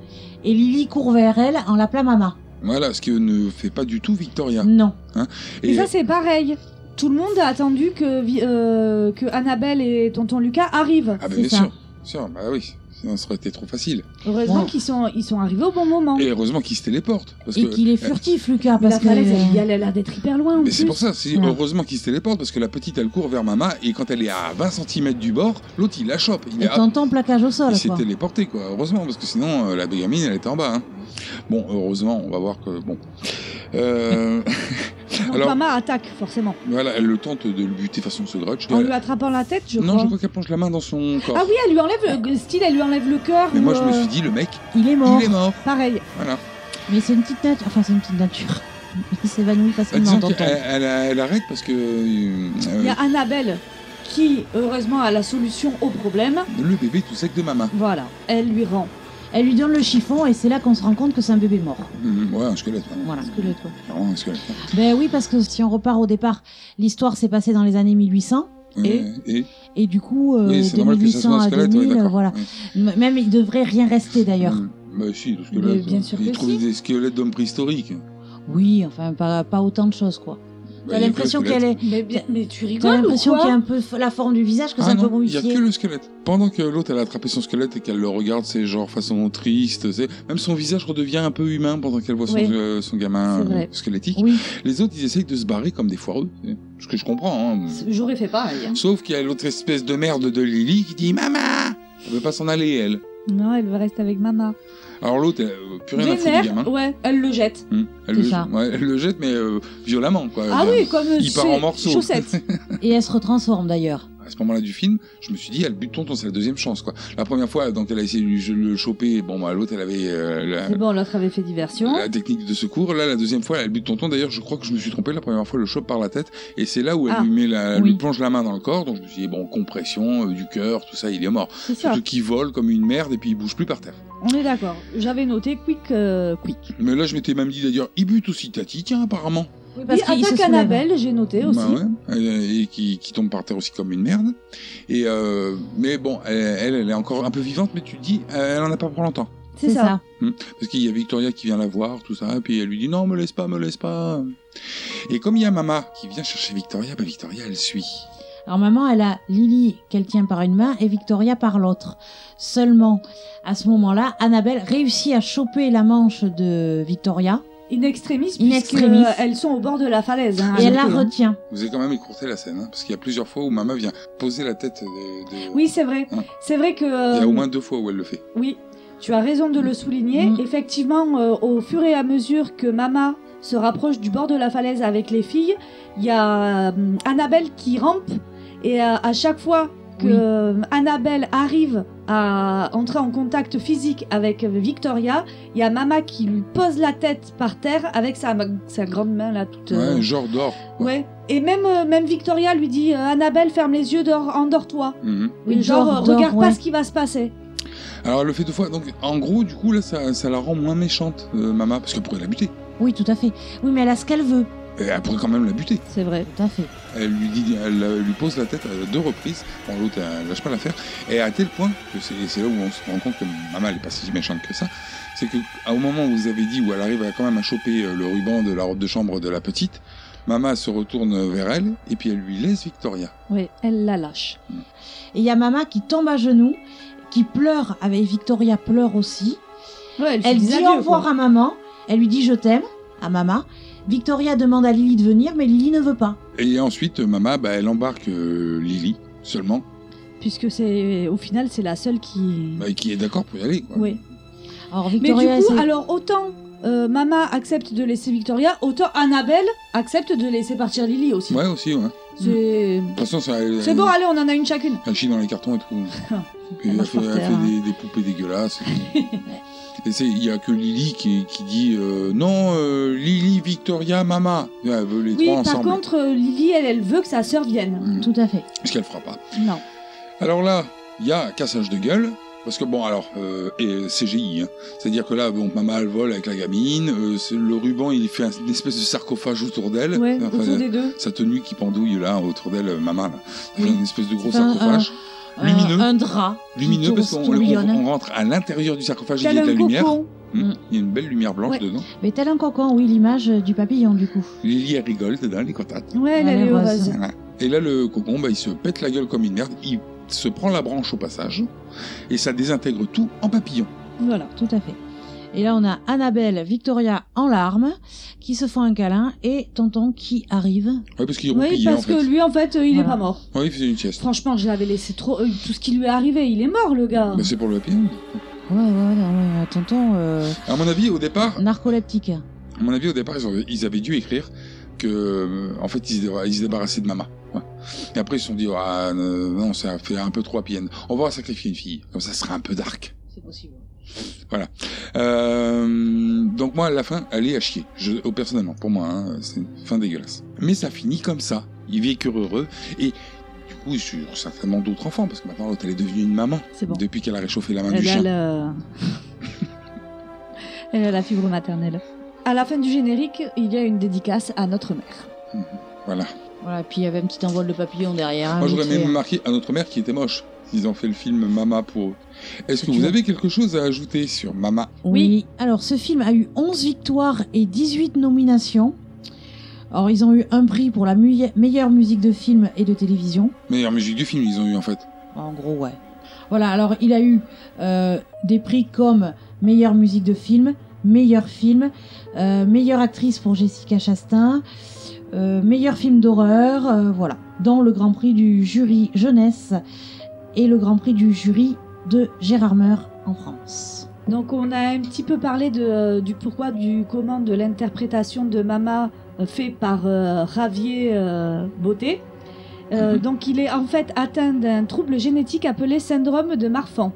B: Et Lily court vers elle en l'appelant Mama.
G: Voilà, ce que ne fait pas du tout Victoria.
B: Non.
H: Mais
G: Et euh,
H: ça, c'est pareil. Tout le monde a attendu que, vi- euh, que Annabelle et tonton Lucas arrivent.
G: ah, bah,
B: c'est
G: bien
B: ça.
G: sûr, bien sûr, bah oui, sinon ça aurait été trop facile.
H: Heureusement
B: Wow.
H: qu'ils sont, ils sont arrivés au bon moment.
G: Et heureusement qu'ils se téléportent. Parce
B: Et
G: que... euh,
B: qu'il est furtif, Lucas, parce
H: la
B: que.
H: falaise, elle, elle a l'air d'être hyper loin, en
G: Mais
H: plus.
G: c'est pour ça, c'est
B: Ouais.
G: heureusement qu'il se téléporte parce que la petite elle court vers Mama et quand elle est à 20 cm du bord, l'autre il la chope. Il,
B: Et
G: a-
B: t'entends plaquage au sol,
G: il s'est
B: quoi.
G: téléporté quoi, heureusement parce que sinon euh, la gamine elle était en bas. hein. Bon, heureusement, on va voir que bon. Euh,
H: Donc
G: Alors-
H: Mama attaque, forcément.
G: voilà, elle le tente de le buter façon ce grudge.
H: En
B: Ah,
G: Elle-
H: lui attrapant la tête, je
G: non,
H: crois.
G: je crois qu'elle plonge la main dans son corps.
H: Ah oui, elle lui enlève le style, elle lui enlève le cœur.
G: Mais
H: ou,
G: moi je me
H: euh,
G: suis dit, le mec,
B: Il est mort.
G: il est mort.
H: Pareil.
G: Voilà.
B: Mais c'est une petite nature. Enfin, c'est une petite nature. Il s'évanouit
G: Euh,
B: facilement.
G: disons
B: tonton.
G: qu'elle elle, elle arrête parce que euh,
H: Il y
G: euh,
H: a Annabelle qui, heureusement, a la solution au problème.
G: le bébé est tout sec de Mama.
H: Voilà, elle lui rend.
B: Elle lui donne le chiffon et c'est là qu'on se rend compte que c'est un bébé mort.
G: Mhm, ouais, un squelette. ouais.
B: Voilà, squelette, ouais.
G: Vraiment un squelette. ouais.
B: Ben oui, parce que si on repart au départ, l'histoire s'est passée dans les années 1800. Et,
G: Ouais, et
B: et du coup, euh,
G: Oui,
B: de
G: c'est normal que ça soit
B: 1800
G: un
B: à
G: squelette, oui,
B: 2000,
G: d'accord.
B: voilà. M- Même il devrait rien rester d'ailleurs.
G: Bah si, le
B: Mais
G: squelette.
B: bien sûr
G: Ils
B: que
G: trouvent
B: si.
G: des squelettes d'hommes préhistoriques.
B: Oui, enfin pas, pas autant de choses quoi.
G: Bah,
B: T'as
G: il y a
B: l'impression
G: que le
B: qu'elle est.
H: Mais, tu
B: T'as l'impression qu'il y a un peu f- la forme du visage, que c'est
G: Ah
B: un peu
G: non, il y a
B: momifié.
G: que le squelette. Pendant que l'autre elle a attrapé son squelette et qu'elle le regarde, c'est genre façon triste. c'est- Même son visage redevient un peu humain pendant qu'elle voit son,
H: Oui.
G: euh, son gamin
H: C'est
G: euh,
H: vrai.
G: squelettique.
B: Oui.
G: Les autres ils essayent de se barrer comme des foireux. c'est- Ce que je comprends. hein.
H: J'aurais fait pareil. hein.
G: Sauf qu'il y a l'autre espèce de merde de Lily qui dit Maman Elle veut pas s'en aller, elle.
H: Non, elle veut rester avec Mama.
G: Alors l'autre, elle, euh, plus rien à foutre du gamin.
H: Vénère, ouais, elle le jette.
G: Hmm, Elle,
B: C'est
G: le,
B: ça.
G: ouais, elle le jette, mais euh, violemment, quoi.
H: Ah
G: Elle,
H: oui, comme
G: Il part
H: chez-
G: en morceaux.
H: chaussettes.
B: Et elle se retransforme d'ailleurs.
G: à ce moment-là du film, je me suis dit, elle bute ton c'est la deuxième chance, quoi. La première fois, donc, elle a essayé de lui- le choper, bon, bah, l'autre, elle avait euh, la,
H: C'est bon, l'autre avait fait diversion.
G: la technique de secours. Là, la deuxième fois, elle bute tonton. D'ailleurs, je crois que je me suis trompé. La première fois, elle le chope par la tête. Et c'est là où elle
H: Ah,
G: lui, met la,
H: oui.
G: lui plonge la main dans le corps. Donc, je me suis dit, bon, compression euh, du cœur, tout ça, il est mort.
H: C'est ça.
G: Surtout qu'il vole comme une merde et puis il bouge plus par terre.
H: On est d'accord. J'avais noté quick, euh, quick.
G: Mais là, je m'étais même dit, d'ailleurs, il bute aussi Tati, tiens, apparemment.
H: Oui,
B: parce qu'il se
H: attaque
B: soulève.
H: Annabelle, j'ai noté aussi.
G: Bah ouais, et, et qui, qui tombe par terre aussi comme une merde. Et euh, mais bon, elle, elle, elle est encore un peu vivante, mais tu te dis, euh, elle en a pas pour longtemps.
H: C'est ça.
G: Hmm. Parce qu'il y a Victoria qui vient la voir, tout ça, et puis elle lui dit non, me laisse pas, me laisse pas. Et comme il y a Mama qui vient chercher Victoria, bah Victoria elle suit.
B: Alors maman, elle a Lily qu'elle tient par une main et Victoria par l'autre. Seulement, à ce moment-là, Annabelle réussit à choper la manche de Victoria
H: In extremis,
B: In
H: puisque,
B: extremis.
H: euh, elles sont au bord de la falaise.
G: Ah,
H: hein,
B: et elle la
H: notez, hein.
B: retient.
G: Vous avez quand même écourté la scène, hein, parce qu'il y a plusieurs fois où Mama vient poser la tête de. de-
H: Oui, c'est vrai.
G: Hein.
H: C'est vrai que.
G: Il y
H: euh,
G: a au moins deux fois où elle le fait.
H: Oui, tu as raison de le souligner.
B: Mm.
H: Effectivement, euh, au fur et à mesure que Mama se rapproche du bord de la falaise avec les filles, il y a euh, Annabelle qui rampe et euh, à chaque fois que
B: Oui.
H: euh, Annabelle arrive à entrer en contact physique avec euh, Victoria, il y a Mama qui lui pose la tête par terre avec sa, sa grande main là toute. euh,
G: Ouais, genre d'or.
H: ouais. Et même, euh, même Victoria lui dit euh, Annabelle, ferme les yeux, dors- endors-toi.
G: Mhm.
H: Oui, genre,
B: dors,
H: euh,
B: dors,
H: regarde
B: ouais.
H: pas ce qui va se passer.
G: Alors elle le fait deux fois, donc en gros, du coup, là, ça, ça la rend moins méchante, euh, Mama, parce qu'elle pourrait la buter.
B: Oui, tout à fait. Oui, mais elle a ce qu'elle veut.
G: Et elle pourrait quand même la buter.
H: C'est vrai.
B: Tout à fait.
G: Elle lui, dit, elle, euh, lui pose la tête à deux reprises. Bon, l'autre, elle lâche pas l'affaire. Et à tel point que c'est c'est là où on se rend compte que Mama, elle est pas si méchante que ça. C'est que à- au moment où vous avez dit où elle arrive à, quand même à choper euh, le ruban de la robe de chambre de la petite, Mama se retourne vers elle et puis elle lui laisse Victoria.
H: Oui, elle la lâche.
B: Et il y a Mama qui tombe à genoux, qui pleure, avec Victoria pleure aussi.
H: Ouais, elle, se
B: Elle dit
H: adieu,
B: au revoir
H: quoi.
B: à maman, elle lui dit je t'aime à Mama. Victoria demande à Lily de venir, mais Lily ne veut pas.
G: Et ensuite, euh, Mama, bah, elle embarque euh, Lily seulement,
H: Puisque c'est au final, c'est la seule qui.
G: bah, qui est d'accord pour y aller. Quoi.
H: Ouais.
B: Alors
H: Mais
B: Victoria,
H: du
B: elle
H: coup,
B: s'est-
H: alors autant euh, Mama accepte de laisser Victoria, autant Annabelle accepte de laisser partir Lily aussi.
G: Ouais, Euh, aussi, ouais. De
H: C'est.
G: toute façon, ça, elle,
H: C'est bon, allez, on en a une chacune.
G: Elle chie dans les cartons et tout. Puis elle,
B: marche
G: fait,
B: par
G: elle
B: terre,
G: fait
B: hein.
G: des, des poupées dégueulasses. et c'est- il y a que Lily qui, qui dit euh, non, euh, Lily, Victoria, Mama. Et Elle veut les
H: Oui,
G: trois
H: par
G: ensemble.
H: contre, euh, Lily, elle, elle veut que sa sœur vienne.
G: Mm.
B: Tout à fait.
G: Ce qu'elle fera pas.
H: Non.
G: Alors là, il y a cassage de gueule. Parce que bon, alors, euh, et CGI, hein. c'est-à-dire que là, bon, Mama, elle vole avec la gamine, euh, c'est- le ruban, il fait un- une espèce de sarcophage autour d'elle,
H: Ouais,
G: Enfin, euh,
H: autour des deux.
G: sa tenue qui pendouille là, autour d'elle, euh, Mama, là. Ça fait
B: Oui.
G: une espèce de gros
B: C'est un-
G: sarcophage, Ah, lumineux.
B: Un, un drap. qui
G: lumineux parce qu'on on-
B: tourbillonne.
G: on rentre à l'intérieur du sarcophage, il y a
H: Tel
G: de la
H: un
G: lumière.
H: cocon.
G: Hmm, Il y a une belle lumière blanche
B: Ouais.
G: dedans.
B: Mais tel un cocon, oui, l'image euh, du papillon du coup.
G: Lily elle rigole dedans, elle est contente.
H: Ouais,
B: Elle
H: elle, elle
B: est
H: est
B: heureuse.
H: heureuse.
G: Voilà. Et là, le cocon, bah, il se pète la gueule comme une merde. Il se prend la branche au passage et ça désintègre tout en papillon.
H: Voilà.
B: Tout à fait. Et là, on a Annabelle, Victoria en larmes, qui se font un câlin, et Tonton qui arrive.
G: Ouais, parce qu'il
H: Oui,
G: roupille en
H: parce
G: fait.
H: que lui, en fait, euh, il
B: Voilà.
H: est pas mort.
G: Ouais, il faisait une sieste.
H: Franchement, je l'avais laissé trop. euh, tout ce qui lui est arrivé, il est mort, le gars.
G: Bah, c'est pour le papillon.
B: Ouais, ouais, ouais, non, ouais, Tonton euh,
G: À mon avis, au départ,
B: narcoleptique.
G: à mon avis, au départ, ils, ont- ils avaient dû écrire que, euh, en fait, ils se, dé- ils se débarrassaient de Mama. Ouais. Et après, ils se sont dit, ah, euh, non, ça a fait un peu trop happy end. On va sacrifier une fille. Comme ça, ce sera un peu dark.
B: C'est possible.
G: Euh, donc moi, à la fin, elle est à chier. Je, oh, personnellement, pour moi, hein, c'est une fin dégueulasse. Mais ça finit comme ça. Il vit que heureux. Et du coup, sur certainement d'autres enfants, parce que maintenant, l'autre, elle est devenue une maman.
H: C'est bon.
G: Depuis qu'elle a réchauffé la main du
H: Elle a
G: chien.
H: le- Elle a la fibre maternelle. À la fin du générique, il y a une dédicace à notre mère.
G: Voilà.
B: Voilà, puis il y avait un petit envol de papillon derrière. hein,
G: Moi, j'aurais
B: vite fait,
G: même
B: hein.
G: marqué à notre mère qui était moche. Ils ont fait le film Mama pour eux. Est-ce que vous avez quelque chose à ajouter sur Mama
B: Oui. Alors, ce film a eu 11 victoires et 18 nominations. Alors, ils ont eu un prix pour la mu- meilleure musique de film et de télévision.
G: Meilleure musique du film, ils ont eu en fait.
B: En gros, ouais. Voilà, alors il a eu euh, des prix comme meilleure musique de film, meilleur film, euh, meilleure actrice pour Jessica Chastain, euh, meilleur film d'horreur, euh, voilà, dans le Grand Prix du jury jeunesse et le Grand Prix du jury de Gérard Meur en France.
H: Donc on a un petit peu parlé de, euh, du pourquoi, du comment, de l'interprétation de Mama euh, fait par euh, Ravier euh, Beauté. Euh, Donc il est en fait atteint d'un trouble génétique appelé syndrome de Marfan.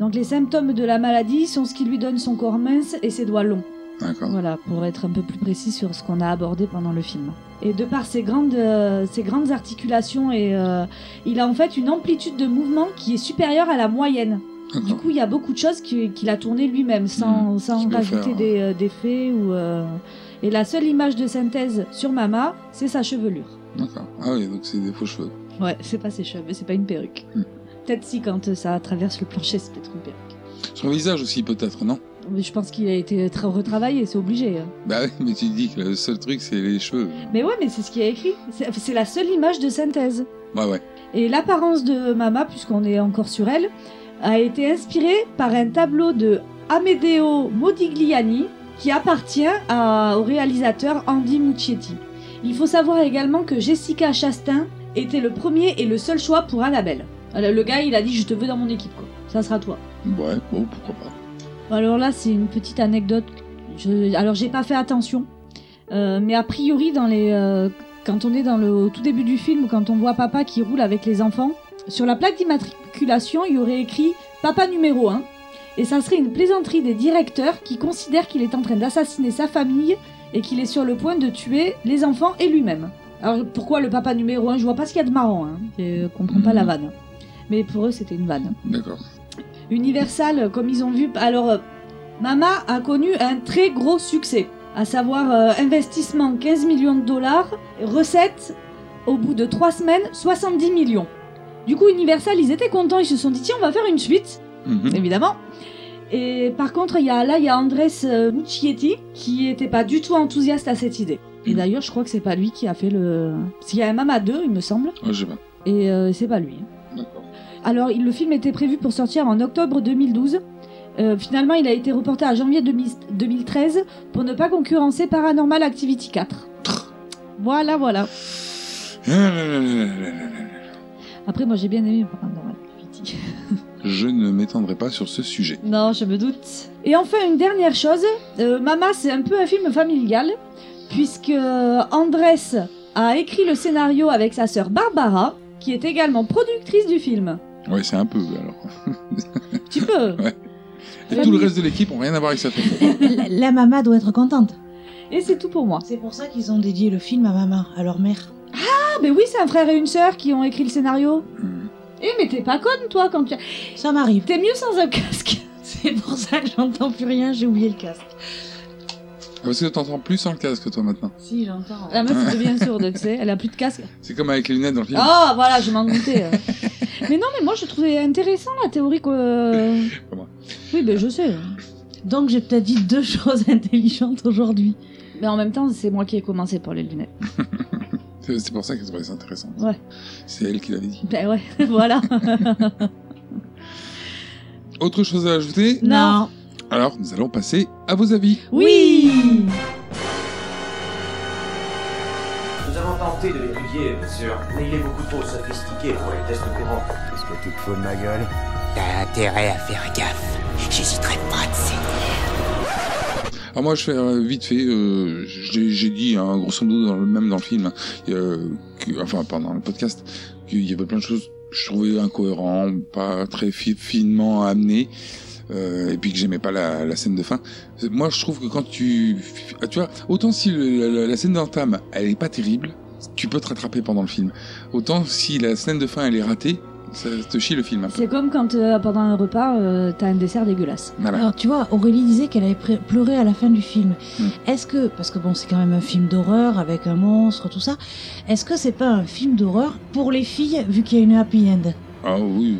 H: Donc les symptômes de la maladie sont ce qui lui donne son corps mince et ses doigts longs.
G: D'accord.
H: Voilà, pour être un peu plus précis sur ce qu'on a abordé pendant le film. Et de par ses grandes, euh, ses grandes articulations, et, euh, il a en fait une amplitude de mouvement qui est supérieure à la moyenne. Du coup, il y a beaucoup de choses qui- qu'il a tournées lui-même, sans, sans
F: Hmm, peut
H: rajouter
F: faire,
H: des, euh, des faits. Ou, euh, Et la seule image de synthèse sur Mama, c'est sa chevelure.
G: D'accord. Ah oui, donc c'est des faux cheveux.
H: Ouais, c'est pas ses cheveux, c'est pas une perruque.
F: Hmm.
H: Peut-être si, quand euh, ça traverse le plancher, c'est peut-être une perruque.
G: Son visage aussi, peut-être, non
H: Mais je pense qu'il a été très retravaillé, c'est obligé. hein.
G: Bah oui, mais tu dis que le seul truc, c'est les cheveux.
H: Mais ouais, mais c'est ce qu'il y a écrit. C'est c'est la seule image de synthèse.
G: Ouais, ouais.
H: Et l'apparence de Mama, puisqu'on est encore sur elle, a été inspirée par un tableau de Amedeo Modigliani qui appartient à- au réalisateur Andy Muccietti. Il faut savoir également que Jessica Chastain était le premier et le seul choix pour Annabelle. Alors, le gars, il a dit Je te veux dans mon équipe, quoi. Ça sera toi.
G: Ouais, bon, pourquoi pas.
H: Alors là, c'est une petite anecdote. Je- Alors, j'ai pas fait attention. Euh, mais a priori, dans les, euh, quand on est dans le au tout début du film, quand on voit papa qui roule avec les enfants, sur la plaque d'immatriculation, il y aurait écrit Papa numéro 1. Et ça serait une plaisanterie des directeurs qui considèrent qu'il est en train d'assassiner sa famille et qu'il est sur le point de tuer les enfants et lui-même. Alors pourquoi le papa numéro 1 Je vois pas ce qu'il y a de marrant. Hein. Je comprends pas la vanne. Mais pour eux, c'était une vanne.
G: D'accord.
H: Universal, comme ils ont vu. Alors, euh, Mama a connu un très gros succès, à savoir euh, investissement 15 millions de dollars, recettes au bout de 3 semaines 70 millions. Du coup, Universal, ils étaient contents, ils se sont dit tiens, on va faire une suite,
F: Mhm.
H: évidemment. Et par contre, il y a, là, il y a Andrés euh, Muccietti qui n'était pas du tout enthousiaste à cette idée. Et d'ailleurs, je crois que c'est pas lui qui a fait le. S'il y a un Mama 2, il me semble,
G: Ouais, je sais pas.
H: et euh, c'est pas lui.
G: D'accord.
H: Alors, il- le film était prévu pour sortir en octobre 2012. Euh, finalement, il a été reporté à janvier 2000 2013 pour ne pas concurrencer Paranormal Activity 4. Voilà, voilà. Après, moi, j'ai bien aimé Paranormal Activity.
G: Je ne m'étendrai pas sur ce sujet.
H: non, je me doute. Et enfin, une dernière chose. euh, Mama, c'est un peu un film familial, puisque euh, Andrés a écrit le scénario avec sa sœur Barbara, qui est également productrice du film.
G: Ouais, c'est un peu, alors.
H: Tu peux
G: Ouais. Et tout le reste de l'équipe n'a rien à voir avec sa famille.
B: La, la maman doit être contente.
H: Et c'est tout pour moi.
B: C'est pour ça qu'ils ont dédié le film à maman, à leur mère.
H: Ah, mais oui, c'est un frère et une sœur qui ont écrit le scénario. Eh, mais t'es pas conne, toi, quand tu.
B: Ça m'arrive.
H: T'es mieux sans un casque.
B: C'est pour ça que j'entends plus rien, j'ai oublié le casque.
G: Ah, Parce que t'entends plus sans le casque, toi, maintenant.
B: Si, j'entends.
H: La meuf elle devient sourde, tu sais, elle a plus de casque.
G: C'est comme avec les lunettes dans le film.
H: Ah, voilà, je m'en doutais. mais non, mais moi, je trouvais intéressant la théorie que. Oui, ben je sais.
B: Donc j'ai peut-être dit deux choses intelligentes aujourd'hui.
H: Mais en même temps, c'est moi qui ai commencé pour les lunettes.
G: C'est c'est pour ça qu'elle trouvait ça intéressant.
H: Ouais.
G: C'est elle qui l'avait dit.
H: Ben ouais, voilà.
G: Autre chose à ajouter
H: Non.
G: Alors, nous allons passer à vos avis.
H: oui
N: Nous avons tenté de l'étudier, bien sûr, mais il est beaucoup trop sophistiqué pour les tests courants. Qu'est-ce que tu te fous de ma gueule
E: T'as intérêt à faire gaffe. J'hésiterai pas de
G: Alors moi, je fais euh, vite fait. euh, J'ai j'ai dit, hein, grosso modo, dans le, même dans le film, hein, euh, que- enfin pendant le podcast, qu'il y avait plein de choses que je trouvais incohérentes, pas très fi- finement amenées, euh, et puis que j'aimais pas la, la scène de fin. C'est- Moi, je trouve que quand tu, ah, tu vois, autant si le- la, la scène d'entame, elle est pas terrible, tu peux te rattraper pendant le film. Autant si la scène de fin, elle est ratée. Ça te chie le film un peu.
H: C'est comme quand euh, pendant un repas, euh, t'as un dessert dégueulasse.
G: Voilà.
B: Alors tu vois, Aurélie disait qu'elle avait pré- pleuré à la fin du film.
G: Mm.
B: Est-ce que, parce que bon, c'est quand même un film d'horreur avec un monstre, tout ça, est-ce que c'est pas un film d'horreur pour les filles vu qu'il y a une happy end
G: Ah oui,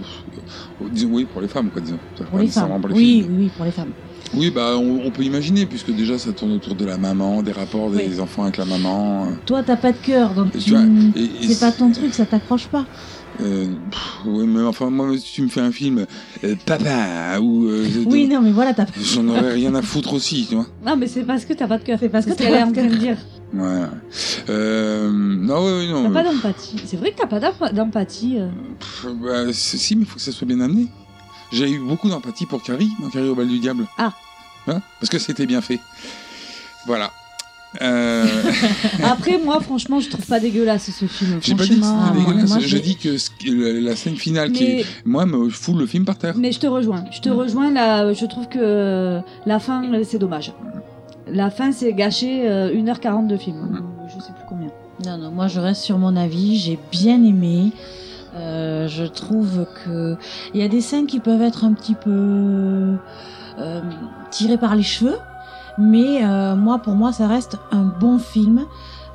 G: euh, disons oui pour les femmes quoi disons.
B: Pour
G: Pas
B: les
G: nécessairement
B: femmes.
G: pour les filles.
B: oui, oui, oui, pour les femmes.
G: Oui, bah, on, on peut imaginer, puisque déjà ça tourne autour de la maman, des rapports des enfants avec la maman.
B: Toi, t'as pas de cœur, donc
G: Et
B: tu-
G: tu vois, et- et
B: Mm. c'est pas ton truc, ça t'accroche pas.
G: Euh, pff, ouais, mais enfin, moi, si tu me fais un film, euh, papa, ou. euh,
B: Oui, non, mais voilà, t'as pas.
G: J'en aurais rien à foutre aussi, tu vois.
H: Non, mais c'est parce que t'as pas de cœur. C'est parce
B: que t'as
H: qu'elle est
B: pas
H: en
B: de
H: train de dire.
G: Ouais. Euh, non, ouais, ouais,
H: T'as
G: non.
H: pas d'empathie. C'est vrai que t'as pas d'emp- d'empathie. euh.
G: pff, bah, c'est- si, mais faut que ça soit bien amené. J'ai eu beaucoup d'empathie pour Carrie, dans Carrie au bal du diable.
H: Ah.
G: Hein Parce que c'était bien fait. Voilà. Euh.
H: Après, moi, franchement, je trouve pas dégueulasse ce film.
G: J'ai pas dit que
H: franchement,
G: c'était dégueulasse.
H: moi,
G: je dis que ce qui- la la scène finale qui
H: Mais-
G: est. Moi, me foule le film par terre.
H: Mais je te rejoins. Je te rejoins là. Je trouve que euh, la fin, euh, c'est dommage. La fin, c'est gâché euh, 1h40 de film.
B: Mm.
H: ou Je sais plus combien.
B: Non, non, moi je reste sur mon avis, j'ai bien aimé. Euh, je trouve que il y a des scènes qui peuvent être un petit peu euh, tirées par les cheveux, mais euh, moi pour moi ça reste un bon film,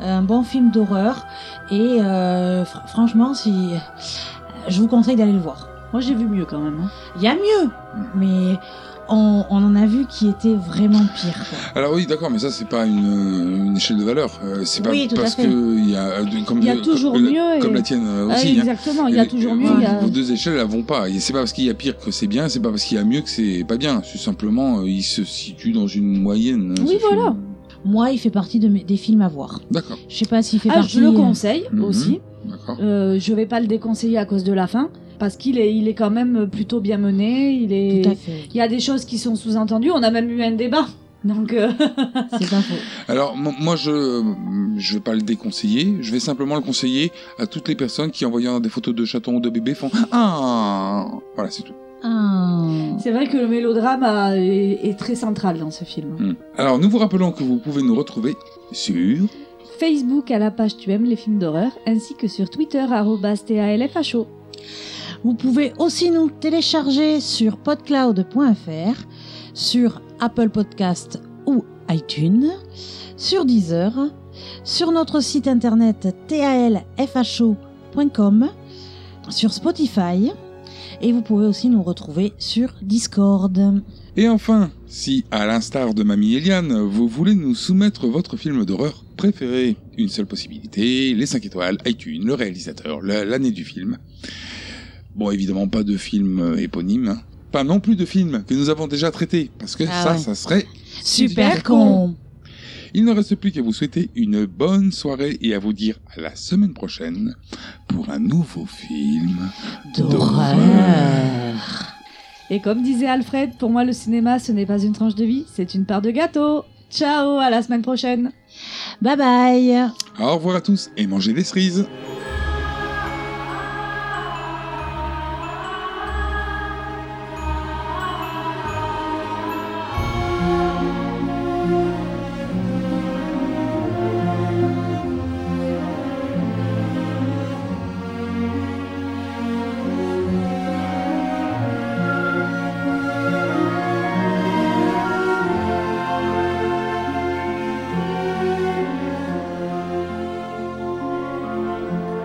B: un bon film d'horreur et euh, fr- franchement si je vous conseille d'aller le voir.
H: Moi j'ai vu mieux quand même. hein.
B: Il y a mieux, mais on, on en a vu qui était vraiment pire. quoi.
G: Alors oui, d'accord, mais ça c'est pas une, une échelle de valeur. Euh, C'est pas
B: Oui, tout à
G: parce
B: fait.
G: que il y a euh, de- comme
H: Il y a
G: de-
H: toujours
G: comme,
H: mieux et-
G: comme la tienne euh,
H: Ah,
G: aussi. hein.
H: exactement, il y a toujours mieux,
G: Vos,
H: il y a-
G: vos deux échelles elles vont pas. Et c'est pas parce qu'il y a pire que c'est bien, c'est pas parce qu'il y a mieux que c'est pas bien. C'est simplement euh, il se situe dans une moyenne. euh,
B: Oui,
G: ce film.
B: voilà. Moi, il fait partie de mes- des films à voir.
G: D'accord.
B: Je sais pas s'il fait
H: Ah,
B: partie.
H: je le
B: euh,
H: conseille
G: Mhm.
H: aussi.
G: D'accord.
H: Euh, je vais pas le déconseiller à cause de la fin. Parce qu'il est, il est quand même plutôt bien mené. Il est,
B: Tout à fait.
H: il y a des choses qui sont sous-entendues. On a même eu un débat. Donc, euh,
B: c'est pas faux.
G: Alors mo- moi je euh, je vais pas le déconseiller. Je vais simplement le conseiller à toutes les personnes qui en voyant des photos de chatons ou de bébés font ah voilà c'est tout.
H: C'est vrai que le mélodrame a- est, est très central dans ce film.
G: Hmm. Alors nous vous rappelons que vous pouvez nous retrouver sur
H: Facebook à la page Tu aimes les films d'horreur, ainsi que sur Twitter, arrobas TALFHO.
B: Vous pouvez aussi nous télécharger sur podcloud.fr, sur Apple Podcast ou iTunes, sur Deezer, sur notre site internet talfho.com, sur Spotify et vous pouvez aussi nous retrouver sur Discord.
G: Et enfin, si, à l'instar de Mamie Eliane, vous voulez nous soumettre votre film d'horreur préféré, une seule possibilité, les 5 étoiles, iTunes, le réalisateur, le- l'année du film. Bon, évidemment, pas de film euh, éponyme. hein. Pas non plus de film que nous avons déjà traité, parce que
B: Ah
G: ça,
B: ouais.
G: ça serait...
B: Super con.
G: Il ne reste plus qu'à vous souhaiter une bonne soirée et à vous dire à la semaine prochaine pour un nouveau film d'horreur.
H: Et comme disait Alfred, pour moi le cinéma ce n'est pas une tranche de vie, c'est une part de gâteau. Ciao, à la semaine prochaine.
B: Bye bye
G: Au revoir à tous et mangez des cerises
O: Thank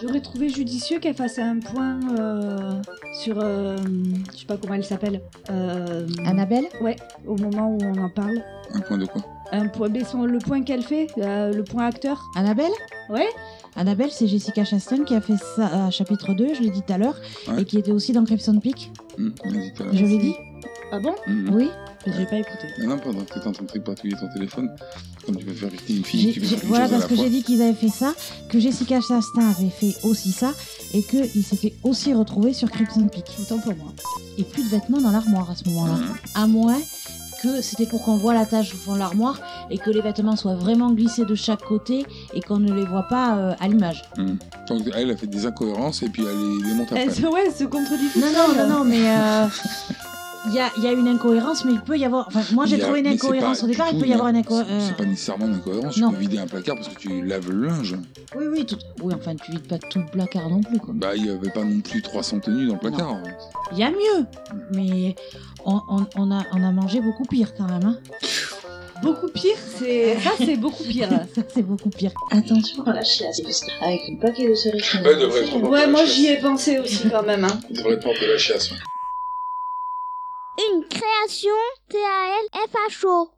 H: J'aurais trouvé judicieux qu'elle fasse un point euh, sur. euh, je sais pas comment elle s'appelle. Euh,
B: Annabelle
H: Ouais, au moment où on en parle.
G: Un point de quoi
H: Un point, mais son- le point qu'elle fait, euh, le point acteur.
B: Annabelle
H: Ouais
B: Annabelle, c'est Jessica Chastain qui a fait ça à chapitre 2, je l'ai dit tout à l'heure, et qui était aussi dans Crimson Peak.
G: Hum, vas-y, t'as-
B: Je l'ai dit
H: Ah bon
G: Mhm.
B: Oui, j'ai pas écouté.
G: Mais Non, pendant que t'es en train de tripatouiller ton téléphone, comme tu veux faire victime une fille,
B: J'ai-
G: tu veux
B: j'ai-
G: faire une
B: voilà
G: chose à
B: parce
G: la
B: que
G: fois.
B: j'ai dit qu'ils avaient fait ça, que Jessica Chastain avait fait aussi ça, et qu'il s'est fait aussi retrouver sur Crimson Peak. Autant pour moi. Et plus de vêtements dans l'armoire à ce moment-là.
G: Mm. Hum.
B: À moins que c'était pour qu'on voit la tâche au fond de l'armoire et que les vêtements soient vraiment glissés de chaque côté et qu'on ne les voit pas euh, à l'image.
G: Hum. Donc, elle a fait des incohérences et puis elle les démonte après.
H: Elle se, Eh, ouais, elle se contredit tout
B: Non, non,
H: seul.
B: non, non, mais euh, il y, a, il y a une incohérence, mais il peut y avoir. Enfin, moi j'ai
G: Il y a-
B: trouvé une
G: mais c'est
B: incohérence
G: pas
B: au départ,
G: du
B: il
G: tout
B: peut y avoir une euh,
G: c'est-
B: incohérence.
G: C'est pas nécessairement une incohérence, tu
B: Non.
G: peux vider un placard parce que tu laves le linge.
B: Oui, oui, tout... oui, enfin, tu vides pas tout le placard non plus, quoi.
G: Bah, il y avait pas non plus 300 tenues dans le placard.
B: Il y a mieux, mais on, on- on a, on a mangé beaucoup pire quand même. Hein.
H: euh, Beaucoup pire, c'est ça, c'est beaucoup pire.
B: Ça, c'est beaucoup pire.
O: Attention à la chiasse, parce qu'avec une paquet de cerises.
G: Ouais, devrait être bon.
H: Ouais, moi j'y ai pensé aussi quand même. Hein.
G: Ça devrait être de la chasse.
P: Une création T-A-L-F-H-O.